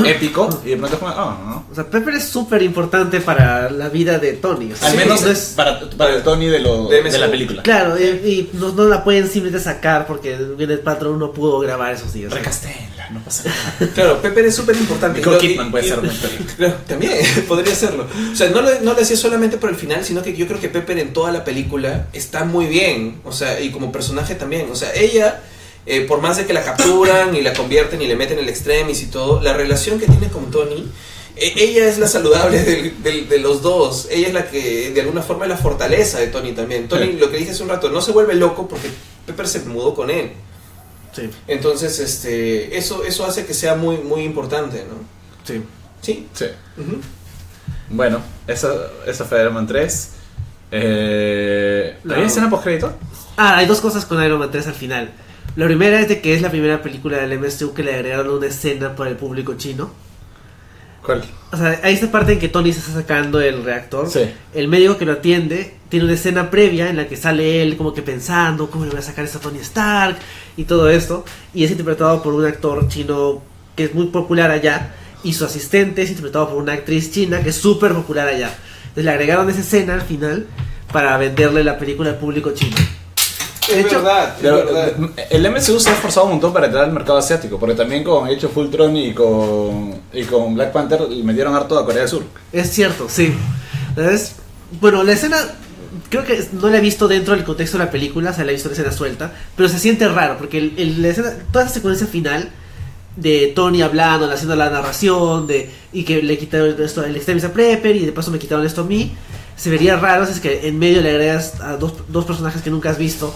Speaker 1: épico y de pronto es como, ah, ¿no?
Speaker 4: O sea, Pepper es súper importante para la vida de Tony. o sea,
Speaker 1: Al
Speaker 2: Sí,
Speaker 1: menos
Speaker 4: no es-
Speaker 1: para, para el Tony de, lo,
Speaker 2: De
Speaker 1: de,
Speaker 2: MCU.
Speaker 1: la película.
Speaker 4: Claro, y, y no, no la pueden simplemente sacar porque Gwyneth Paltrow no pudo grabar esos días.
Speaker 1: Recastenla, no pasa nada.
Speaker 2: Claro, Pepper es súper importante.
Speaker 1: Nicole
Speaker 2: Y-
Speaker 1: Kidman puede
Speaker 2: y-
Speaker 1: ser Pepper.
Speaker 2: Claro, también podría serlo. O sea, no lo, no lo hacía solamente por el final, sino que yo creo que Pepper en toda la película está muy bien. O sea, y como personaje también. O sea, ella, eh, por más de que la capturan y la convierten y le meten el extremis y todo, la relación que tiene con Tony, eh, ella es la saludable del- del- de los dos. Ella es la que, de alguna forma, es la fortaleza de Tony también. Tony,
Speaker 1: Sí.
Speaker 2: lo que dije hace un rato, no se vuelve loco porque Pepper se mudó con él.
Speaker 4: Sí,
Speaker 2: Entonces, este, eso, eso hace que sea muy, muy importante, ¿no?
Speaker 4: sí.
Speaker 2: Sí.
Speaker 1: Sí.
Speaker 2: Ujú.
Speaker 1: Bueno, esa, esa fue Iron Man 3. Eh,
Speaker 4: La-
Speaker 1: ¿Había escena post-crédito?
Speaker 4: Ah, hay dos cosas con Iron Man 3 al final. La primera es de que es la primera película del MCU que le agregaron una escena para el público chino.
Speaker 1: ¿Cuál?
Speaker 4: O sea, hay esta parte en que Tony se está sacando el reactor.
Speaker 1: Sí.
Speaker 4: El médico que lo atiende tiene una escena previa en la que sale él como que pensando cómo le voy a sacar esto a Tony Stark y todo esto. Y es interpretado por un actor chino que es muy popular allá. Y su asistente es interpretado por una actriz china que es súper popular allá. Entonces le agregaron esa escena al final para venderle la película al público chino.
Speaker 2: Es
Speaker 4: De hecho,
Speaker 2: verdad, es
Speaker 1: Pero,
Speaker 2: verdad.
Speaker 1: eh, el MCU se ha esforzado un montón para entrar al mercado asiático, porque también con hecho Fultron y con, y con Black Panther le metieron harto a Corea del Sur.
Speaker 4: Es cierto, sí. Es- bueno, la escena Creo que es- no la he visto dentro del contexto de la película, o sea, la he visto en escena suelta, pero se siente raro, porque el, el- la escena- toda esa secuencia final de Tony hablando, haciendo la narración, de y que le quitaron esto al extremis a Prepper y de paso me quitaron esto a mí, se vería raro si es que en medio le agregas a dos, dos personajes que nunca has visto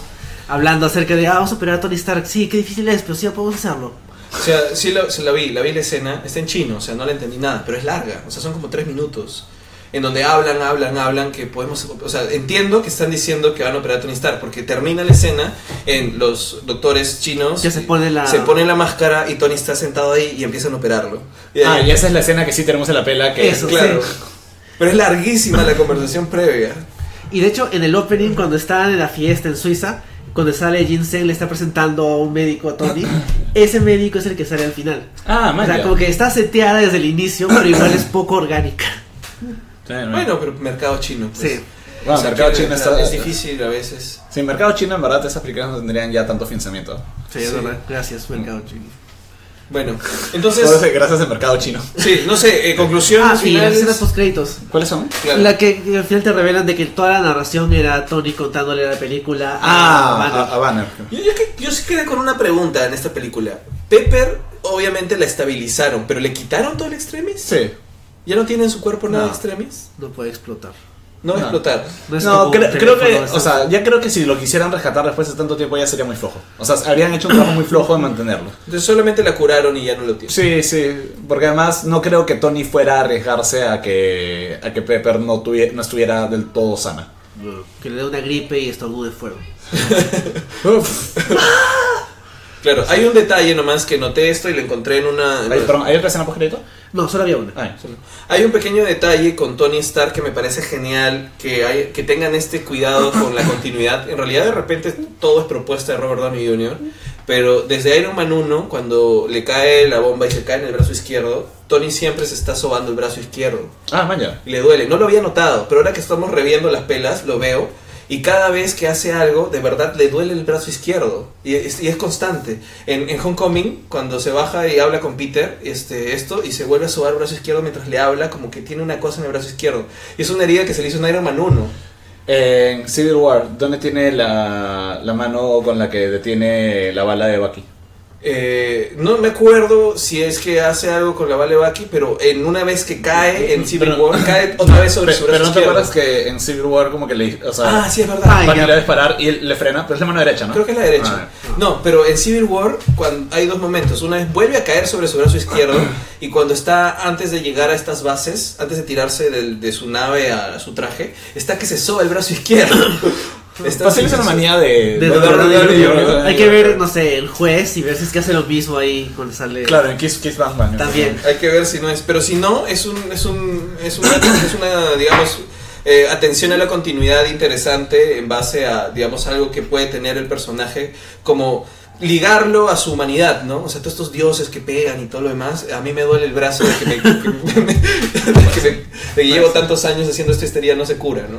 Speaker 4: hablando acerca de, ah, vamos a operar a Tony Stark, sí, qué difícil es, pero sí, podemos hacerlo.
Speaker 2: O sea, sí la, sí la vi, la vi la escena, está en chino, o sea, no la entendí nada, pero es larga, o sea, son como tres minutos, en donde hablan, hablan, hablan, que podemos, o sea, entiendo que están diciendo que van a operar a Tony Stark, porque termina la escena en los doctores chinos,
Speaker 4: Ya se pone la-
Speaker 2: se ponen la máscara y Tony está sentado ahí y empiezan a operarlo. Y de
Speaker 1: Ah,
Speaker 2: ahí-
Speaker 1: y esa es la escena que sí tenemos en la pela que
Speaker 4: Eso.
Speaker 2: claro.
Speaker 4: sí.
Speaker 2: Pero es larguísima la conversación previa.
Speaker 4: Y de hecho, en el opening, cuando están en la fiesta en Suiza, cuando sale Ginseng, le está presentando a un médico a Tony. Ese médico es el que sale al final.
Speaker 1: Ah,
Speaker 4: O sea,
Speaker 1: maya.
Speaker 4: como que está seteada desde el inicio, pero igual es poco orgánica.
Speaker 2: Bueno, pero mercado chino. pues.
Speaker 4: Ah. Sí.
Speaker 1: Bueno,
Speaker 2: O sea,
Speaker 1: mercado
Speaker 2: que
Speaker 1: chino
Speaker 2: es-
Speaker 1: está-
Speaker 2: es difícil a veces.
Speaker 1: sin mercado chino en verdad esas películas no tendrían ya tanto financiamiento.
Speaker 4: Sí, es
Speaker 2: Sí.
Speaker 4: verdad. Gracias,
Speaker 1: Mm.
Speaker 4: Mercado Chino.
Speaker 2: Bueno,
Speaker 1: Todo
Speaker 2: entonces,
Speaker 1: es gracias al mercado chino.
Speaker 2: sí, no sé, eh, conclusión
Speaker 4: Ah, y las escenas post-créditos.
Speaker 1: ¿Cuáles son?
Speaker 2: Claro.
Speaker 4: La que que al final te revelan de que toda la narración era Tony contándole la película a Banner.
Speaker 1: Ah, a, a Banner.
Speaker 2: Yo, yo, que- yo sí quedé con una pregunta en esta película. Pepper, obviamente la estabilizaron, pero ¿le quitaron todo el extremis?
Speaker 1: Sí.
Speaker 2: ¿Ya no tiene en su cuerpo nada
Speaker 1: No.
Speaker 2: de extremis?
Speaker 4: No puede explotar.
Speaker 2: No va a
Speaker 1: No.
Speaker 2: explotar.
Speaker 4: No, es
Speaker 1: No,
Speaker 4: como
Speaker 1: cre-
Speaker 4: un
Speaker 1: creo que,
Speaker 4: teléfono,
Speaker 1: o sea, ya creo que si lo quisieran rescatar después de tanto tiempo ya sería muy flojo. O sea, habrían hecho un trabajo muy flojo de mantenerlo.
Speaker 2: Entonces solamente la curaron y ya no lo tiene.
Speaker 1: Sí, sí, porque además no creo que Tony fuera a arriesgarse a que, a que Pepper no, tuvie- no estuviera del todo sana.
Speaker 4: Que le dé una gripe y estornude fuego.
Speaker 1: Uf.
Speaker 2: Claro, hay un detalle nomás que noté esto y lo encontré en una...
Speaker 1: Ay, perdón, ¿Hay otra escena post crédito? Ah,
Speaker 4: No, solo había una.
Speaker 1: Ay,
Speaker 2: Hay un pequeño detalle con Tony Stark que me parece genial que, hay- que tengan este cuidado con la continuidad. En realidad, de repente, todo es propuesta de Robert Downey Jr., pero desde Iron Man 1, cuando le cae la bomba y se cae en el brazo izquierdo, Tony siempre se está sobando el brazo izquierdo
Speaker 1: ah, mañana.
Speaker 2: y le duele. No lo había notado, pero ahora que estamos reviendo las pelas, lo veo. Y cada vez que hace algo, de verdad le duele el brazo izquierdo. Y es, y es constante. En, en Homecoming, cuando se baja y habla con Peter, este, esto, y se vuelve a sobar el brazo izquierdo mientras le habla, como que tiene una cosa en el brazo izquierdo. Y es una herida que se le hizo en Iron Man 1.
Speaker 1: En Civil War, ¿dónde tiene la, la mano con la que detiene la bala de Bucky?
Speaker 2: Eh, no me acuerdo si es que hace algo con la Vale Bucky, pero en una vez que cae en Civil
Speaker 1: Pero-
Speaker 2: War, cae otra vez sobre
Speaker 1: Pe-
Speaker 2: su brazo
Speaker 1: pero no te
Speaker 2: izquierdo.
Speaker 1: acuerdas que en Civil War como que le... O sea,
Speaker 2: Ah, sí, es verdad.
Speaker 4: Ah,
Speaker 1: Bucky
Speaker 4: ya.
Speaker 1: le va a disparar y él le frena, pero es la mano derecha, ¿no?
Speaker 2: Creo que es la derecha.
Speaker 1: Ah.
Speaker 2: No, pero en Civil War cuando hay dos momentos. Una es vuelve a caer sobre su brazo izquierdo y cuando está antes de llegar a estas bases, antes de tirarse del- de, su nave a su traje, está que se soba el brazo izquierdo. Está
Speaker 1: Fácil es una manía de...
Speaker 4: De
Speaker 1: de-
Speaker 4: Robert
Speaker 1: de-
Speaker 4: Downey
Speaker 1: de-
Speaker 4: Jr.
Speaker 1: de-
Speaker 4: Hay que ver, no sé, el juez y ver si es que hace lo mismo ahí cuando sale.
Speaker 1: Claro, en Kiss, Kiss Bang Bang.
Speaker 4: También.
Speaker 2: Hay que ver si no es. Pero si no, es un, es un, es una, es una, digamos, eh, atención a la continuidad interesante en base a, digamos, algo que puede tener el personaje como ligarlo a su humanidad, ¿no? O sea, todos estos dioses que pegan y todo lo demás, a mí me duele el brazo de que me, que me- de que me- de que llevo tantos años haciendo esta histeria no se cura, ¿no?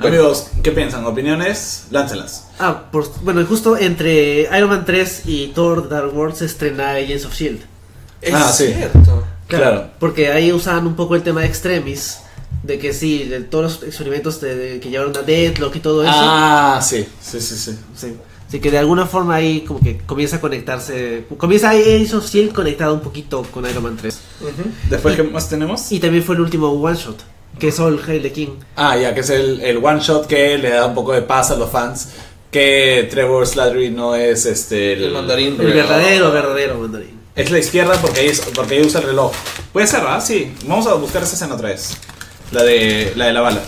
Speaker 1: Amigos, ¿qué piensan? ¿Opiniones? Láncelas.
Speaker 4: Ah, por- bueno, justo entre Iron Man 3 y Thor Dark World se estrena Agents of Shield.
Speaker 2: Es
Speaker 1: Ah, sí.
Speaker 2: cierto.
Speaker 1: Claro.
Speaker 4: E Porque ahí usaban un poco el tema de Extremis. De que sí, de todos los experimentos de- de que llevaron a Deadlock y todo eso.
Speaker 1: Ah, sí, sí, sí, sí.
Speaker 4: Sí. Así que de alguna forma ahí como que comienza a conectarse. Comienza Agents of Shield E conectado un poquito con Iron Man 3.
Speaker 2: Ujú.
Speaker 1: Después, ¿qué más tenemos?
Speaker 4: Y también fue el último one shot, que es All Hail the King.
Speaker 1: Ah, ya, que es el, el one shot que le da un poco de paz a los fans. Que Trevor Slattery no es este.
Speaker 2: El mandarín.
Speaker 4: El verdadero, verdadero mandarín.
Speaker 1: Es la izquierda porque ahí, es- porque ahí usa el reloj. Puede ser, ¿verdad? Sí. Vamos a buscar esa escena otra vez. La de la, de la bala.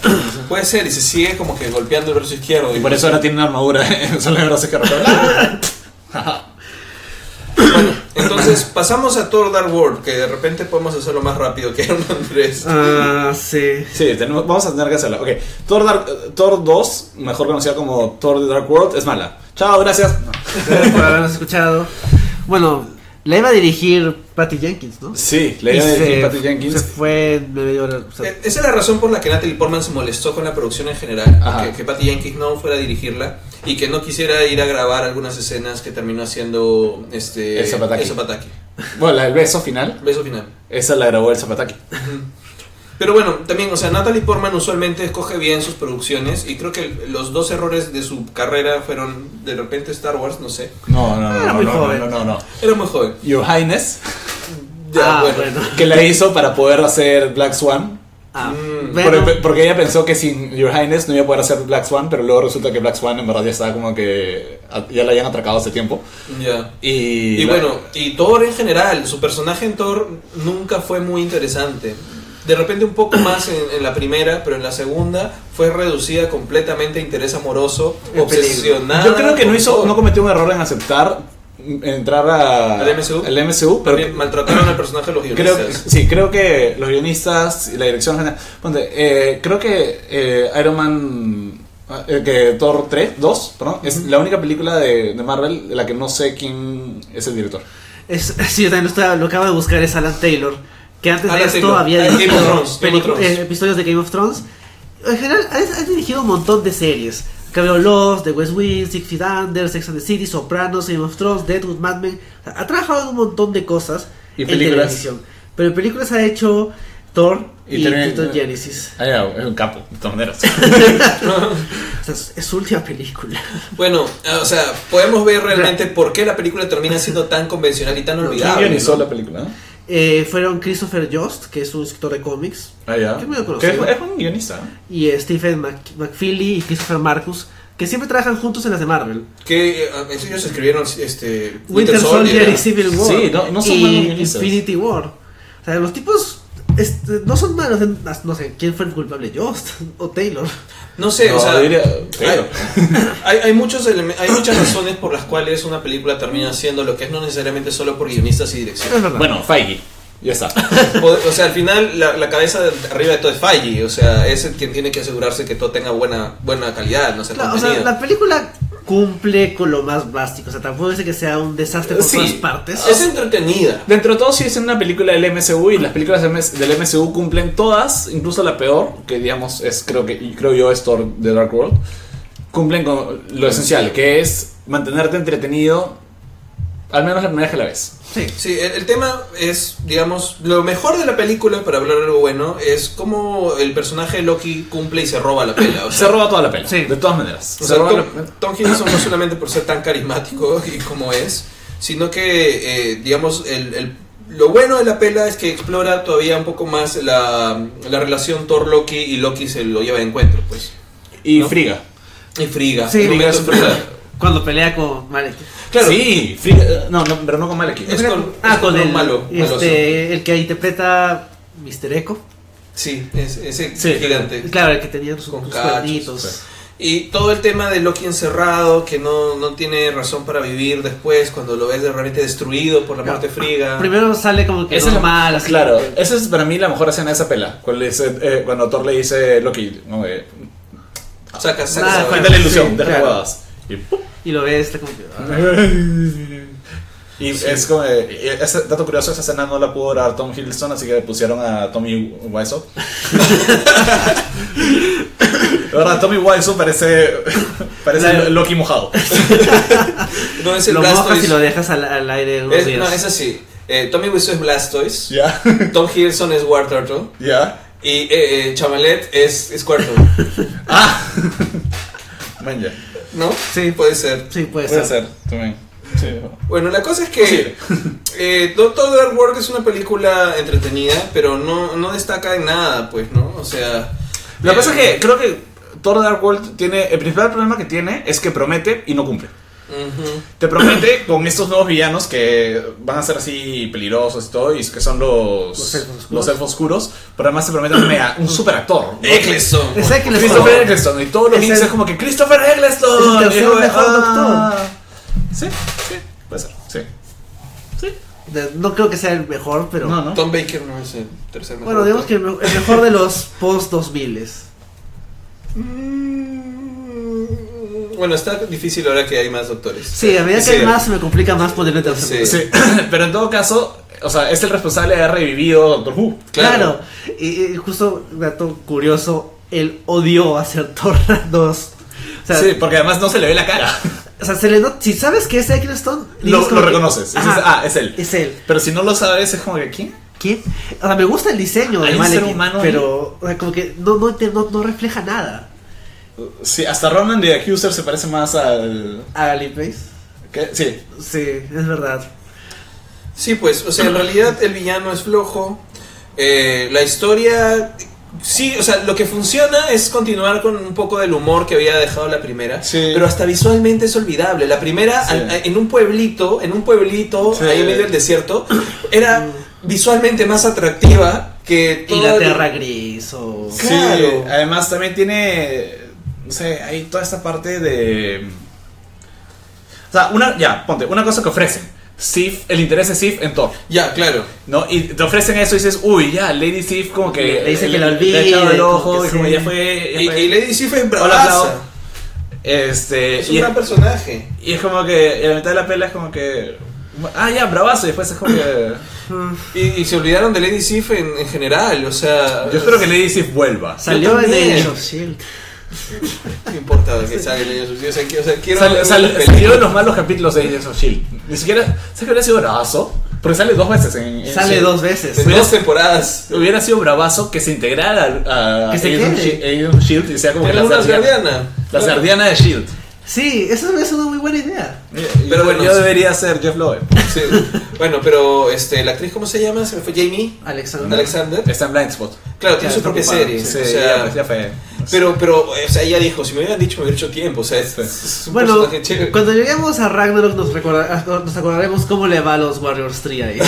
Speaker 2: Puede ser, y se sigue como que golpeando el brazo izquierdo.
Speaker 1: Y por eso ahora tiene una armadura. Son los brazos que rompen.
Speaker 2: Bueno, entonces pasamos a Thor Dark World, que de repente podemos hacerlo más rápido que Iron Man 3.
Speaker 4: Ah, sí.
Speaker 1: Sí, tenemos, vamos a tener que hacerla. Ok. Thor, Dark- eh, Thor 2, mejor conocida como Thor The Dark World, es mala. Chao, gracias.
Speaker 4: Gracias por habernos escuchado. Bueno, la iba a dirigir Patty Jenkins, ¿no?
Speaker 1: Sí, le iba a
Speaker 4: Y
Speaker 1: decir
Speaker 4: se-
Speaker 1: Patty Jenkins.
Speaker 4: Se fue en medio hora. o sea,
Speaker 2: Eh, Esa es la razón por la que Natalie Portman se molestó con la producción en general,
Speaker 1: Ajá.
Speaker 2: que, que Patty Jenkins no fuera a dirigirla y que no quisiera ir a grabar algunas escenas que terminó haciendo este,
Speaker 1: El Zapataki.
Speaker 2: el Zapataki.
Speaker 1: Bueno, la del beso final,
Speaker 2: Beso final.
Speaker 1: esa la grabó el Zapataki.
Speaker 2: Pero bueno, también, o sea, Natalie Portman usualmente escoge bien sus producciones y creo que los dos errores de su carrera fueron de repente Star Wars, no sé.
Speaker 1: No, no, no,
Speaker 4: Era
Speaker 1: no,
Speaker 4: Ah, muy
Speaker 1: no, no,
Speaker 4: joven.
Speaker 1: no, no, no.
Speaker 2: Era muy joven.
Speaker 1: Your Highness,
Speaker 2: Ya,
Speaker 4: Ah,
Speaker 2: bueno.
Speaker 4: bueno.
Speaker 1: que la hizo para poder hacer Black Swan.
Speaker 4: Ah,
Speaker 2: Mm,
Speaker 4: bueno,
Speaker 1: Porque, porque ella pensó que sin Your Highness no iba a poder hacer Black Swan, pero luego resulta que Black Swan en verdad ya estaba como que a- ya la habían atracado hace tiempo.
Speaker 2: Ya.
Speaker 1: Y,
Speaker 2: Y
Speaker 1: la-
Speaker 2: bueno, y Thor en general, su personaje en Thor nunca fue muy interesante. De repente un poco más en, en la primera, pero en la segunda fue reducida completamente a interés amoroso,
Speaker 4: En
Speaker 2: obsesionada.
Speaker 1: yo creo que no
Speaker 2: con
Speaker 1: hizo,
Speaker 2: Thor.
Speaker 1: no cometió un error en aceptar mm, entrar a,
Speaker 2: ¿Al MCU?
Speaker 1: al MCU, pero
Speaker 2: También maltrataron al personaje de los
Speaker 1: Creo,
Speaker 2: guionistas.
Speaker 1: sí, creo que los guionistas y la dirección general. Ponte, eh, creo que eh, Iron Man. eh, que Thor 3, 2, perdón, es la única película de, de Marvel de la que no sé quién es el director.
Speaker 4: es, sí, yo también lo, estaba- lo acabo de buscar, es Alan Taylor, que antes
Speaker 2: Alan
Speaker 4: de esto
Speaker 2: Taylor.
Speaker 4: había
Speaker 2: Ah, Game of
Speaker 4: dirigido
Speaker 2: Thrones, Game
Speaker 4: pelicu-
Speaker 2: of Thrones.
Speaker 4: eh, episodios de Game of Thrones. En general, has, has dirigido un montón de series. Cabello Lost, The West Wing, Six Feet Under, Sex and the City, Sopranos, Game of Thrones, Deadwood, Mad Men. O sea, ha trabajado en un montón de cosas
Speaker 1: Y
Speaker 4: en
Speaker 1: películas.
Speaker 4: televisión. Pero en películas ha hecho Thor
Speaker 1: Y
Speaker 4: y,
Speaker 1: también-
Speaker 2: eh,
Speaker 4: Krypton Genesis.
Speaker 1: Ah, ya, es un capo, de todas maneras.
Speaker 4: O sea, es es su última película.
Speaker 2: Bueno, ah, o sea, podemos ver realmente por qué la película termina siendo tan convencional y tan
Speaker 4: No,
Speaker 1: ¿Quién
Speaker 2: olvidable.
Speaker 1: guionizó
Speaker 2: ¿no?
Speaker 1: la película? no?
Speaker 4: Eh, fueron Christopher Jost, que es un escritor de cómics,
Speaker 1: Ah, ya.
Speaker 4: Qué medio
Speaker 1: Que es,
Speaker 4: conocido.
Speaker 1: es un guionista.
Speaker 4: y eh, Stephen Mc- McFeely y Christopher Marcus, que siempre trabajan juntos en las de Marvel.
Speaker 2: Que eh, ellos escribieron este, Winter,
Speaker 4: Winter
Speaker 2: Soldier.
Speaker 4: Soldier y Civil War.
Speaker 1: Sí, no- no son
Speaker 4: y
Speaker 1: malos guionistas.
Speaker 4: Infinity War. O sea, los tipos este, no son malos. en- no sé, ¿quién fue el culpable? Jost o Taylor.
Speaker 2: No sé,
Speaker 1: No,
Speaker 2: o sea,
Speaker 1: yo diría-
Speaker 2: hay, hay, hay muchos eleme- hay muchas razones por las cuales una película termina siendo lo que es no necesariamente solo por guionistas y
Speaker 4: Es
Speaker 2: dirección.
Speaker 4: verdad.
Speaker 1: Bueno, Feige. Ya está.
Speaker 2: O, o sea, al final la, la cabeza de arriba de todo es Falle, o sea, es el quien tiene que asegurarse que todo tenga buena buena calidad, no sé,
Speaker 4: La- o sea,
Speaker 2: contenido.
Speaker 4: la película cumple con lo más básico. O sea, tampoco es que sea un desastre por
Speaker 1: Sí.
Speaker 4: todas partes.
Speaker 2: Es entretenida.
Speaker 1: Dentro de todo sí es una película del MCU y las películas del MS del MCU cumplen todas, incluso la peor, que digamos es creo que y creo yo es Thor de Dark World, cumplen con lo esencial, que es mantenerte entretenido al menos la primera vez que la ves.
Speaker 4: Sí.
Speaker 2: Sí, el, el tema es, digamos, lo mejor de la película, para hablar algo bueno, es cómo el personaje de Loki cumple y se roba la pela. O sea,
Speaker 1: Se roba toda la pela,
Speaker 4: Sí.
Speaker 1: de todas maneras.
Speaker 2: O
Speaker 1: Se
Speaker 2: sea,
Speaker 1: roba
Speaker 2: Tom,
Speaker 1: la-
Speaker 2: Tom Hiddleston no solamente por ser tan carismático y como es, sino que, eh, digamos, el, el- lo bueno de la pela es que explora todavía un poco más la, la relación Thor-Loki y Loki se lo lleva de encuentro, pues.
Speaker 1: y
Speaker 2: ¿no?
Speaker 1: Friga.
Speaker 2: Y Friga.
Speaker 4: Sí,
Speaker 2: el momento
Speaker 4: Friga es-
Speaker 2: Friga.
Speaker 4: Cuando pelea con Malek.
Speaker 2: Claro.
Speaker 1: Sí, Friga, eh, no, no, pero no con Malekith.
Speaker 2: Es con-
Speaker 4: ah,
Speaker 2: es
Speaker 4: con
Speaker 2: con
Speaker 4: el,
Speaker 2: malo,
Speaker 4: este, el que interpreta Mr. Echo.
Speaker 2: Sí, es- ese
Speaker 1: Sí.
Speaker 2: gigante.
Speaker 4: Claro, el que tenía sus,
Speaker 2: Con
Speaker 4: sus
Speaker 2: cachos,
Speaker 4: cuernitos.
Speaker 1: sí.
Speaker 2: Y todo el tema de Loki encerrado, que no, no tiene razón para vivir después, cuando lo ves de realmente destruido por la muerte de Friga.
Speaker 4: Primero sale como que
Speaker 1: Esa Ah. es la-
Speaker 4: normal, así.
Speaker 1: Claro, esa es para mí la mejor escena de esa pela. Cuando, le dice- eh, cuando Thor le dice Loki, no, eh,
Speaker 2: Saca, saca. esa-
Speaker 4: Nada, pues, Bueno,
Speaker 1: quita la ilusión,
Speaker 4: sí,
Speaker 1: deja
Speaker 4: claro.
Speaker 1: huevadas. Y ¡pum!
Speaker 4: Y lo ves, está como que. ah.
Speaker 1: Y es como, eh, y ese dato curioso, esa escena no la pudo grabar Tom Hiddleston, así que le pusieron a Tommy Wiseau. La verdad, Tommy Wiseau parece, parece
Speaker 4: Claro.
Speaker 1: Loki mojado.
Speaker 2: No es el
Speaker 4: lo mojas
Speaker 2: Blastoise.
Speaker 4: y lo dejas al, al aire unos
Speaker 2: Es-
Speaker 4: días.
Speaker 2: no, es así. Eh, Tommy Wiseau es Blastoise.
Speaker 1: Ya,
Speaker 2: Tom Hiddleston es War Turtle.
Speaker 1: ya.
Speaker 2: Y eh, eh, Chamalet es Squirtle.
Speaker 1: Ah, man, ya.
Speaker 2: ¿No?
Speaker 4: Sí.
Speaker 2: Puede ser.
Speaker 4: Sí, puede,
Speaker 1: Puede
Speaker 4: ser.
Speaker 1: ser, también. Sí.
Speaker 2: Bueno, la cosa es que eh, Doctor Dark World es una película entretenida, pero no, no destaca en nada, pues, ¿no? O sea...
Speaker 1: Lo que
Speaker 2: eh,
Speaker 1: pasa es que creo que Thor Dark World tiene, el principal problema que tiene es que promete y no cumple.
Speaker 2: ujú.
Speaker 1: Te promete con estos nuevos villanos que van a ser así peligrosos y todo, y que son los,
Speaker 4: Los
Speaker 1: los
Speaker 4: elfos
Speaker 1: elfos,
Speaker 4: oscuros.
Speaker 1: oscuros, pero además te prometen un, mega- un super actor.
Speaker 2: Eccleston.
Speaker 4: Es
Speaker 2: por-
Speaker 4: Eccleston.
Speaker 1: Christopher Eccleston, y todos los
Speaker 4: Es
Speaker 1: links
Speaker 4: el-
Speaker 1: es como que Christopher
Speaker 4: es el
Speaker 1: Eccleston.
Speaker 4: tercer
Speaker 1: y yo,
Speaker 4: mejor
Speaker 1: "Ah". Sí, sí, puede ser, sí.
Speaker 4: De- No creo que sea el mejor, pero.
Speaker 1: No, no.
Speaker 2: Tom Baker no es el tercer mejor
Speaker 4: Bueno, digamos que
Speaker 2: actor.
Speaker 4: el me- el mejor de los post 2000
Speaker 2: Mm, Bueno, está difícil ahora que hay más doctores.
Speaker 4: Sí, a medida que
Speaker 1: Sí.
Speaker 4: hay más se me complica más ponerle tercero.
Speaker 2: Sí.
Speaker 1: Sí, pero en todo caso, o sea, es el responsable de haber revivido Doctor Who.
Speaker 2: Claro.
Speaker 4: Claro. Y, y justo un dato curioso, él odió hacer Thor 2. O sea,
Speaker 1: sí, porque además no se le ve la cara.
Speaker 4: o sea, se le not- si sabes que es Eccleston,
Speaker 1: Lo,
Speaker 4: dices como
Speaker 1: lo
Speaker 4: que-
Speaker 1: reconoces. dices,
Speaker 4: Ajá,
Speaker 1: ah, es él.
Speaker 4: es él.
Speaker 1: Pero si no lo sabes, es como que, ¿quién?
Speaker 4: ¿qué? O sea, me gusta el diseño
Speaker 5: Hay
Speaker 4: de
Speaker 5: un ser
Speaker 4: Malekith,
Speaker 5: humano ahí.
Speaker 4: pero o sea, como que no, no, te- no- no refleja nada.
Speaker 1: Sí, hasta Ronan de Accuser se parece más al.
Speaker 4: A Limplace.
Speaker 1: ¿qué? Sí.
Speaker 4: Sí, es verdad.
Speaker 2: Sí, pues, o sea, en realidad el villano es flojo. eh, la historia. Sí, o sea, lo que funciona es continuar con un poco del humor que había dejado la primera.
Speaker 1: Sí.
Speaker 2: Pero hasta visualmente es olvidable. La primera,
Speaker 1: Sí.
Speaker 2: al- en un pueblito, en un pueblito,
Speaker 1: Sí.
Speaker 2: ahí en medio del desierto, era visualmente más atractiva que toda-
Speaker 4: Inglaterra gris o...
Speaker 2: Claro.
Speaker 1: Sí, además también tiene. No sé, hay toda esta parte de. O sea, una. Ya, ponte, una cosa que ofrecen. Sif, el interés de Sif en Thor,
Speaker 2: Ya, claro.
Speaker 1: ¿no? Y te ofrecen eso y dices, uy, ya, Lady Sif como que.
Speaker 4: Le dice que la
Speaker 1: le- le
Speaker 4: olvide,
Speaker 1: echa el
Speaker 4: como
Speaker 1: ojo
Speaker 4: que
Speaker 1: y como
Speaker 4: sí.
Speaker 1: ya fue. ya
Speaker 2: Y,
Speaker 1: fue.
Speaker 2: y Lady Sif es
Speaker 1: Bravo.
Speaker 2: bravaza.
Speaker 1: Este.
Speaker 2: Es
Speaker 1: y
Speaker 2: un gran personaje.
Speaker 1: Y es como que en la mitad de la pela es como que. Ah, ya, bravazo. Y después es como que.
Speaker 2: Y, y se olvidaron de Lady Sif en, en general, o sea.
Speaker 1: Yo espero que Lady Sif vuelva.
Speaker 4: Salió en
Speaker 2: también.
Speaker 4: el of Shield.
Speaker 2: No importa que salga Lady Sif. O sea, quiero- o sea, quiero
Speaker 1: Sal-
Speaker 2: una
Speaker 1: sal-
Speaker 2: película.
Speaker 1: salió en los malos capítulos de Agents of Shield. E Ni siquiera. ¿Sabes que hubiera sido bravazo? Porque sale dos veces en. en
Speaker 4: Sale
Speaker 1: Shield.
Speaker 4: dos veces.
Speaker 2: En dos temporadas.
Speaker 1: E Hubiera sido bravazo que se integrara al- a
Speaker 4: Que se
Speaker 1: Agents of
Speaker 4: quede.
Speaker 1: Shi- Agents of Shield E y sea como que la
Speaker 2: Tenemos una
Speaker 1: sardiana.
Speaker 2: guardiana.
Speaker 1: La sardiana de Shield.
Speaker 4: Sí, eso es una muy buena idea.
Speaker 1: Pero bueno,
Speaker 2: bueno,
Speaker 1: yo
Speaker 2: sí.
Speaker 1: debería ser Jeff Loeb.
Speaker 2: Sí. Bueno, pero este, la actriz, ¿cómo se llama? Se me fue Jamie
Speaker 4: Alexander.
Speaker 2: Alexander.
Speaker 1: Está en Blind Spot.
Speaker 2: Claro, tiene
Speaker 4: Claro,
Speaker 2: su propia
Speaker 4: está
Speaker 2: serie.
Speaker 4: ocupado,
Speaker 1: Sí,
Speaker 2: o sea,
Speaker 1: ya, pues, ya fue.
Speaker 2: pero, pero, o sea, ella dijo, si me hubieran dicho me hubiera hecho tiempo. O sea, es,
Speaker 1: Sí.
Speaker 2: es un
Speaker 4: Bueno,
Speaker 2: personaje chévere.
Speaker 4: cuando lleguemos a Ragnarok nos, recorda- nos acordaremos cómo le va a los Warriors 3 ahí.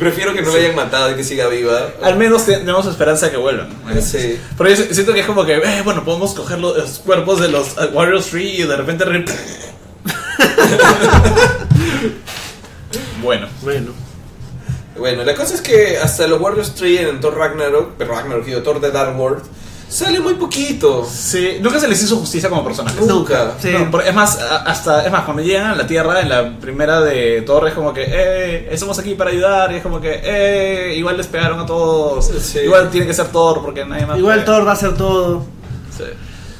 Speaker 2: Prefiero que no la hayan matado y que siga viva.
Speaker 1: Al menos te- tenemos esperanza de que vuelvan.
Speaker 2: Sí.
Speaker 1: Pero yo si- siento que es como que, eh, bueno, podemos coger los, los cuerpos de los eh, Warriors 3 y de repente. re- bueno.
Speaker 4: Bueno,
Speaker 2: Bueno, la cosa es que hasta los Warriors 3 en Thor Ragnarok, pero Ragnarok y Thor The Dark World, sale muy poquito.
Speaker 1: Sí, nunca se les hizo justicia como personaje.
Speaker 2: Nunca.
Speaker 4: Sí.
Speaker 1: No, por- es más, a- hasta, es más, cuando llegan a la Tierra, en la primera de Torres, es como que, eh, estamos aquí para ayudar, y es como que, eh, igual les pegaron a todos,
Speaker 2: Sí.
Speaker 1: igual tiene que ser Thor, porque nadie más...
Speaker 4: Igual
Speaker 1: puede.
Speaker 4: Thor va a hacer todo.
Speaker 1: Sí.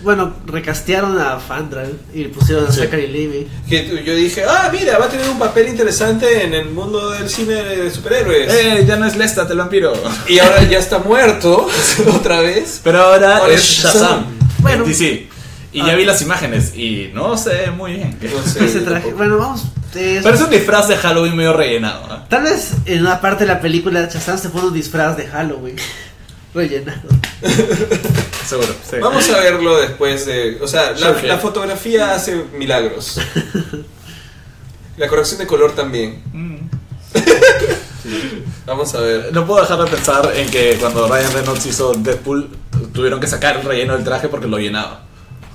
Speaker 4: Bueno, recastearon a Fandral y pusieron a
Speaker 1: Sí.
Speaker 4: Zachary Levi.
Speaker 2: Que tú- yo dije, ah, mira, va a tener un papel interesante en el mundo del cine de superhéroes.
Speaker 1: Eh, ya no es Lestat el vampiro.
Speaker 2: Y ahora ya está muerto, otra vez.
Speaker 1: Pero ahora
Speaker 2: Ahora
Speaker 1: es
Speaker 2: es
Speaker 1: Shazam.
Speaker 2: Shazam.
Speaker 4: Bueno.
Speaker 1: Sí, sí. Y
Speaker 4: Ah.
Speaker 1: ya vi las imágenes y no sé muy bien. qué.
Speaker 2: No sé,
Speaker 4: Ese
Speaker 2: yo
Speaker 4: traje.
Speaker 2: tampoco.
Speaker 4: Bueno, vamos. eh,
Speaker 1: Parece un disfraz de Halloween medio rellenado. ¿eh? ¿no?
Speaker 4: Tal vez en una parte de la película Chazam se pone un disfraz de Halloween. Rellenado.
Speaker 1: Seguro. sí.
Speaker 2: Vamos a verlo después de... O sea, la,
Speaker 1: Surge.
Speaker 2: la fotografía hace milagros. La corrección de color también.
Speaker 1: Mm.
Speaker 2: Vamos a ver.
Speaker 1: No puedo dejar de pensar en que cuando Ryan Reynolds hizo Deadpool tuvieron que sacar el relleno del traje porque lo llenaba.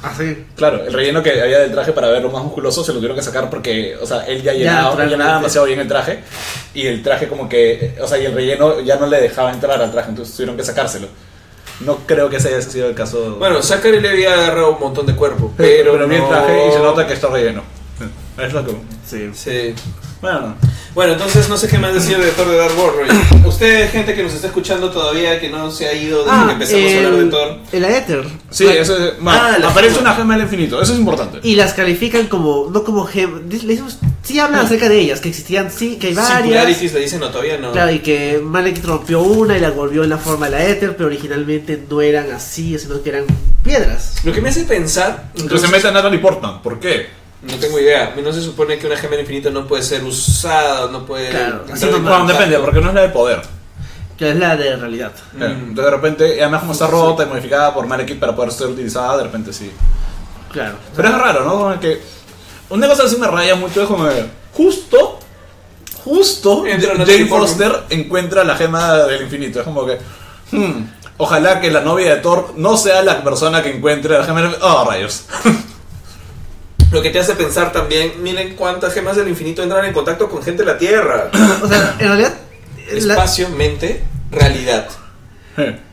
Speaker 2: Ah,
Speaker 4: Así.
Speaker 1: Claro, el relleno que había del traje para verlo más musculoso se lo tuvieron que sacar porque, o sea, él ya llenaba,
Speaker 4: naturalmente.
Speaker 1: llenaba demasiado bien el traje y el traje como que, o sea, y el relleno ya no le dejaba entrar al traje, entonces tuvieron que sacárselo. No creo que ese haya sido el caso.
Speaker 2: Bueno, Zachary Levi ha agarrado un montón de cuerpo, pero,
Speaker 1: pero, vi el
Speaker 2: no-
Speaker 1: traje y se nota que está relleno. Es lo que... Sí.
Speaker 2: Sí.
Speaker 1: Bueno,
Speaker 2: Bueno, entonces no sé qué más decir de Thor de Dark World. Roy. Usted, gente que nos está escuchando todavía, que no se ha ido
Speaker 4: Ah,
Speaker 2: desde que empezamos
Speaker 4: eh,
Speaker 2: a hablar de Thor.
Speaker 4: el Aether.
Speaker 1: sí, eso es... bueno,
Speaker 2: Ah, la
Speaker 1: aparece
Speaker 2: gema.
Speaker 1: una gema del infinito, eso es importante.
Speaker 4: Y las califican como, no como gem. le decimos- Sí
Speaker 2: Ah.
Speaker 4: hablan acerca de ellas, que existían, sí, que hay varias.
Speaker 2: Singularities le dicen, no, todavía no.
Speaker 4: Claro, y que Malek rompió una y la volvió en la forma de la éter, pero originalmente no eran así, sino que eran piedras.
Speaker 2: Lo que me hace pensar...
Speaker 1: Entonces se mete a Natalie Portman, ¿por qué?
Speaker 2: No tengo idea. No se supone que una gema del infinito no puede ser usada, no puede.
Speaker 4: Claro,
Speaker 2: entrar
Speaker 4: así
Speaker 2: en
Speaker 4: no-
Speaker 1: Bueno,
Speaker 2: contacto.
Speaker 1: depende, porque no es la de poder.
Speaker 4: Que es la de realidad.
Speaker 2: Mm.
Speaker 1: Entonces, de repente, y además como está rota y modificada por Malekith para poder ser utilizada, de repente sí.
Speaker 4: Claro.
Speaker 1: Pero es raro, ¿no? Como que una cosa que sí me raya mucho es como que justo, justo
Speaker 2: Entra
Speaker 1: Jane
Speaker 2: Natalie Portman.
Speaker 1: Foster encuentra la gema del infinito. Es como que, hmm, ojalá que la novia de Thor no sea la persona que encuentre la gema del infinito. Oh, rayos.
Speaker 2: Lo que te hace pensar también, miren cuántas gemas del infinito entran en contacto con gente de la Tierra.
Speaker 4: O sea, en realidad. la-
Speaker 2: Espacio, mente, realidad.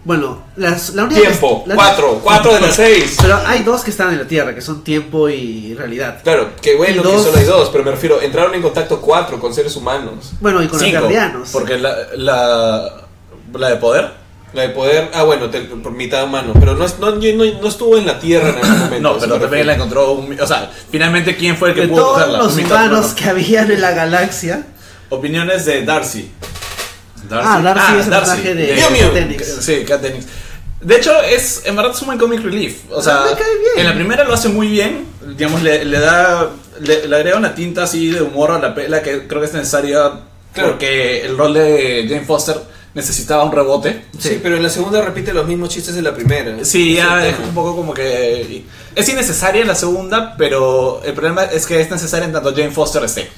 Speaker 4: bueno, las, la única.
Speaker 2: Tiempo,
Speaker 4: la-
Speaker 2: cuatro, cuatro de las seis.
Speaker 4: Pero hay dos que están en la Tierra, que son tiempo y realidad.
Speaker 2: Claro, que bueno
Speaker 4: Y
Speaker 2: que
Speaker 4: dos.
Speaker 2: solo hay dos, pero me refiero, entraron en contacto cuatro con seres humanos.
Speaker 4: Bueno, y con
Speaker 1: Cinco,
Speaker 4: los guardianos.
Speaker 1: Porque la, la, la de poder.
Speaker 2: La de poder, ah bueno, te- por mitad humano, pero no, es- no, yo no- no estuvo en la Tierra en algún momento.
Speaker 1: No,
Speaker 2: eso
Speaker 1: pero
Speaker 2: me
Speaker 1: también
Speaker 2: refiero.
Speaker 1: la encontró un... O sea, finalmente, ¿quién fue el que
Speaker 4: de
Speaker 1: pudo
Speaker 4: todos
Speaker 1: cogerla?
Speaker 4: los
Speaker 1: Un mitad
Speaker 4: humanos
Speaker 1: humano.
Speaker 4: que habían en la galaxia.
Speaker 1: Opiniones de Darcy. Darcy.
Speaker 4: Ah, Darcy es el personaje de-
Speaker 2: Mew Mew.
Speaker 1: Cat Dennings. Sí, Cat Dennings. De hecho, es, en verdad es un buen comic relief. O sea,
Speaker 4: me cae bien.
Speaker 1: en la primera lo hace muy bien. Digamos, le, le da. Le, le agrega una tinta así de humor a la pela que creo que es necesaria.
Speaker 2: Claro.
Speaker 1: Porque el rol de Jane Foster necesitaba un rebote.
Speaker 2: Sí, pero en la segunda repite los mismos chistes de la primera.
Speaker 1: Sí, ya
Speaker 2: Ese
Speaker 1: es
Speaker 2: tema.
Speaker 1: un poco como que. Es innecesaria en la segunda, pero el problema es que es necesaria en tanto Jane Foster esté.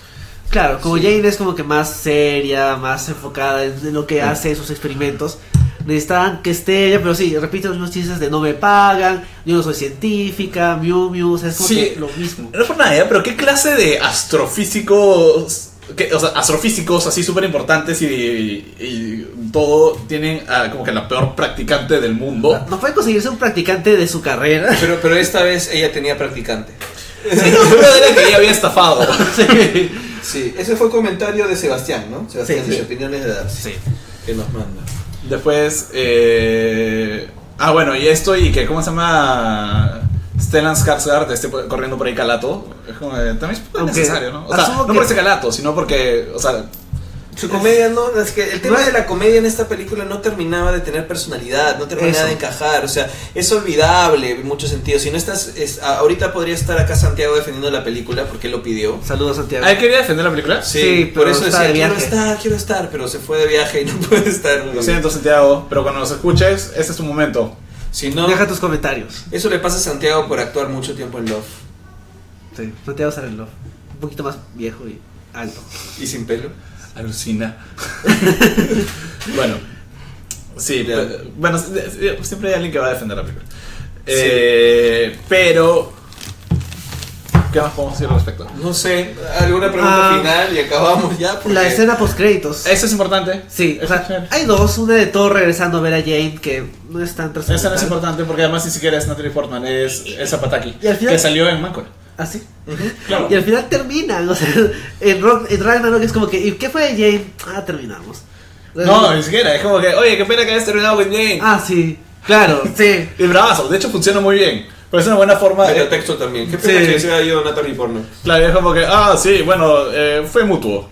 Speaker 4: Claro, como Jane es como que más seria, más enfocada en en lo que
Speaker 1: Ah.
Speaker 4: hace, sus experimentos. Necesitaban que esté ella, pero sí, repito los mismos chistes de no me pagan, yo no soy científica, Mew Mew, o sea, es como
Speaker 1: Sí.
Speaker 4: que lo mismo.
Speaker 1: No es por nada, ¿eh? pero ¿qué clase de astrofísicos, que- o sea, astrofísicos así súper importantes y, y- y todo tienen ah, como que la peor practicante del mundo?
Speaker 4: No puede conseguirse un practicante de su carrera.
Speaker 2: Pero, pero esta vez ella tenía practicante.
Speaker 1: Sí, no, pero era que ella había estafado.
Speaker 4: Sí.
Speaker 2: Sí, ese fue comentario de Sebastián, ¿no? Sebastián,
Speaker 4: Sí,
Speaker 2: de
Speaker 4: sí.
Speaker 2: opiniones de Darcy.
Speaker 4: Sí.
Speaker 2: Que nos manda.
Speaker 1: Después, eh, ah bueno, y esto y que, ¿cómo se llama? Stellan Skarsgård esté por- corriendo por ahí calato. Es como, eh, también es un poco
Speaker 4: Aunque
Speaker 1: necesario, ¿no? O sea,
Speaker 4: asumo
Speaker 1: no
Speaker 4: que-
Speaker 1: por ese calato, sino porque, o sea,
Speaker 2: Su comedia no, es que el tema
Speaker 4: No es-
Speaker 2: de la comedia en esta película no terminaba de tener personalidad, no terminaba
Speaker 4: Eso.
Speaker 2: de encajar, o sea, es olvidable en muchos sentidos. Si no estás, es- a- ahorita podría estar acá Santiago defendiendo la película porque él lo pidió.
Speaker 4: Saludos, Santiago.
Speaker 1: ¿ah, él quería defender la película?
Speaker 2: Sí,
Speaker 4: Sí,
Speaker 2: por
Speaker 4: pero
Speaker 2: eso
Speaker 4: está
Speaker 2: decía,
Speaker 4: de
Speaker 2: quiero
Speaker 4: viaje".
Speaker 2: estar, quiero estar, pero se fue de viaje y no puede estar.
Speaker 1: Lo siento, Santiago, pero cuando nos escuches, ese es tu momento.
Speaker 2: Si no,
Speaker 4: Deja tus comentarios.
Speaker 2: eso le pasa a Santiago por actuar mucho tiempo en Love
Speaker 4: Sí. Santiago Sarelov, un poquito más viejo y alto.
Speaker 2: y sin pelo.
Speaker 1: Alucina. bueno, sí,
Speaker 2: Ya.
Speaker 1: pe- bueno, s- de- siempre hay alguien que va a defender la película. Eh, pero, ¿qué más podemos decir al respecto?
Speaker 2: No sé, alguna pregunta
Speaker 4: Ah.
Speaker 2: final y acabamos ya. Porque...
Speaker 4: La escena post créditos.
Speaker 1: Eso es importante.
Speaker 4: Sí, o
Speaker 1: Eso
Speaker 4: sea, hay dos, una de Thor regresando a ver a Jane, que no es
Speaker 1: es- esa
Speaker 4: tan
Speaker 1: no es
Speaker 4: trascendental.
Speaker 1: importante porque además ni siquiera es Natalie Portman, es, es Zapataki,
Speaker 4: Y al final-
Speaker 1: que salió en Mancora.
Speaker 4: ¿Ah, sí?
Speaker 1: Claro.
Speaker 4: Y al final terminan, o sea, en, Rock, en Ragnarok es como que, ¿y qué fue de Jane? Ah, terminamos.
Speaker 1: No, ni siquiera, es como que, oye, qué pena que hayas terminado con Jane.
Speaker 4: Ah, sí, claro, sí.
Speaker 1: Y bravazo, de hecho funciona muy bien. Pero es una buena forma de...
Speaker 2: texto también. ¿Qué
Speaker 4: Sí.
Speaker 2: pena que sea yo Natalie Porno?
Speaker 1: Claro, es como que, ah, sí, bueno, eh, fue mutuo.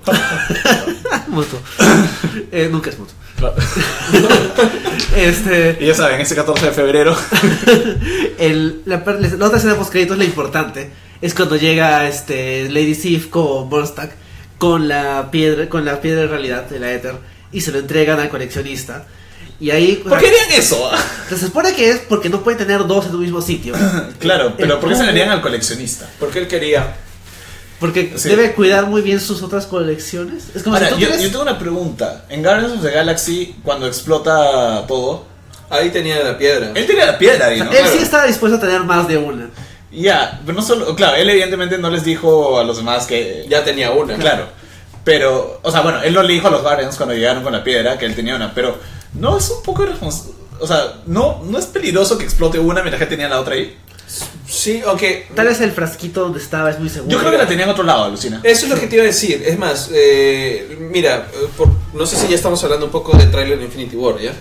Speaker 4: Mutuo. Eh, nunca es mutuo.
Speaker 1: Claro.
Speaker 4: Este,
Speaker 1: Y ya saben, ese 14 de febrero.
Speaker 4: el, la, per- la otra escena post créditos, la importante, es cuando llega este Lady Sif con Bonstack con la piedra, con la piedra de realidad de la Ether y se lo entregan al coleccionista. Y ahí
Speaker 1: ¿Por qué harían eso?
Speaker 4: se supone que es porque no pueden tener dos en un mismo sitio.
Speaker 1: Claro, pero ¿por qué se le harían al coleccionista?
Speaker 2: Porque él quería.
Speaker 4: Porque
Speaker 1: Sí.
Speaker 4: debe cuidar muy bien sus otras colecciones. Es como
Speaker 1: Ahora,
Speaker 4: si tú
Speaker 1: yo,
Speaker 4: tienes-
Speaker 1: yo tengo una pregunta. En Guardians of the Galaxy, cuando explota todo,
Speaker 2: Ahí tenía la piedra.
Speaker 1: él tenía la piedra ahí, ¿no?
Speaker 4: Él
Speaker 1: Claro.
Speaker 4: sí estaba dispuesto a tener más de una.
Speaker 1: Ya, pero no solo. Claro, él evidentemente no les dijo a los demás que.
Speaker 2: Ya tenía una.
Speaker 1: Claro. Pero, o sea, bueno, él no le dijo a los Guardians cuando llegaron con la piedra que él tenía una, pero no es un poco irresponsable. O sea, no, no es peligroso que explote una mientras que tenía la otra ahí.
Speaker 2: Sí, aunque.
Speaker 4: Tal vez el frasquito donde estaba es muy seguro.
Speaker 1: Yo creo que la tenía en otro lado, Lucina.
Speaker 2: Eso es lo que te iba a decir. Es más, eh, mira, eh, por- no sé si ya estamos hablando un poco del tráiler de Infinity War, ¿ya?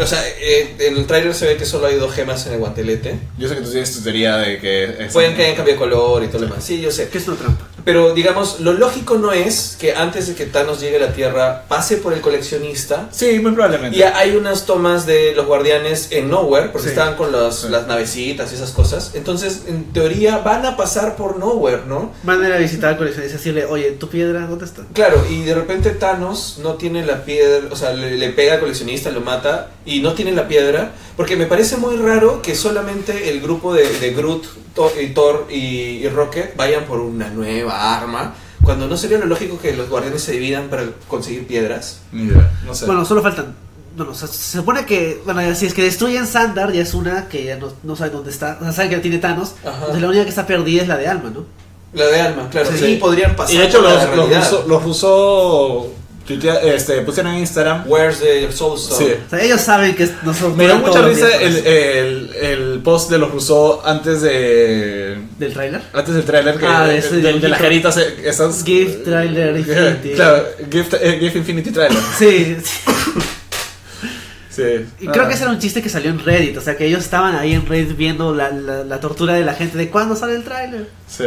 Speaker 2: O sea, eh, en el tráiler se ve que solo hay dos gemas en el guantelete.
Speaker 1: Yo sé que tú tienes tu teoría de que. es-
Speaker 2: Pueden que hayan cambiado de color y todo lo demás. Sí, yo sé.
Speaker 4: Que es una trampa.
Speaker 2: Pero digamos, lo lógico no es que antes de que Thanos llegue a la Tierra pase por el coleccionista.
Speaker 1: Sí, muy probablemente.
Speaker 2: Y hay unas tomas de los guardianes en Nowhere, porque
Speaker 1: Sí.
Speaker 2: estaban con los-
Speaker 1: Sí.
Speaker 2: las navecitas y esas cosas. Entonces, en teoría, van a pasar por Nowhere, ¿no?
Speaker 4: Van a ir a visitar al coleccionista y decirle, oye, ¿tu piedra dónde está?
Speaker 2: Claro, y de repente Thanos no tiene la piedra, o sea, le, le pega al coleccionista, lo mata, y no tiene la piedra, porque me parece muy raro que solamente el grupo de, de Groot, Thor y, Thor y, y Rocket vayan por una nueva arma, cuando no sería lo lógico que los guardianes se dividan para conseguir piedras.
Speaker 1: Ni idea, no sé.
Speaker 4: Bueno, solo faltan... Bueno, o sea, se supone que... Bueno, si es que destruyen Sandar, ya es una que ya no, no saben dónde está. O sea, saben que la tiene Thanos.
Speaker 2: Ajá.
Speaker 4: Entonces la única que está perdida es la de Alma, ¿no?
Speaker 2: La de arma, claro.
Speaker 1: Sí.
Speaker 2: Sí, podrían pasar.
Speaker 1: Y de hecho,
Speaker 2: por la
Speaker 1: los, los
Speaker 2: realidad.
Speaker 1: rusos los ruso tuitea- este, pusieron en Instagram.
Speaker 2: Where's the Soul Stone?
Speaker 1: Sí.
Speaker 4: O sea, ellos saben que no son...
Speaker 1: Me dio
Speaker 4: no
Speaker 1: mucha
Speaker 4: todos los
Speaker 1: risa el,
Speaker 4: miércoles.
Speaker 1: el- el post de los rusos antes de.
Speaker 4: ¿Del tráiler?
Speaker 1: Antes del trailer, que,
Speaker 4: Ah, de
Speaker 1: de,
Speaker 4: ese
Speaker 1: de- de
Speaker 4: dibujito.
Speaker 1: las caritas eh, esas.
Speaker 4: Gift Trailer Infinity.
Speaker 1: Claro, Gift, eh, Gift Infinity Trailer.
Speaker 4: Sí, sí.
Speaker 1: Sí.
Speaker 4: Y creo
Speaker 1: Ah.
Speaker 4: que ese era un chiste que salió en Reddit, o sea que ellos estaban ahí en Reddit viendo la, la- la tortura de la gente de cuándo sale el tráiler.
Speaker 1: Sí.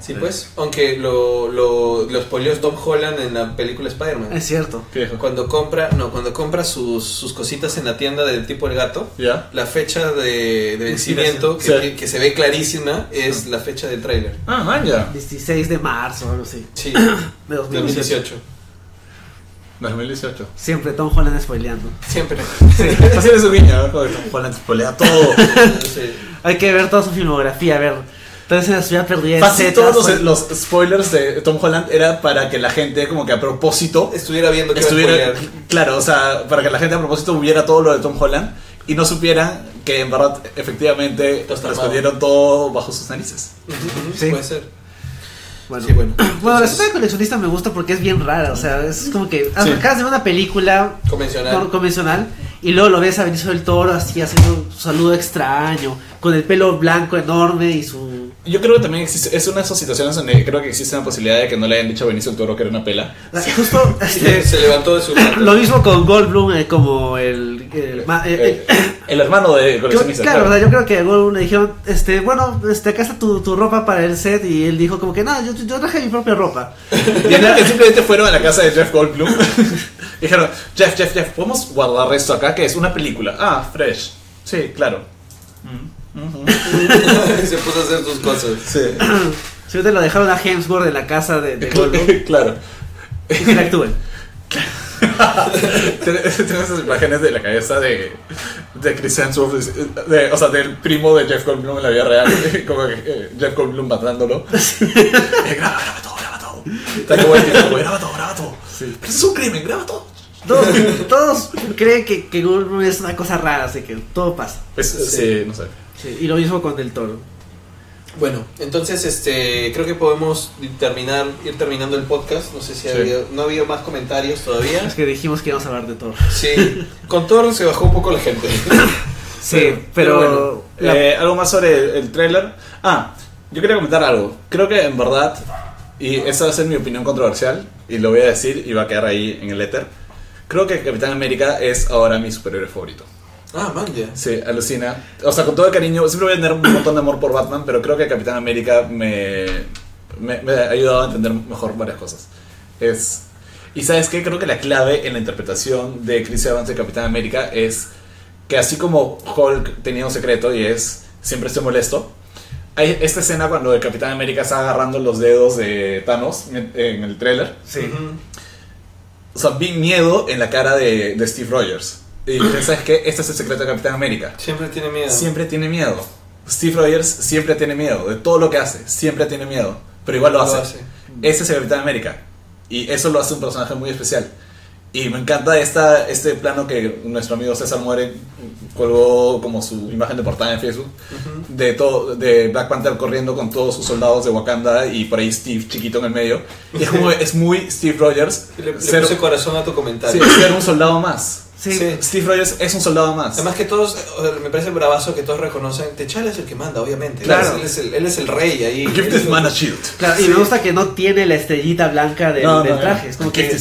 Speaker 2: Sí, pues, aunque lo, lo, lo spoileó Tom Holland en la película Spider-Man.
Speaker 4: Es cierto.
Speaker 1: ¿Qué dijo?
Speaker 2: Cuando compra, no, cuando compra sus, sus cositas en la tienda del tipo el gato,
Speaker 1: ¿Ya?
Speaker 2: la fecha de, de vencimiento que,
Speaker 1: Sí.
Speaker 2: que- que se ve clarísima es la fecha del tráiler.
Speaker 1: Ah, man, ya.
Speaker 4: 16 de marzo, algo así.
Speaker 2: Sí,
Speaker 4: De 2018.
Speaker 2: 2018.
Speaker 1: 2018.
Speaker 4: Siempre Tom Holland spoileando.
Speaker 2: Siempre.
Speaker 1: Así es un guiño, ¿no? Joder, Holland spoilea todo.
Speaker 2: Entonces,
Speaker 4: Hay que ver toda su filmografía, a ver. Entonces en la ciudad perdida.
Speaker 1: Fácil,
Speaker 4: etcétera,
Speaker 1: todos los,
Speaker 4: spoil-
Speaker 1: los spoilers de Tom Holland era para que la gente, como que a propósito,
Speaker 2: estuviera viendo que va a
Speaker 1: estuviera.
Speaker 2: spoilear.
Speaker 1: Claro, o sea, para que la gente a propósito hubiera todo lo de Tom Holland y no supieran que en verdad efectivamente
Speaker 2: Está tapado.
Speaker 1: escondieron todo bajo sus narices.
Speaker 2: Ujú, ujú,
Speaker 4: Sí.
Speaker 2: Puede ser.
Speaker 4: Bueno.
Speaker 2: Sí, bueno.
Speaker 4: Bueno, la
Speaker 2: Entonces,
Speaker 4: cinta de coleccionista me gusta porque es bien rara, o sea, es como que ah,
Speaker 1: Sí.
Speaker 4: acabas de ver una película
Speaker 2: Convencional.
Speaker 4: cor- convencional y luego lo ves a Benicio del Toro así haciendo un saludo extraño, con el pelo blanco enorme y su...
Speaker 1: Yo creo que también existe, es una de esas situaciones donde creo que existe la posibilidad de que no le hayan dicho a Benicio del Toro que era una pela.
Speaker 4: Justo este,
Speaker 2: se levantó de su cuarto.
Speaker 4: lo mismo con Goldblum eh, como el... el ma- eh,
Speaker 1: Eh, el hermano de
Speaker 4: Yo-
Speaker 1: coleccionista.
Speaker 4: claro, o sea, yo creo que a Goldblum le dijeron, este, bueno, este, acá está tu, tu ropa para el set y él dijo como que, no, yo, yo traje mi propia ropa.
Speaker 1: Y en- que simplemente fueron a la casa de Jeff Goldblum. Dijeron, Jeff, Jeff, Jeff, ¿podemos guardar esto acá? Que es una película. Ah, fresh. Sí, claro. Mm,
Speaker 2: se puso a hacer sus cosas.
Speaker 1: Sí.
Speaker 4: Si no te lo dejaron a Hemsworth en la casa de, de Goldblum
Speaker 1: claro.
Speaker 4: y que la actúen.
Speaker 1: Tienes esas imágenes de la cabeza de, de Chris Hemsworth, de- o sea, del primo de Jeff Goldblum en la vida real, como que eh, Jeff Goldblum matándolo. Eh, graba, graba todo, graba todo. Está como el tipo, graba todo, graba todo. Pero es un crimen, graba todo.
Speaker 4: Todos, todos creen que, que Goldblum es una cosa rara, así que todo pasa.
Speaker 1: Es- eh, sí, no sé.
Speaker 4: Sí, y lo mismo con Del Toro.
Speaker 2: Bueno, entonces este creo que podemos terminar ir terminando el podcast. No sé si ha
Speaker 1: Sí.
Speaker 2: habido, no ha habido más comentarios todavía.
Speaker 4: Es que dijimos que íbamos a hablar de Thor.
Speaker 2: Sí, con Thor se bajó un poco la gente.
Speaker 4: Sí, pero,
Speaker 1: bueno,
Speaker 4: la-
Speaker 1: eh, algo más sobre el, el tráiler. Ah, yo quería comentar algo. Creo que en verdad, y esa va a ser mi opinión controversial, y lo voy a decir y va a quedar ahí en el éter. Creo que Capitán América es ahora mi superhéroe favorito.
Speaker 2: Ah, man, ya.
Speaker 1: Sí, alucina. O sea, con todo el cariño, siempre voy a tener un montón de amor por Batman, pero creo que Capitán América me, me, me ha ayudado a entender mejor varias cosas. Es, y sabes qué, creo que la clave en la interpretación de Chris Evans de Capitán América es que así como Hulk tenía un secreto y es, siempre estoy molesto, hay esta escena cuando el Capitán América está agarrando los dedos de Thanos en en el tráiler.
Speaker 4: sí.
Speaker 2: Ujú.
Speaker 1: O sea, vi miedo en la cara de, de Steve Rogers. Y dije, ¿sabes qué? Este es el secreto de Capitán América
Speaker 2: Siempre tiene miedo.
Speaker 1: siempre tiene miedo. Steve Rogers siempre tiene miedo. De todo lo que hace, siempre tiene miedo. Pero igual lo
Speaker 2: Lo
Speaker 1: hace.
Speaker 2: hace.
Speaker 1: Ese es el Capitán América. Y eso lo hace un personaje muy especial. Y me encanta esta, este plano que nuestro amigo César More colgó como su imagen de portada en Facebook.
Speaker 2: Ujú.
Speaker 1: De, todo, de Black Panther corriendo con todos sus soldados de Wakanda y por ahí Steve chiquito en el medio. Y es, como- es muy Steve Rogers
Speaker 2: Le, le
Speaker 1: ser,
Speaker 2: puse corazón a tu
Speaker 1: sí,
Speaker 2: comentario.
Speaker 1: ser un soldado más.
Speaker 4: Sí.
Speaker 2: Sí.
Speaker 1: Steve Rogers es un soldado más.
Speaker 2: Además que todos, o sea, me parece bravazo que todos reconocen, Techala es el que manda, obviamente.
Speaker 1: Claro.
Speaker 2: Él es el, él es el rey ahí.
Speaker 1: Give
Speaker 2: Él
Speaker 1: this
Speaker 2: es-
Speaker 1: man a shield.
Speaker 4: Claro, y me gusta que no tiene la estrellita blanca del, del traje. Es como que
Speaker 1: Este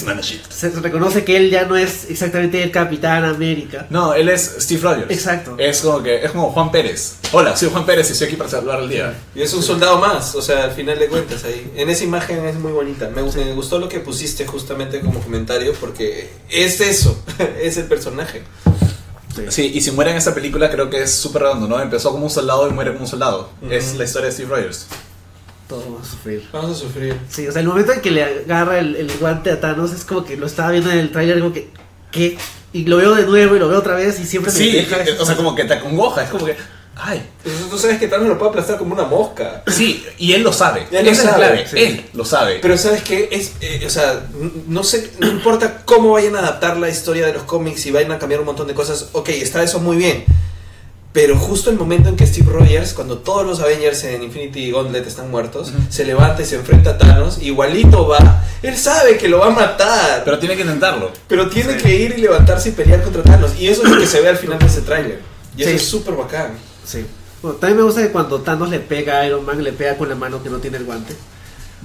Speaker 4: se reconoce que él ya no es exactamente el Capitán América.
Speaker 1: No, él es Steve Rogers.
Speaker 4: Exacto.
Speaker 1: Es como que es como Juan Pérez. Hola, soy Juan Pérez y estoy aquí para salvar el día.
Speaker 2: Y es un soldado más, o sea, al final de cuentas ahí. En esa imagen es muy bonita. Me, gu- me gustó lo que pusiste justamente como comentario porque es eso, es el personaje.
Speaker 1: Sí, y si muere en esa película creo que es súper redondo, ¿no? Empezó como un soldado y muere como un soldado.
Speaker 2: Ujú.
Speaker 1: Es la historia de Steve Rogers.
Speaker 4: Todos vamos a sufrir.
Speaker 2: Vamos a sufrir.
Speaker 4: Sí, o sea, el momento en que le agarra el, el guante a Thanos es como que lo estaba viendo en el tráiler como que, ¿qué? Y lo veo de nuevo y lo veo otra vez y siempre me
Speaker 1: Sí,
Speaker 4: deja
Speaker 1: es que- o sea, como que te acongoja, es como que... Ay.
Speaker 2: Entonces, Pues, Tú sabes que Thanos lo puede aplastar como una mosca.
Speaker 1: Sí, y él lo sabe.
Speaker 2: Él
Speaker 1: Esa
Speaker 2: lo
Speaker 1: es la
Speaker 2: sabe,
Speaker 1: clave.
Speaker 4: sí.
Speaker 1: Él lo sabe.
Speaker 2: Pero sabes que es, eh, o sea, n- no sé, no importa cómo vayan a adaptar la historia de los cómics y vayan a cambiar un montón de cosas. Ok, está eso muy bien. Pero justo el momento en que Steve Rogers, cuando todos los Avengers en Infinity Gauntlet están muertos, se levanta y se enfrenta a Thanos, igualito va. Él sabe que lo va a matar.
Speaker 1: Pero tiene que intentarlo.
Speaker 2: Pero tiene que ir y levantarse y pelear contra Thanos. Y eso es lo que se ve al final de ese tráiler. Y eso
Speaker 4: Sí.
Speaker 2: es súper bacán.
Speaker 4: Sí. Bueno, también me gusta que cuando Thanos le pega a Iron Man, le pega con la mano que no tiene el guante.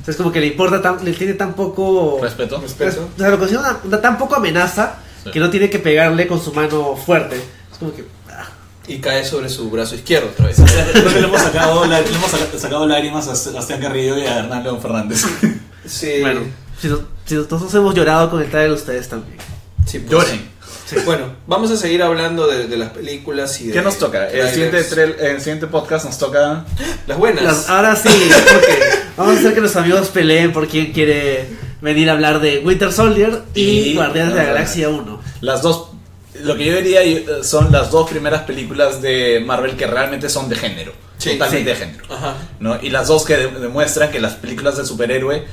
Speaker 4: O sea, es como que le importa, tan, le tiene tan poco...
Speaker 1: Respeto.
Speaker 2: Respeto.
Speaker 4: O sea, lo considera una, una tan poco amenaza
Speaker 1: Sí.
Speaker 4: que no tiene que pegarle con su mano fuerte. Es como que... ah,
Speaker 2: Y cae sobre su brazo izquierdo otra vez.
Speaker 1: Creo que le hemos sacado, la- le hemos saca- sacado lágrimas a Sebastián Carrillo y a Hernán León Fernández.
Speaker 2: Sí.
Speaker 4: Bueno, eh, si, no- si nosotros hemos llorado con el trailer, ustedes también.
Speaker 2: sí, pues.
Speaker 1: Lloren.
Speaker 2: Sí. Bueno, vamos a seguir hablando de, de las películas y de
Speaker 1: ¿Qué nos toca? El
Speaker 2: trailers.
Speaker 1: siguiente, trail- el siguiente podcast nos toca.
Speaker 2: Las buenas.
Speaker 4: Las- ahora sí, porque vamos a hacer que los amigos peleen por quién quiere venir a hablar de Winter Soldier y,
Speaker 1: Y-
Speaker 4: Guardianes de la
Speaker 1: Ajá.
Speaker 4: Galaxia 1.
Speaker 1: Las dos. Lo que yo diría eh, son las dos primeras películas de Marvel que realmente son de género.
Speaker 2: Sí,
Speaker 1: totalmente
Speaker 4: sí.
Speaker 1: de género.
Speaker 2: Ajá.
Speaker 1: ¿no? Y las dos que de- demuestran que las películas de superhéroe.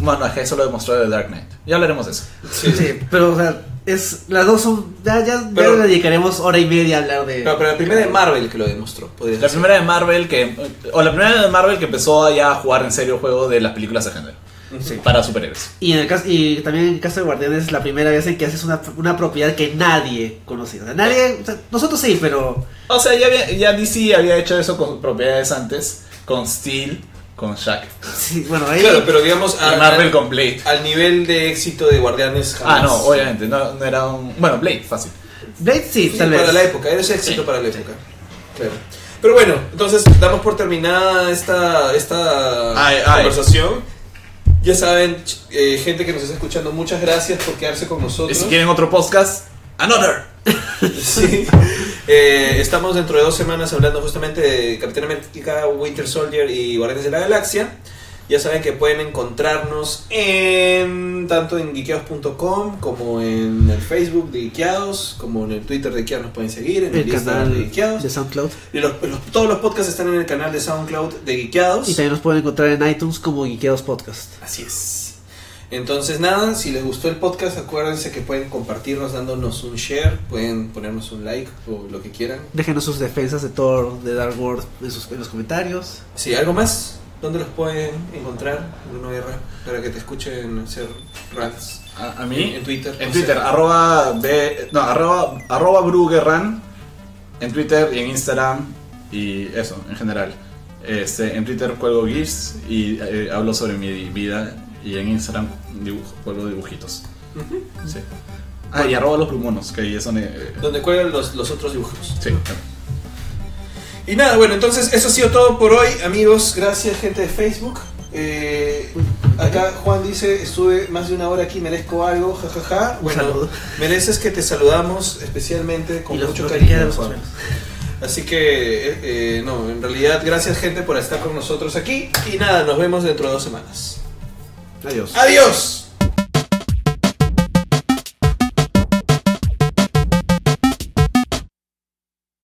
Speaker 1: Bueno, es que eso lo demostró The Dark Knight. Ya hablaremos de eso.
Speaker 2: Sí.
Speaker 4: Sí, pero o sea, es, las dos son. Ya, ya, ya
Speaker 2: Pero-
Speaker 4: le dedicaremos hora y media a hablar de.
Speaker 2: Pero, pero la primera de Marvel que lo demostró. podría
Speaker 1: La
Speaker 2: ser.
Speaker 1: primera de Marvel que. O la primera de Marvel que empezó ya a jugar en serio el juego de las películas de género.
Speaker 4: Sí.
Speaker 1: Para superhéroes.
Speaker 4: Y, en el caso, y también en el caso de Guardianes es la primera vez en que haces una, una propiedad que nadie conocía. O sea, nadie, o sea, nosotros sí, pero
Speaker 1: O sea, ya, había- ya DC había hecho eso con propiedades antes. Con Steel, con Shaq.
Speaker 4: sí, bueno, ahí
Speaker 2: Claro, pero digamos a-
Speaker 1: Y Marvel con Blade.
Speaker 2: al nivel de éxito de Guardianes jamás.
Speaker 1: Ah, no, obviamente. No, no era un. Bueno, Blade, fácil.
Speaker 4: Blade sí,
Speaker 2: Sí,
Speaker 4: tal
Speaker 2: para
Speaker 4: vez.
Speaker 2: la época, era ese éxito
Speaker 1: Sí.
Speaker 2: para la época. Claro. Pero bueno, entonces damos por terminada esta, esta
Speaker 1: Ay, ay.
Speaker 2: conversación. Ya saben, ch- eh, gente que nos está escuchando, muchas gracias por quedarse con
Speaker 1: Y
Speaker 2: nosotros.
Speaker 1: si quieren otro podcast, Another.
Speaker 2: Sí. Eh, estamos dentro de dos semanas hablando justamente de Capitán América, Winter Soldier y Guardianes de la Galaxia. Ya saben que pueden encontrarnos en tanto en geekeados.com como en el Facebook de Geekeados, como en el Twitter de Geekeados nos pueden seguir, en el,
Speaker 4: El
Speaker 2: Instagram de
Speaker 4: canal
Speaker 2: Geekeados.
Speaker 4: de SoundCloud.
Speaker 2: Y los- los- todos los podcasts están en el canal de SoundCloud de Geekeados.
Speaker 4: Y también nos pueden encontrar en iTunes como Geekeados Podcast.
Speaker 2: Así es. Entonces nada, si les gustó el podcast, acuérdense que pueden compartirnos dándonos un share, pueden ponernos un like o lo que quieran.
Speaker 4: Déjenos sus defensas de Thor, de Dark World en, sus- en los comentarios.
Speaker 2: Sí, ¿algo más? ¿Dónde los pueden encontrar, Bruno Guerra? Para que te escuchen hacer rants.
Speaker 1: A, a
Speaker 2: En, en Twitter.
Speaker 1: En
Speaker 2: no
Speaker 1: Twitter,
Speaker 2: sé.
Speaker 1: arroba, B- no, arroba, arroba Bruguerran. En Twitter y en Instagram. Y eso, en general. Este, en Twitter cuelgo GIFs y eh, hablo sobre mi vida. Y en Instagram dibujo, cuelgo dibujitos. Sí. Ah, y arroba los plumonos, que ahí son. eh,
Speaker 2: Donde cuelgan los, los otros dibujos.
Speaker 1: sí.
Speaker 2: Y nada, bueno, entonces eso ha sido todo por hoy, amigos. Gracias, gente de Facebook. Eh, acá Juan dice, estuve más de una hora aquí, merezco algo, jajaja. Bueno,
Speaker 4: saludo.
Speaker 2: mereces que te saludamos especialmente con
Speaker 4: y los
Speaker 2: mucho
Speaker 4: lo que queda de
Speaker 2: cariño,
Speaker 4: los
Speaker 2: Juan.
Speaker 4: menos.
Speaker 2: Así que, eh, eh, no, en realidad, gracias, gente, por estar con nosotros aquí. Y nada, nos vemos dentro de dos semanas.
Speaker 1: Adiós.
Speaker 2: ¡Adiós!